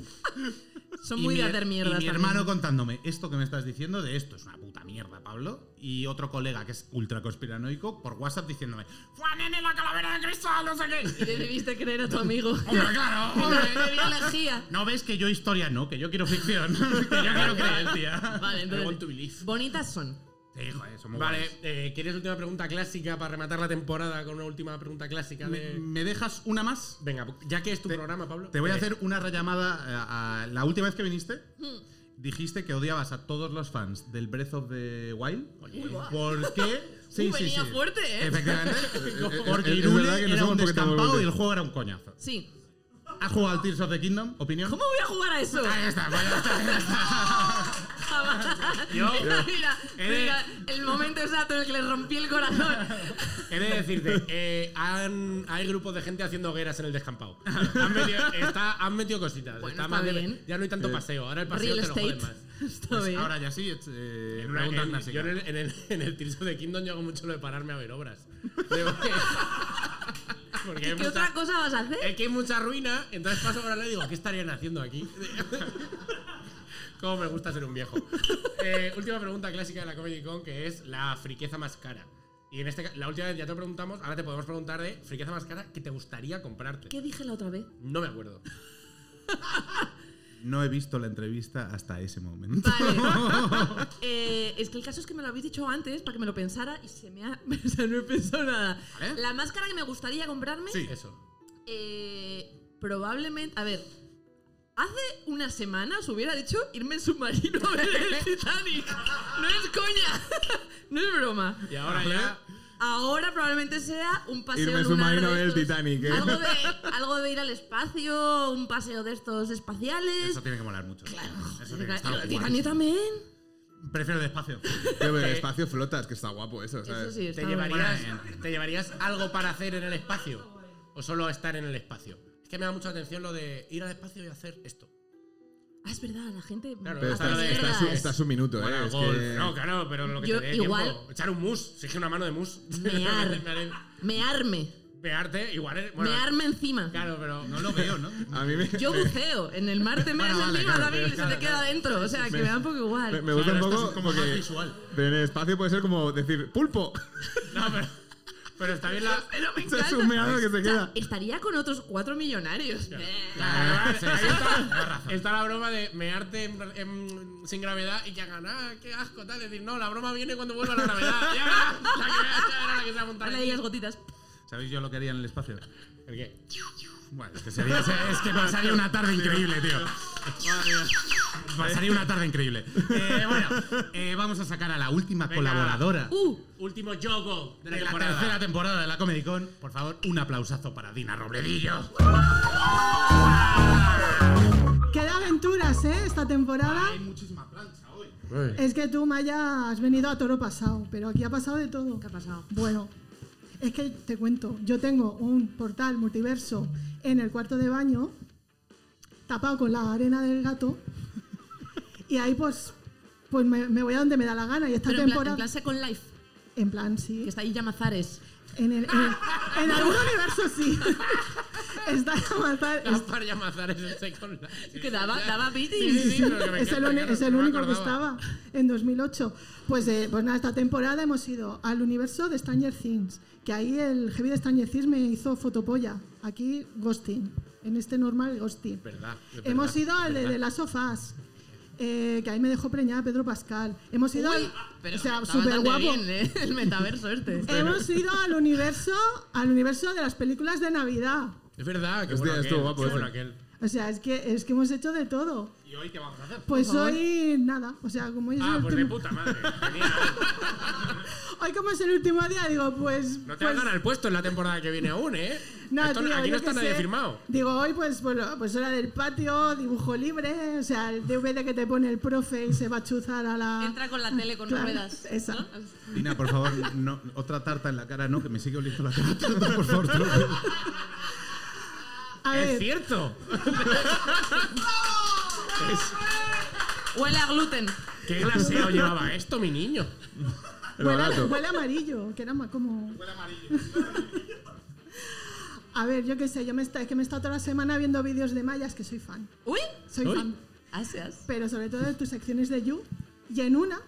S11: Son
S4: y
S11: muy
S4: mi-
S11: de hacer mierda.
S4: y mi hermano contándome esto que me estás diciendo de esto es una puta mierda Pablo y otro colega que es ultra conspiranoico por WhatsApp diciéndome
S14: ¡Fue a nene la calavera de cristal, no sé qué!
S11: Y le debiste creer a tu amigo.
S4: hombre claro hombre
S11: De biología.
S4: no ves que yo historia no que yo quiero ficción que yo quiero creer tía
S11: Vale,
S3: I want
S11: entonces.
S3: to believe.
S11: Bonitas son.
S4: sí joder somos
S3: Vale,
S4: guays.
S3: eh, ¿quieres última pregunta clásica para rematar la temporada con una última pregunta clásica
S4: ¿Me,
S3: de.
S4: me dejas una más?
S3: Venga, ya que es tu programa, Pablo.
S4: Te voy a
S3: eh,
S4: hacer una rellamada. A, a- la última vez que viniste,
S11: Hmm.
S4: dijiste que odiabas a todos los fans del Breath of the Wild. ¿Por qué?
S11: Uh, venía fuerte, ¿eh?
S4: Efectivamente.
S5: es-
S4: Porque
S5: es
S4: Irule
S5: verdad que nos
S4: era
S5: hemos
S4: un
S5: un poquito
S4: descampado y
S5: volvido.
S4: el juego era un coñazo.
S11: Sí.
S4: ¿Has jugado al Tears of the Kingdom? ¿Opinión?
S11: ¿Cómo voy a jugar a eso?
S4: Ahí está, pues ya está.
S3: Yo-
S11: mira, mira,
S3: he de-
S11: mira, el momento exacto en el que le rompí el corazón.
S3: He de decirte, eh, han- hay grupos de gente haciendo hogueras en el descampado. Han metido, está- han metido cositas.
S11: Bueno,
S3: Está
S11: está
S3: más de-
S11: bien.
S3: ya no hay tanto paseo. Ahora el paseo
S11: Real
S3: te lo joden
S11: estate.
S3: más.
S11: Está
S4: Pues
S11: bien.
S4: ahora ya sí, es, eh,
S3: En una-
S4: pregunta
S3: en-
S4: clásica.
S3: yo en el, en, el, en el Tears of the Kingdom yo hago mucho lo de pararme a ver obras. Digo, Porque hay
S11: ¿Qué
S3: mucha-
S11: otra cosa vas a hacer?
S3: Es que hay mucha ruina, entonces paso por al lado y digo, ¿qué estarían haciendo aquí? Cómo me gusta ser un viejo. Eh, última pregunta clásica de la Comedy Con, que es la friqueza más cara. Y en este ca- la última vez ya te lo preguntamos, ahora te podemos preguntar de friqueza más cara que te gustaría comprarte.
S11: ¿Qué dije la otra vez?
S3: No me acuerdo.
S4: No he visto la entrevista hasta ese momento.
S11: Vale. Eh, es que el caso es que me lo habéis dicho antes para que me lo pensara y se me ha. O sea, no he pensado nada.
S4: Vale.
S11: La máscara que me gustaría comprarme.
S4: Sí.
S3: Eso.
S11: eh, probablemente. A ver. Hace unas semanas hubiera dicho irme en submarino a ver el Titanic. No es coña. No es broma.
S3: Y ahora ya...
S11: Ahora probablemente sea un paseo
S5: Irme en
S11: lunar
S5: submarino a
S11: de
S5: ver el
S11: estos.
S5: Titanic, ¿eh?
S11: Algo de, algo de ir al espacio, un paseo de estos espaciales.
S4: Eso tiene que molar mucho. Eso tiene que estar
S11: El
S4: guay.
S11: Titanic también.
S4: Prefiero despacio.
S5: Tío, pero el espacio flotas, que está guapo eso, ¿sabes?
S11: Eso sí,
S3: ¿Te
S11: está muy
S3: llevarías,
S11: bien.
S3: ¿Te llevarías algo para hacer en el espacio? ¿O solo estar en el espacio? Es que me da mucha atención lo de ir al espacio y hacer esto.
S11: Ah, es verdad, la gente.
S5: Pero
S11: hace
S5: está, está,
S11: mierdas.
S5: su, está su minuto, ¿eh?
S3: Bueno,
S5: es
S3: golf,
S5: que-
S3: No, claro, pero lo que
S11: Yo
S3: te dé
S11: igual-
S3: tiempo. Echar un mus, exige una mano de mus.
S11: Mear. Mearme.
S3: Mearte, igual es. Bueno,
S11: Mearme encima.
S3: Claro, pero no
S15: lo veo, ¿no?
S5: A mí me,
S11: Yo buceo. En el mar te meas
S5: Bueno, vale,
S11: encima
S5: claro,
S11: también y se
S5: claro,
S11: te queda dentro. O sea, que me da un poco igual.
S5: me- me gusta un poco
S15: como
S5: porque-
S15: más visual.
S5: Pero en el espacio puede ser como decir ¡pulpo!
S3: Pero está bien la.
S11: Pero me
S5: Eso es
S11: encanta.
S5: un meado que se
S11: O sea,
S5: queda.
S11: estaría con otros cuatro millonarios. Eh,
S5: Ah,
S3: Ahí está, está la broma de mearte en- en- sin gravedad y que hagan, ah, qué asco, tal. Decir, no, la broma viene cuando vuelva la gravedad. Ya verás, la que verás, ya verás la que se va a montar
S11: Dale
S3: aquí.
S11: ahí las gotitas.
S15: ¿Sabéis yo lo que haría en el espacio?
S3: ¿El qué?
S15: Bueno, es que, sería, es que pasaría una tarde increíble, tío. Pasaría una tarde increíble. Eh, bueno, eh, vamos a sacar a la última
S3: Venga. Uh.
S15: colaboradora
S3: Último juego de la
S15: de la
S3: temporada.
S15: tercera temporada de la Comedy Con. Por favor, un aplausazo para Dina Robledillo.
S16: Qué de aventuras, ¿eh? Esta temporada.
S15: Hay muchísima plancha hoy.
S16: Es que tú, Maya, has venido a toro pasado, pero aquí ha pasado de todo. ¿Qué ha
S11: pasado?
S16: Bueno, es que te cuento, yo tengo un portal multiverso en el cuarto de baño, tapado con la arena del gato, y ahí pues, pues me, me voy a donde me da la gana. Y esta
S11: Pero en plan,
S16: temporada.
S11: en plan Second Life.
S16: En plan, sí.
S11: Que está ahí Ah. Llamazares.
S16: En, el- en el- en algún universo sí. está Llamazares.
S3: Gaspar Llamazares en Second Life.
S11: Que daba- daba
S3: Sí,
S11: piti.
S3: sí, sí, pero que me
S16: es el,
S3: encanta,
S16: uni-
S3: claro,
S16: es el
S3: no me
S16: único que
S3: acordaba.
S16: estaba en 2008. Pues, eh, pues nada, esta temporada hemos ido al universo de Stranger Things, que ahí el heavy de Stranger Things me hizo fotopolla. Aquí, ghosting. En este normal, ghosting.
S3: Verdad, es
S16: Hemos
S3: verdad,
S16: ido al de,
S3: verdad.
S16: de las sofás. eh, que ahí me dejó preñada Pedro Pascal. Hemos ido
S11: Uy,
S16: al.
S3: ah,
S11: pero
S16: o sea,
S11: está
S16: súper guapo.
S11: bastante bien, ¿eh? El metaverso este.
S16: Hemos ido al universo, al universo de las películas de Navidad.
S3: Es verdad, que
S5: Hostia,
S3: bueno
S5: estuvo
S3: aquel,
S5: guapo
S3: qué
S5: ese.
S3: bueno aquel.
S16: O sea, es que, es que hemos hecho de todo.
S15: ¿Y hoy qué vamos a hacer?
S16: Pues
S15: Por favor.
S16: hoy nada. O sea, como es
S3: Ah,
S16: el
S3: pues de
S16: último-
S3: puta madre.
S16: Hoy como es el último día, digo, pues...
S3: No
S16: pues-
S3: te van a ganar el puesto en la temporada que viene aún, ¿eh?
S16: No,
S3: Esto-
S16: tío,
S3: aquí
S16: yo
S3: no está
S16: qué
S3: nadie
S16: sé.
S3: firmado.
S16: Digo, hoy pues, bueno, pues hora del patio, dibujo libre, o sea, el DVD que te pone el profe y se va a chuzar a la...
S11: Entra con la tele con
S16: Claro,
S11: ruedas.
S16: Esa.
S15: Dina, por favor, no, otra tarta en la cara, no, que me sigue oliendo la tarta, por favor. te lo pido.
S16: A
S3: es
S16: ver,
S3: cierto.
S11: Huele a gluten.
S3: ¿Qué glaseo llevaba esto, mi niño?
S16: huele, a- huele a amarillo, que era ma- como... Huele amarillo. a ver, yo qué sé, yo me está, es que me he estado toda la semana viendo vídeos de mayas, que soy fan.
S11: Uy,
S16: Soy
S11: Uy.
S16: fan.
S11: Gracias.
S16: pero sobre todo de tus secciones de You. Y en una,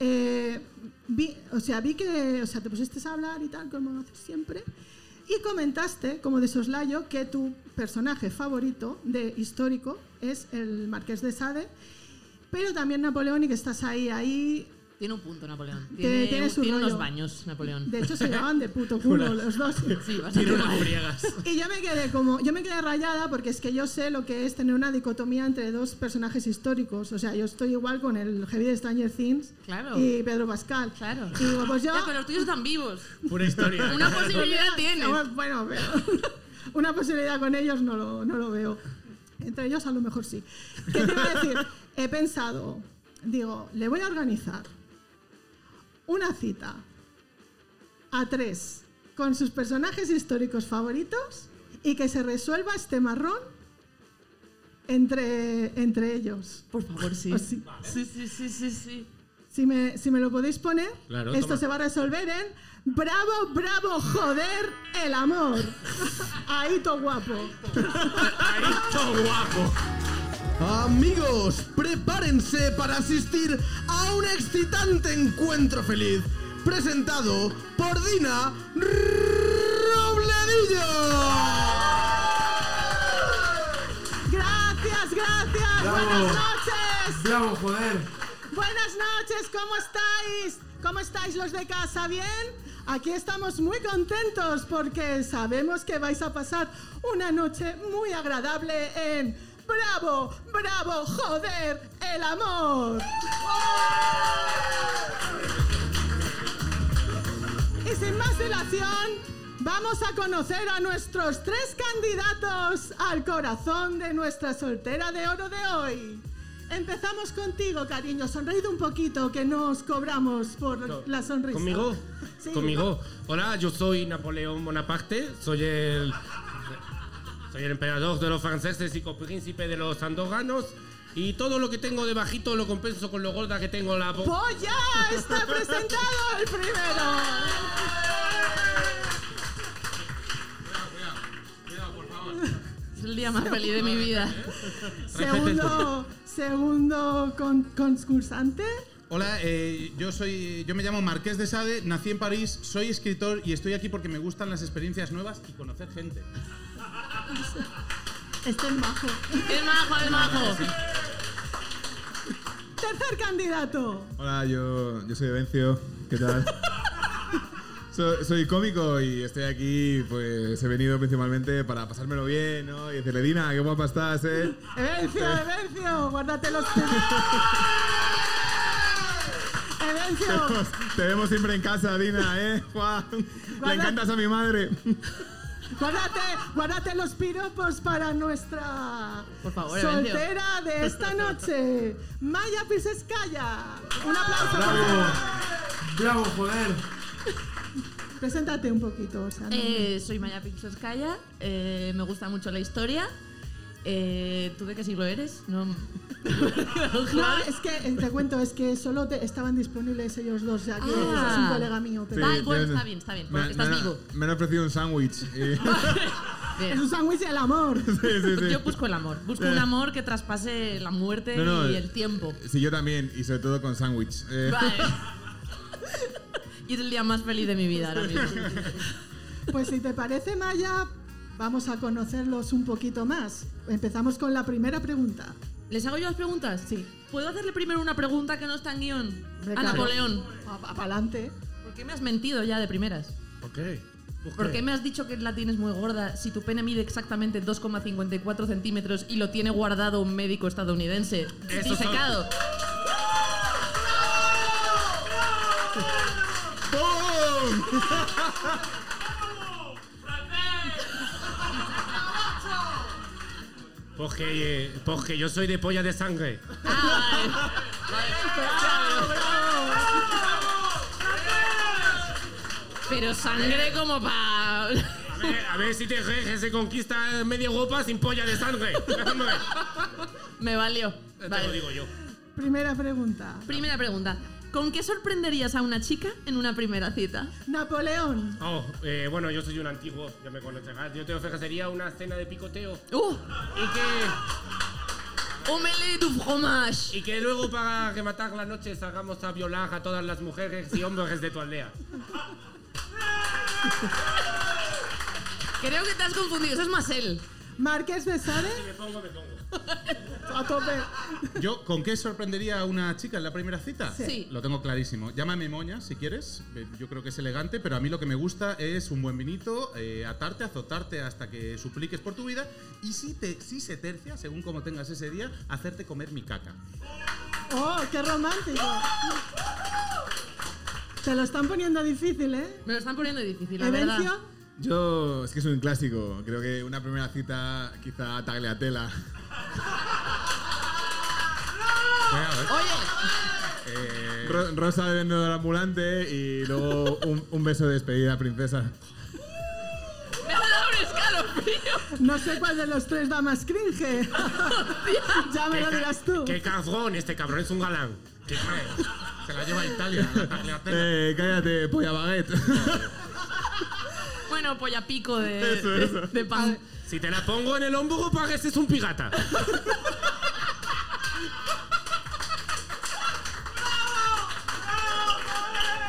S16: eh, vi, o sea, vi que o sea, te pusiste a hablar y tal, como haces siempre, y comentaste, como de soslayo, que tu personaje favorito de histórico es el Marqués de Sade, pero también Napoleón y que estás ahí, ahí.
S11: Tiene un punto, Napoleón.
S16: Te-
S11: Tiene,
S16: tiene su
S11: tiene unos
S16: rollo.
S11: baños, Napoleón.
S16: De hecho, se llevaban de puto culo
S11: Una-
S16: los dos.
S11: Sí, bastante
S16: Tiene unas
S11: mal.
S16: Y yo me quedé como, yo me quedé rayada porque es que yo sé lo que es tener una dicotomía entre dos personajes históricos. O sea, yo estoy igual con el heavy de Stranger Things
S11: Claro.
S16: y Pedro Pascal. Claro. Y digo, pues yo.
S11: Ya, pero los tuyos están vivos.
S3: Pura historia.
S11: Una posibilidad tienes.
S16: Bueno, pero una posibilidad con ellos no lo, no lo veo. Entre ellos a lo mejor sí. ¿Qué te iba a decir? He pensado, digo, le voy a organizar una cita a tres con sus personajes históricos favoritos y que se resuelva este marrón entre, entre ellos.
S11: Por favor, sí.
S16: sí.
S11: Sí, sí, sí, sí, sí.
S16: Si me, si me lo podéis poner,
S11: Claro,
S16: esto
S11: toma.
S16: se va a resolver en Bravo, bravo, joder, el amor. Ahito guapo.
S3: guapo!
S17: Amigos, prepárense para asistir a un excitante encuentro feliz presentado por Dina Robledillo.
S16: Gracias, gracias.
S17: Bravo.
S16: Buenas noches.
S18: Bravo, joder.
S16: Buenas noches, ¿cómo estáis? ¿Cómo estáis los de casa? ¿Bien? Aquí estamos muy contentos porque sabemos que vais a pasar una noche muy agradable en Bravo, bravo, joder, el amor. Y sin más dilación, vamos a conocer a nuestros tres candidatos al corazón de nuestra soltera de oro de hoy. Empezamos contigo, cariño. Sonreíd un poquito, que no os cobramos por la sonrisa.
S3: ¿Conmigo?
S16: Sí.
S3: Conmigo. Hola, yo soy Napoleón Bonaparte. Soy el. Soy el emperador de los franceses y copríncipe de los andorranos. Y todo lo que tengo de bajito lo compenso con lo gorda que tengo la bo-
S16: ¡Polla! ¡Está presentado el primero!
S11: Es el día más feliz de mi vida.
S16: Segundo, segundo con- concursante.
S15: Hola, eh, yo soy, yo me llamo Marqués de Sade, nací en París, soy escritor y estoy aquí porque me gustan las experiencias nuevas y conocer gente.
S16: Este es majo.
S11: Es majo, es majo.
S16: Tercer candidato.
S5: Hola, yo, yo soy Vencio. ¿Qué tal? So- soy cómico y estoy aquí, pues he venido principalmente para pasármelo bien, ¿no? Y decirle, Dina, qué guapa estás, ¿eh?
S16: Evencio, Evencio, guárdate los.
S5: Te
S16: Evencio,
S5: vemos, te vemos siempre en casa, Dina, ¿eh? Guau. Este Le
S16: Guarda-
S5: encantas a mi madre.
S16: guárdate, guárdate los piropos para nuestra
S11: Por favor, Evencio.
S16: soltera de esta noche, Maya Pisescaya. Un aplauso. por
S17: Bravo.
S16: favor.
S17: Bravo, joder.
S16: Preséntate un poquito, o sea, no-
S11: Eh, soy Maya Pinchoskaya, eh, me gusta mucho la historia. Eh, ¿Tú de qué siglo eres? No.
S16: No, es que eh, te cuento, es que solo te- estaban disponibles ellos dos, ya que
S11: Ah.
S16: es un colega mío. Pero
S11: Vale, bueno,
S5: yo-
S11: está bien, está bien,
S5: me-
S11: porque estás
S5: me han-
S11: vivo.
S5: Me han ofrecido un sándwich. eh. y-
S11: Bien.
S16: Es un sándwich del amor.
S5: sí, sí.
S11: Yo busco el amor, busco un amor que traspase la muerte
S5: No, no,
S11: y el tiempo.
S5: Sí, yo también, y sobre todo con sándwich. Eh,
S11: Vale. y es el día más feliz de mi vida ahora mismo.
S16: Pues si te parece, Maya, vamos a conocerlos un poquito más. Empezamos con la primera pregunta.
S11: ¿Les hago yo las preguntas? Sí. ¿Puedo hacerle primero una pregunta que no está en guión? A
S16: Venga.
S11: Napoleón.
S16: Adelante.
S11: ¿Por qué me has mentido ya de primeras?
S19: ¿Por qué? ¿Por
S11: ¿Por qué me has dicho que la tienes muy gorda si tu pene mide exactamente 2,54 centímetros y lo tiene guardado un médico estadounidense?
S2: Eso
S11: Disecado.
S2: ¡Boom!
S3: Porque, eh, porque yo soy de polla de sangre.
S11: Pero sangre como pa...
S3: A ver, a ver si te reje se conquista media Europa sin polla de sangre. Hombre,
S11: Me valió.
S3: te
S11: Vale.
S3: lo digo yo.
S16: Primera pregunta.
S11: Primera pregunta. ¿Con qué sorprenderías a una chica en una primera cita?
S16: Napoleón.
S3: Oh, eh, bueno, yo soy un antiguo, ya me conocerás. Yo te ofrecería una cena de picoteo.
S11: ¡Uh!
S3: Y que.
S11: ¡Omelette du fromage!
S3: Y que luego para rematar la noche salgamos a violar a todas las mujeres y hombres de tu aldea.
S11: Creo que te has confundido. Eso es más él.
S16: Marqués de Sade.
S3: Me pongo, me pongo.
S16: A tope.
S15: Yo, ¿con qué sorprendería a una chica en la primera cita?
S11: Sí.
S15: Lo tengo clarísimo. Llámame moña si quieres. Eh, Yo creo que es elegante, pero a mí lo que me gusta es un buen vinito, eh, atarte, azotarte hasta que supliques por tu vida y si, te, si se tercia, según como tengas ese día, hacerte comer mi caca.
S16: ¡Oh, qué romántico! Te lo están poniendo difícil, ¿eh?
S11: Me lo están poniendo difícil, la verdad.
S16: Evencio,
S5: Yo, es que es un clásico. Creo que una primera cita, quizá tagliatela.
S15: Eh,
S5: Ro- Rosa de vendedor ambulante y luego un, un beso de despedida, princesa.
S11: ¡Me ha dado un escalofrío!
S16: no sé cuál de los tres da más cringe. ya me lo
S3: Qué ca-
S16: dirás tú.
S3: ¡Qué cabrón! Este cabrón es un galán. ¿Qué crees? Se la lleva a Italia. la tagliatella.
S5: Eh, cállate, polla baguette.
S11: Bueno, polla pico de,
S3: Eso,
S11: de-
S3: eso.
S11: de pan.
S3: Si te la pongo en el hombro, pareces es un pirata.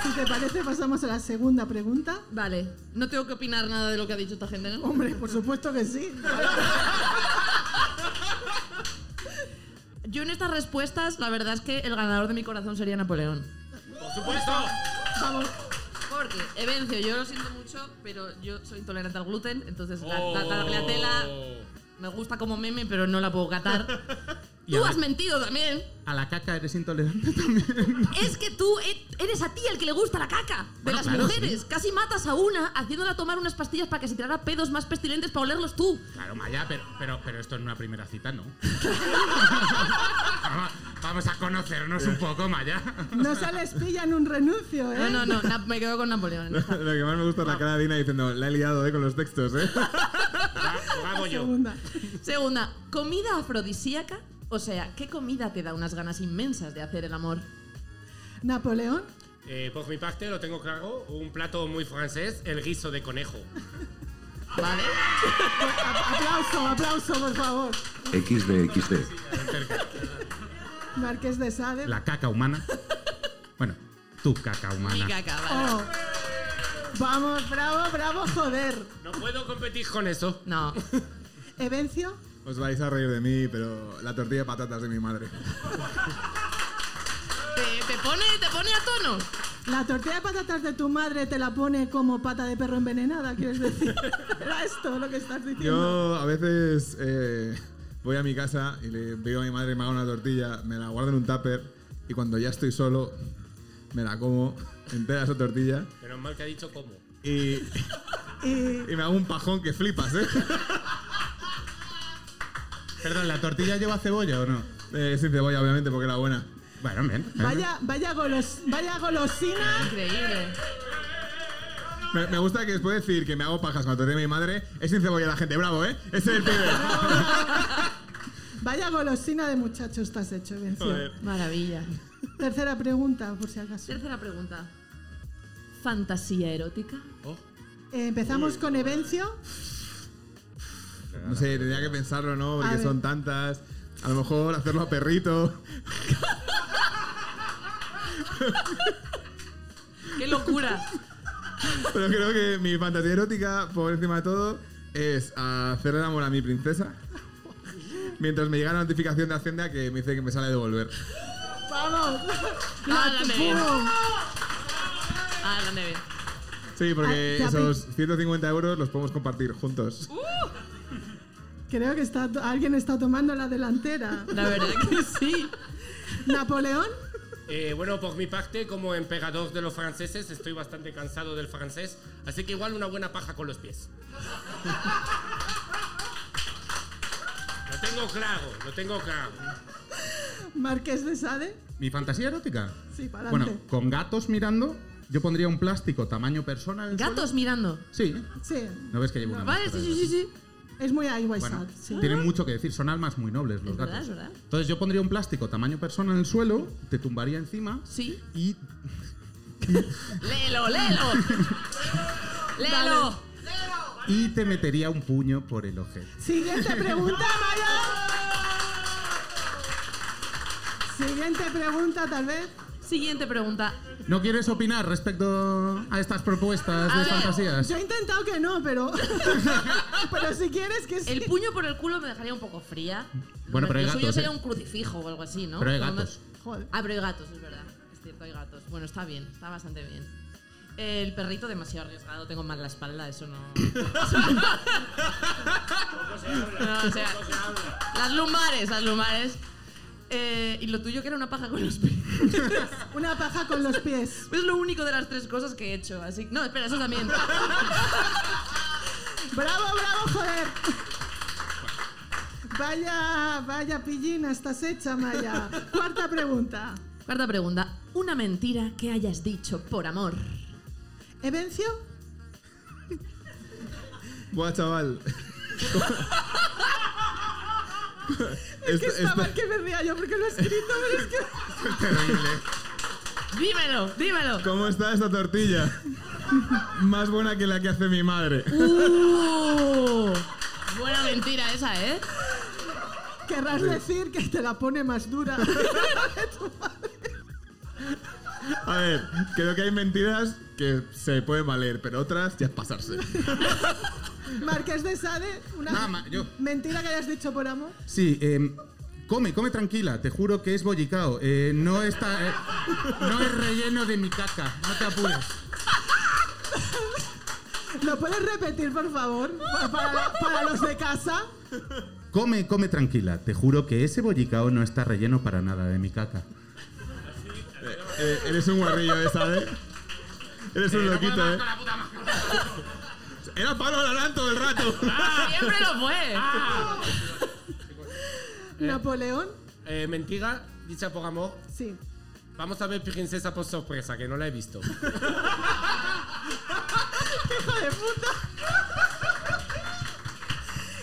S16: Si te parece, pasamos a la segunda pregunta.
S11: Vale, no tengo que opinar nada de lo que ha dicho esta gente, ¿no?
S16: Hombre, por supuesto que sí.
S11: Yo en estas respuestas, la verdad es que el ganador de mi corazón sería Napoleón.
S3: ¡Por supuesto!
S16: Vamos.
S11: Porque, Evencio, yo lo siento mucho, pero yo soy intolerante al gluten, entonces la, la
S3: Oh.
S11: tagliatella me gusta como meme, pero no la puedo catar.
S15: a
S11: tú
S15: la-
S11: has mentido también.
S15: A la caca eres intolerante.
S11: Es que tú e- eres a ti el que le gusta la caca de
S15: Bueno,
S11: las
S15: claro,
S11: mujeres. Casi matas a una haciéndola tomar unas pastillas para que se tirara pedos más pestilentes para olerlos tú.
S15: Claro, Maya, pero, pero, pero esto en una primera cita no. vamos, vamos a conocernos un poco, Maya.
S16: No se les pilla en un renuncio, ¿eh?
S11: No, no, no, na- me quedo con Napoleón.
S5: Lo que más me gusta es la cara de Dina diciendo, la he liado eh, con los textos, ¿eh?
S3: Hago yo.
S16: Segunda.
S11: Segunda, comida afrodisíaca. O sea, ¿qué comida te da unas ganas inmensas de hacer el amor?
S16: Napoleón.
S3: Eh, por mi parte, lo tengo claro. Un plato muy francés, el guiso de conejo.
S11: Vale.
S16: aplauso, aplauso, por favor.
S4: XD, XD.
S16: Marqués de Sade.
S4: La caca humana. Bueno, tu caca humana.
S16: Oh. Vamos, bravo, bravo, joder.
S3: No puedo competir con eso.
S11: No.
S16: Evencio.
S5: Os vais a reír de mí, pero la tortilla de patatas de mi madre.
S11: ¿Te, te pone, te pone a tono?
S16: La tortilla de patatas de tu madre te la pone como pata de perro envenenada, quieres decir. Era esto lo que estás diciendo.
S5: Yo a veces eh, voy a mi casa y le digo a mi madre que me haga una tortilla, me la guardo en un tupper y cuando ya estoy solo me la como entera esa tortilla
S3: Menos mal que ha dicho cómo.
S5: y, y me hago un pajón que flipas, ¿eh?
S4: Perdón, ¿la tortilla lleva cebolla o no?
S5: Eh, sin cebolla, obviamente, porque era buena.
S4: Bueno, bien.
S5: ¿eh?
S16: Vaya, vaya, golos, vaya golosina.
S11: Increíble.
S5: Me, me gusta que después de decir que me hago pajas con la tortilla de mi madre, es sin cebolla la gente, bravo, ¿eh? Ese es el pibe.
S16: Vaya golosina de muchacho estás hecho, Evencio.
S5: Joder.
S11: Maravilla.
S16: Tercera pregunta, por si acaso.
S11: Tercera pregunta. ¿Fantasía erótica?
S5: Oh.
S16: Eh, empezamos con Evencio.
S5: No sé, tendría que pensarlo, ¿no?
S16: A
S5: Porque
S16: ver.
S5: son tantas. A lo mejor hacerlo a perrito.
S11: ¡Qué locura!
S5: Pero creo que mi fantasía erótica, por encima de todo, es hacer el amor a mi princesa. Mientras me llega la notificación de Hacienda que me dice que me sale a devolver.
S16: Vamos.
S11: Háblame bien.
S16: ¡Pum!
S11: Háblame bien.
S5: Sí, porque
S16: Ah, te apri-
S5: esos 150 euros los podemos compartir juntos.
S11: ¡Uh!
S16: Creo que está, alguien está tomando la delantera.
S11: La verdad que sí.
S16: Napoleón.
S3: Eh, bueno, por mi parte, como emperador de los franceses, estoy bastante cansado del francés, así que igual una buena paja con los pies. lo tengo claro, lo tengo claro.
S16: Marqués de Sade.
S4: ¿Mi fantasía erótica?
S16: Sí, para
S4: Bueno,
S16: adelante.
S4: con gatos mirando, yo pondría un plástico tamaño persona. en el suelo.
S11: Gatos mirando.
S4: Sí.
S16: Sí.
S4: ¿No ves que llevo una
S11: Vale, sí,
S4: máscara?
S11: sí, sí, sí.
S16: Es muy Aiguay
S4: Bueno,
S16: sí.
S4: Tienen mucho que decir, son almas muy nobles los
S11: Es
S4: gatos.
S11: verdad, es verdad.
S4: Entonces yo pondría un plástico tamaño persona en el suelo, te tumbaría encima
S11: Sí.
S4: y
S11: Léelo, léelo. léelo.
S4: y te metería un puño por el ojete.
S16: Siguiente pregunta, Maya. Siguiente pregunta, tal vez.
S11: Siguiente pregunta.
S4: ¿No quieres opinar respecto a estas propuestas de
S11: A ver,
S4: fantasías?
S16: Yo he intentado que no, pero. pero si quieres que sí.
S11: El puño por el culo me dejaría un poco fría.
S4: Bueno, pero hay
S11: Lo suyo
S4: gatos,
S11: sería
S4: ¿eh?
S11: un crucifijo o algo así, ¿no?
S4: Pero hay
S11: Como me-
S4: gatos.
S16: Joder.
S11: Ah, pero hay gatos, es verdad. Es cierto, hay gatos. Bueno, está bien, está bastante bien. El perrito demasiado arriesgado, tengo mal la espalda, eso no. No, o sea, las lumbares, las lumbares. Eh, y lo tuyo que era una paja con los pies.
S16: Una paja con los pies.
S11: Es lo único de las tres cosas que he hecho, así. No, espera, eso también.
S16: ¡Bravo, bravo, joder! Vaya, vaya pillina, estás hecha, Maya. Cuarta pregunta.
S11: Cuarta pregunta. Una mentira que hayas dicho por amor.
S16: ¿Evencio?
S5: Buah, chaval.
S16: Es que
S5: Esto-
S16: está
S5: esto-
S16: mal que me ría yo porque lo he escrito, pero es que.
S11: Dímelo, dímelo.
S5: ¿Cómo está esta tortilla? Más buena que la que hace mi madre.
S11: ¡Uh! Buena mentira esa, ¿eh?
S16: Querrás decir que te la pone más dura.
S5: A ver, creo que hay mentiras que se pueden valer, pero otras ya es pasarse. Eh,
S16: Marqués de Sade, una
S4: Nada más, yo.
S16: mentira que hayas dicho por amor.
S4: Sí, em, come, come tranquila, te juro que es bollicao. Eh, no está. eh, no es relleno de mi caca, no te apures.
S16: ¿Lo puedes repetir, por favor? Pa- Para, para los de casa.
S4: Come, come tranquila, te juro que ese bollicao no está relleno para nada de mi caca.
S5: Eh, eres un guarrillo, ¿eh? ¿sabes? Eres un loquito, ¿eh? Era Pablo Larán todo el rato.
S16: Ah.
S11: Siempre lo fue.
S16: Napoleón,
S3: Eh, mentira, dicha por amor.
S16: sí.
S3: Vamos a ver Princesa por sorpresa, que no la he visto.
S16: ¡Hijo de puta!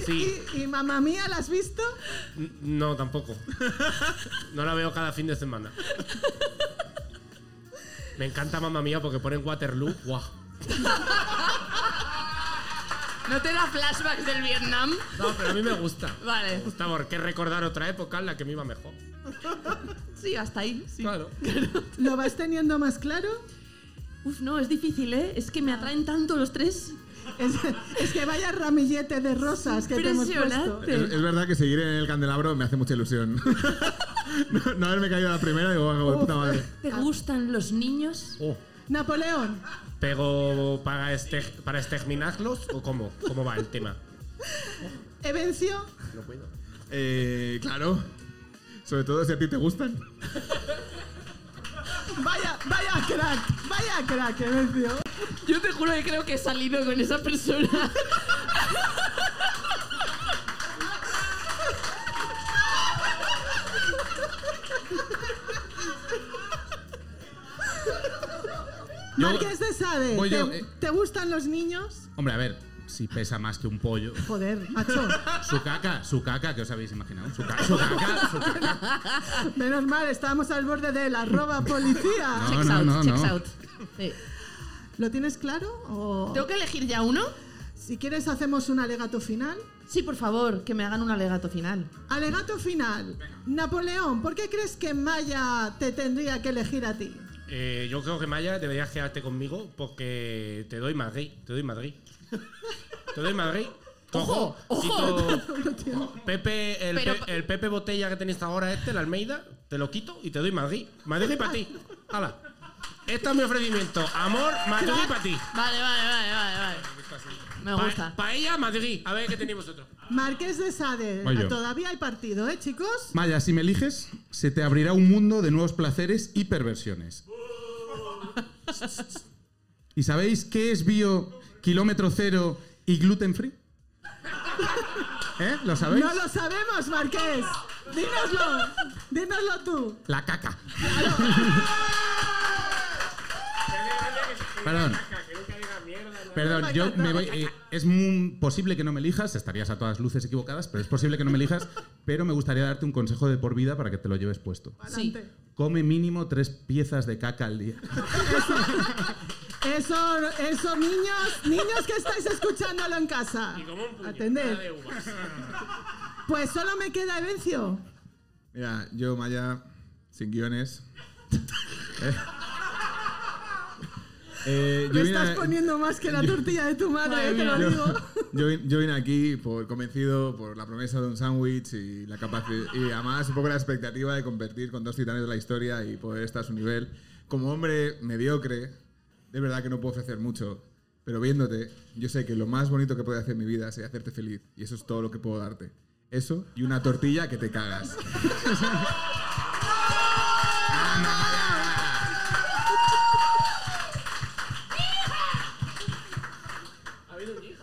S3: Sí, Sí.
S16: Y, y mamá mía, ¿la has visto?
S3: N- No, tampoco. No la veo cada fin de semana. Me encanta mamá mía porque ponen Waterloo. ¡Guau!
S11: ¿No te da flashbacks del Vietnam?
S3: No, pero a mí me gusta.
S11: Vale.
S3: Me gusta porque es recordar otra época en la que me iba mejor.
S11: Sí, hasta ahí. Sí.
S3: Claro.
S16: ¿Lo vas teniendo más claro? Ah.
S11: Uf, no, es difícil, ¿eh? Es que me atraen tanto los tres.
S16: Es, que vaya ramillete de rosas que te hemos puesto.
S5: Es,
S4: Eh,
S5: es verdad que seguir en el candelabro me hace mucha ilusión. no, no haberme caído a la primera, digo, "Venga, de puta madre.
S11: ¿Te gustan los niños?
S16: Napoleón,
S3: ¿Pego para, este, para exterminarlos o cómo? ¿Cómo va el tema?
S4: eh,
S16: Evencio,
S3: No puedo.
S5: Eh, claro. Sobre todo si a ti te gustan.
S16: vaya, vaya crack, vaya crack, ¿eh, Evencio.
S11: Yo te juro que creo que he salido con esa persona.
S15: Yo-
S16: Marqués de Sade,
S15: voy
S16: ¿te,
S15: yo, eh.
S16: te gustan los niños?
S15: Hombre, a ver, si pesa más que un pollo.
S16: Joder, macho.
S15: Su caca, su caca, que os habéis imaginado. Su, ca- su caca, su caca.
S16: Menos mal, estábamos al borde del arroba policía.
S15: No, Checks no, out, no, checks no. out.
S16: ¿Lo tienes claro? O...
S11: ¿Tengo que elegir ya uno?
S16: Si quieres, hacemos un alegato final.
S11: Sí, por favor, que me hagan un alegato final.
S16: Alegato final. Napoleón, ¿por qué crees que Maya te tendría que elegir a ti?
S3: Eh, yo creo que Maya deberías quedarte conmigo porque te doy Madrid. Te doy Madrid. Te doy Madrid.
S11: ¡Ojo!
S3: Quito-
S11: ¡Ojo!
S3: Pepe, el,
S11: Pero-
S3: Pe- el Pepe Botella que tenéis ahora, este, el Almeida, te lo quito y te doy Madrid. Madrid para ti. Hala. Este es mi ofrecimiento. Amor, Madrid para ti.
S11: Vale, vale, vale, vale, vale. Me gusta.
S3: Para ella, Madrid. A ver qué tenéis vosotros.
S16: Marqués de Sade,
S15: Voy yo.
S16: todavía hay partido, ¿eh, chicos?
S15: Maya, si me eliges, se te abrirá un mundo de nuevos placeres y perversiones. ¿Y sabéis qué es bio, kilómetro cero y gluten free? ¿Eh? ¿Lo sabéis?
S16: No lo sabemos, Marqués. Dínoslo. Dínoslo tú.
S15: La caca. Perdón. Perdón, yo me voy. eh, es muy posible que no me elijas, estarías a todas luces equivocadas, pero es posible que no me elijas. Pero me gustaría darte un consejo de por vida para que te lo lleves puesto.
S16: Sí.
S15: Come mínimo tres piezas de caca al día.
S16: Eso, eso, niños, niños que estáis escuchándolo en casa. Atended. Pues solo me queda Evencio.
S5: Mira, yo, Maya, sin guiones. Eh. Eh,
S16: Me
S5: vine
S16: estás
S5: a-
S16: poniendo más que la
S5: yo-
S16: tortilla de tu madre, eh,
S5: Madre
S16: te lo
S5: mía.
S16: digo.
S5: Yo, vin- yo vine aquí por convencido por la promesa de un sándwich y la capacidad y además un poco la expectativa de convertir con dos titanes de la historia y poder estar a su nivel. Como hombre mediocre, de verdad que no puedo ofrecer mucho, pero viéndote, yo sé que lo más bonito que puede hacer en mi vida es hacerte feliz y eso es todo lo que puedo darte. Eso y una tortilla que te cagas.
S11: Ha habido un hija,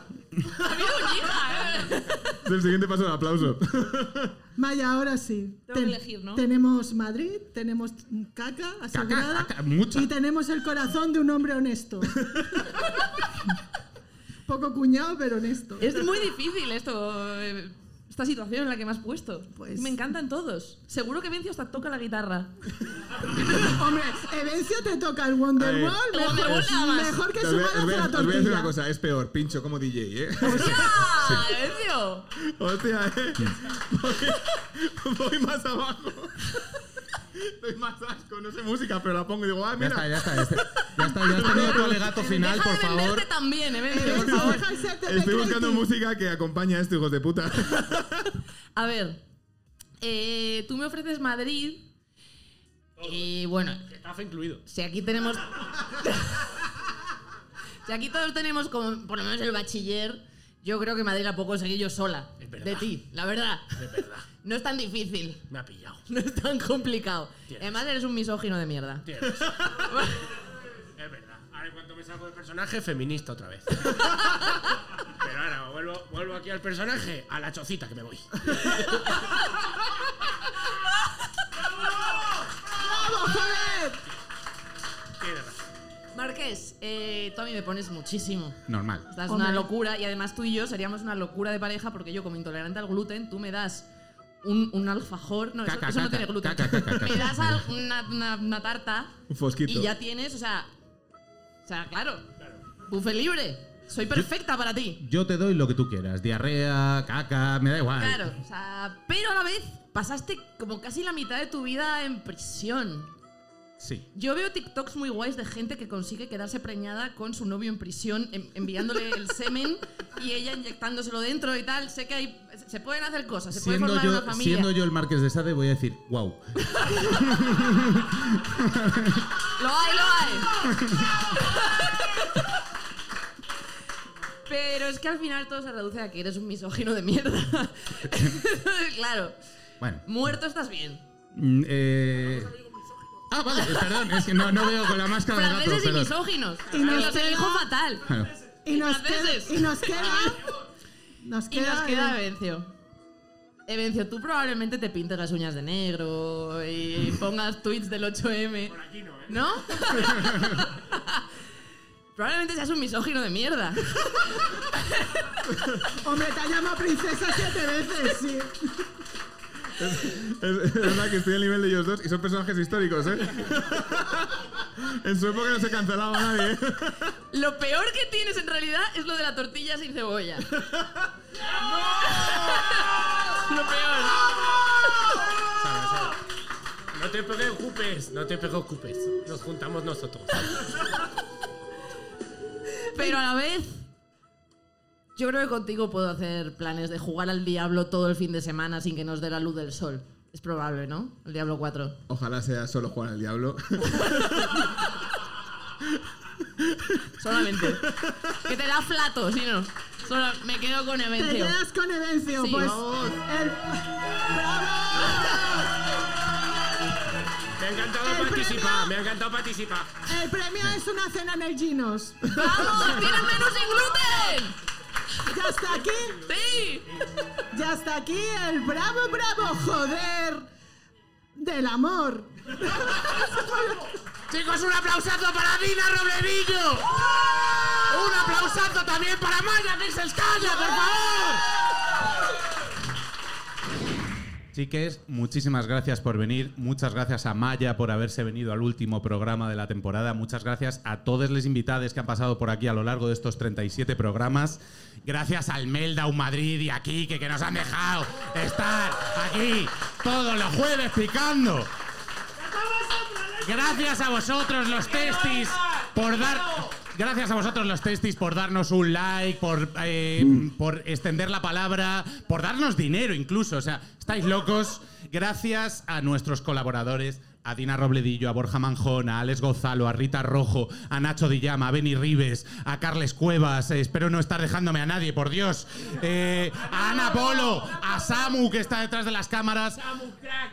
S11: ¿eh?
S5: El siguiente paso el aplauso.
S16: Maya, ahora sí.
S11: Tengo que elegir, ¿no?
S16: Tenemos Madrid, tenemos caca asegurada
S15: caca, mucha.
S16: y tenemos el corazón de un hombre honesto. Poco cuñado, pero honesto.
S11: Es muy difícil esto. eh, Esta situación en la que me has puesto.
S16: Pues
S11: Me encantan todos. Seguro que Vencio hasta toca la guitarra.
S16: Hombre, Evencio te toca el Wonderwall.
S11: El
S16: Mejor,
S11: Wonderwall nada más.
S16: mejor que
S5: Os voy
S16: su
S5: a- os voy
S16: madre la
S5: a- os voy a decir una
S16: tortilla.
S5: cosa, es peor, pincho como DJ, ¿eh?
S11: ¡Ah, Vencio!
S5: Hostia, eh. Voy, voy más abajo. Doy más asco, no sé música, pero la pongo y digo, ah,
S15: Ya
S5: mira.
S15: está, ya está. Ya está, ya está, ya está tenido tu alegato final, por favor.
S11: Vente Ah, también, eh, Vencio, por
S16: Evencio,
S11: favor.
S16: deja de ser
S5: Estoy
S16: TV
S5: buscando
S16: Creative.
S5: música que acompañe a esto, hijos de puta.
S11: A ver, eh, tú me ofreces Madrid. Y bueno,
S3: Estafa incluido.
S11: si aquí tenemos. si aquí todos tenemos como, por lo menos el bachiller, yo creo que Madrid la puedo conseguir yo sola.
S3: verdad.
S11: De ti, la verdad.
S3: De verdad.
S11: No es tan difícil.
S3: Me ha pillado.
S11: No es tan complicado.
S3: Tienes.
S11: Además, eres un misógino de mierda.
S3: Tienes. Es verdad. Ahora en cuanto me salgo del personaje, feminista otra vez. Pero ahora vuelvo, vuelvo aquí al personaje, a la chocita que me voy.
S16: ¡Vamos, joder!
S3: Tiene razón.
S11: Marqués, tres, eh, tú a mí me pones muchísimo.
S4: Normal.
S11: Estás una locura y además tú y yo seríamos una locura de pareja porque yo como intolerante al gluten, tú me das un, un alfajor, no, eso-
S5: Caca,
S11: eso, no
S5: caca,
S11: tiene gluten,
S5: caca, caca, caca.
S11: me das al- una, una- una tarta
S5: Un fosquito.
S11: y ya tienes, o sea, o sea, claro, buffet libre, soy perfecta para ti.
S4: Yo te doy lo que tú quieras, diarrea, caca, me da igual.
S11: Claro, o sea, pero a la vez pasaste como casi la mitad de tu vida en prisión.
S4: Sí.
S11: Yo veo TikToks muy guays de gente que consigue quedarse preñada con su novio en prisión, en- enviándole el semen y ella inyectándoselo dentro y tal. Sé que hay, se pueden hacer cosas, se puede
S4: Siendo
S11: formar una
S4: yo,
S11: familia.
S4: siendo yo el Marqués de Sade, voy a decir, wow.
S11: Lo hay, lo hay. Pero es que al final todo se reduce a que eres un misógino de mierda. claro,
S4: Bueno.
S11: muerto estás bien.
S4: mm, eh, Ah, vale, eh, perdón, es que no, no veo con la máscara de gato.
S11: Franceses y
S4: perdón.
S11: misóginos.
S16: Y nos
S11: Lo
S16: queda-
S11: dijo fatal.
S4: Claro.
S16: Y nos,
S11: Franceses.
S16: queda, y nos queda. Nos
S11: Ah. Y nos
S16: queda.
S11: queda Evencio. Evencio, tú probablemente te pintes las uñas de negro y pongas tweets del 8M. Por aquí no, ¿eh? ¿No? probablemente seas un misógino de mierda.
S16: Hombre, te ha llamado princesa siete veces, sí.
S5: Es, es verdad que estoy al nivel de ellos dos y son personajes históricos, ¿eh? En su época no se cancelaba nadie. ¿eh?
S11: Lo peor que tienes en realidad es lo de la tortilla sin cebolla. Lo peor.
S3: No te preocupes, no te preocupes. Nos juntamos nosotros.
S11: Pero a la vez, yo creo que contigo puedo hacer planes de jugar al diablo todo el fin de semana sin que nos dé la luz del sol. Es probable, ¿no? El Diablo 4.
S5: Ojalá sea solo Juan el Diablo.
S11: Solamente. que te da flato, si no. Solo me quedo con
S16: Te
S11: Evencio.
S16: quedas con Evencio,
S11: Sí.
S16: pues.
S11: Vamos.
S16: el-
S3: Me ha encantado participar, me ha encantado participar.
S16: El premio es una cena en el Ginos.
S11: ¡Vamos! ¡Tienen menos sin gluten!
S16: ¿Ya está aquí?
S11: ¡Sí!
S16: Ya está aquí el bravo, bravo, joder. Del amor.
S8: Chicos, un aplausazo para Dina Robledillo. Un aplausazo también para Maya que se escalla, por favor.
S4: Chiques, muchísimas gracias por venir. Muchas gracias a Maya por haberse venido al último programa de la temporada. Muchas gracias a todos los invitados que han pasado por aquí a lo largo de estos 37 programas. Gracias al Melda, un Madrid y aquí que nos han dejado estar aquí todos los jueves picando. Gracias a vosotros los testis por dar. Gracias a vosotros los testis por darnos un like, por, eh, por extender la palabra, por darnos dinero incluso. O sea, estáis locos. Gracias a nuestros colaboradores, a Dina Robledillo, a Borja Manjón, a Alex Gozalo, a Rita Rojo, a Nacho Dillama, a Benny Rives, a Carles Cuevas, eh, espero no estar dejándome a nadie, por Dios. Eh, a Ana Polo, a Samu que está detrás de las cámaras,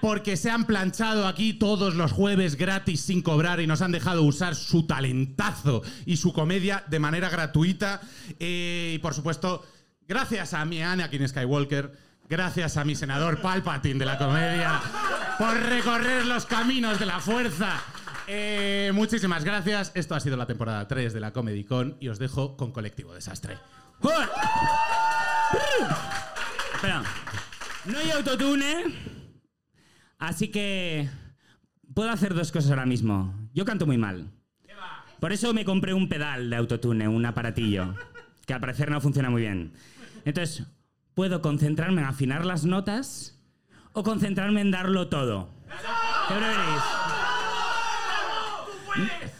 S4: porque se han planchado aquí todos los jueves gratis sin cobrar y nos han dejado usar su talentazo y su comedia de manera gratuita. Eh, y por supuesto, gracias a mi Anakin Skywalker, gracias a mi senador Palpatine de la comedia por recorrer los caminos de la fuerza. Eh, muchísimas gracias. Esto ha sido la temporada 3 de la Comedy Con y os dejo con Colectivo Desastre.
S20: Espera. No hay autotune, ¿eh? así que puedo hacer dos cosas ahora mismo. Yo canto muy mal. Por eso me compré un pedal de autotune, un aparatillo, que al parecer no funciona muy bien. Entonces, puedo concentrarme en afinar las notas o concentrarme en darlo todo. ¿Qué preferís?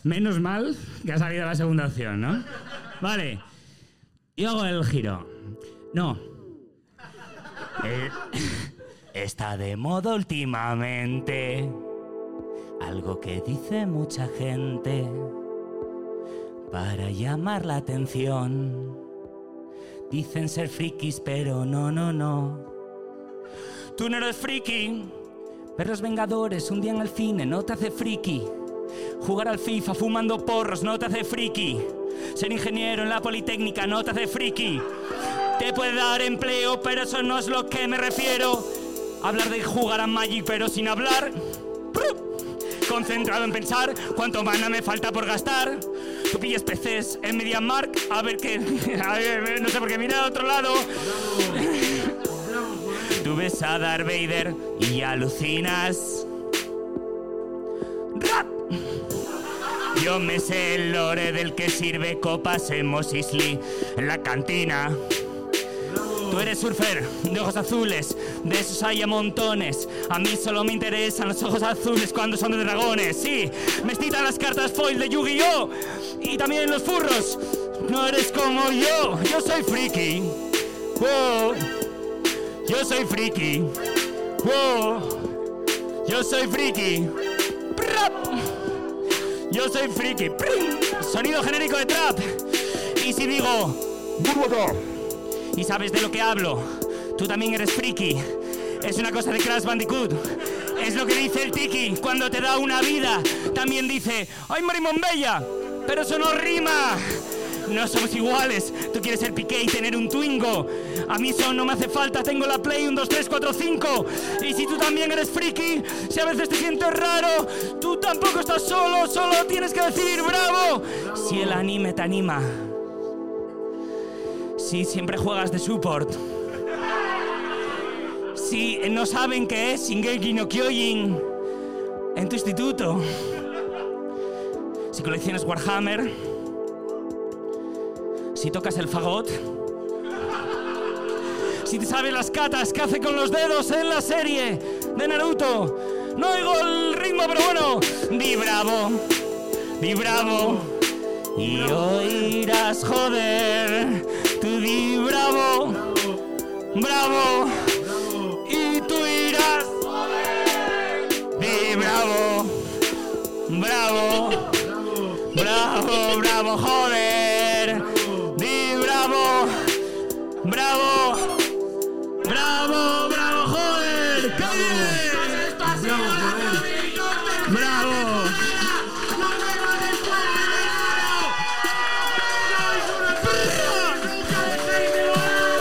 S20: Menos mal que ha salido la segunda opción, ¿no? Vale. Yo hago el giro. No, eh, está de moda últimamente. Algo que dice mucha gente para llamar la atención. Dicen ser frikis, pero no, no, no. Tú no eres friki. Perros Vengadores, un día en el cine, no te hace friki. Jugar al FIFA fumando porros, no te hace friki. Ser ingeniero en la Politécnica, no te hace friki. Te puede dar empleo, pero eso no es lo que me refiero. Hablar de jugar a Magic, pero sin hablar. ¡pru! concentrado en pensar cuánto mana me falta por gastar. Tú pillas PCs en MediaMark, a ver qué. A ver, no sé por qué mira a otro lado. Tú ves a Darth Vader y alucinas. ¡Rap! Yo me sé el lore del que sirve copas en Mos Eisley, en la cantina. Tú eres surfer de ojos azules, de esos hay a montones. A mí solo me interesan los ojos azules cuando son de dragones. Sí, me excitan las cartas foil de Yu-Gi-Oh! Y también los furros. No eres como yo, yo soy friki. Wow. Yo soy friki. Wow. Yo soy friki. Prap. Yo soy friki. Prim. Sonido genérico de trap. Y si digo. "Burbotop", Y sabes de lo que hablo. Tú también eres friki. Es una cosa de Crash Bandicoot. Es lo que dice el Tiki cuando te da una vida. También dice, ¡ay, Marimón Bella! Pero eso no rima. No somos iguales. Tú quieres ser piqué y tener un Twingo. A mí eso no me hace falta. Tengo la Play 1, 2, 3, 4, 5. Y si tú también eres friki, si a veces te sientes raro, tú tampoco estás solo. Solo tienes que decir bravo. Si el anime te anima. Si siempre juegas de support. Si no saben qué es Shingeki no Kyojin en tu instituto. Si coleccionas Warhammer. Si tocas el fagot. Si te sabes las catas que hace con los dedos en la serie de Naruto. No oigo el ritmo, pero bueno. Di bravo. Di bravo. Y oirás joder. Tú di bravo. Bravo. Y tú irás. Di bravo. Bravo. Bravo, bravo, joder. Di bravo. Bravo. Bravo, bravo, joder. ¡Calle!
S2: Esto ha sido la Comicón de
S20: Bravo.
S2: ¡Nos vemos después de verano! ¡Sois una perra! ¡Nunca dejéis de volar!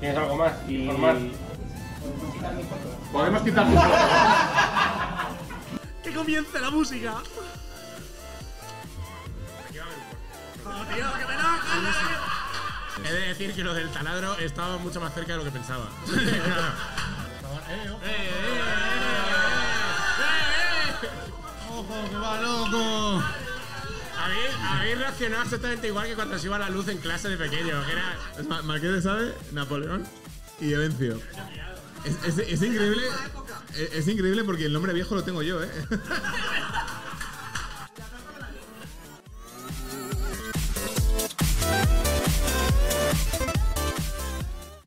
S21: ¿Tienes algo más? Informal.
S15: Podemos quitar tu foto.
S8: ¡Que comience la música! Joder, tío, que me enojas.
S3: He de decir que lo del taladro estaba mucho más cerca de lo que pensaba.
S21: eh,
S3: Eh, ¡Ojo, que va loco! eh. Habéis, habéis reaccionado exactamente igual que cuando se iba la luz en clase de pequeño. que era-
S5: Ma- Marqués de Sade, Napoleón y Evencio. Es, es- es increíble. Es, es increíble porque el nombre viejo lo tengo yo, ¿eh?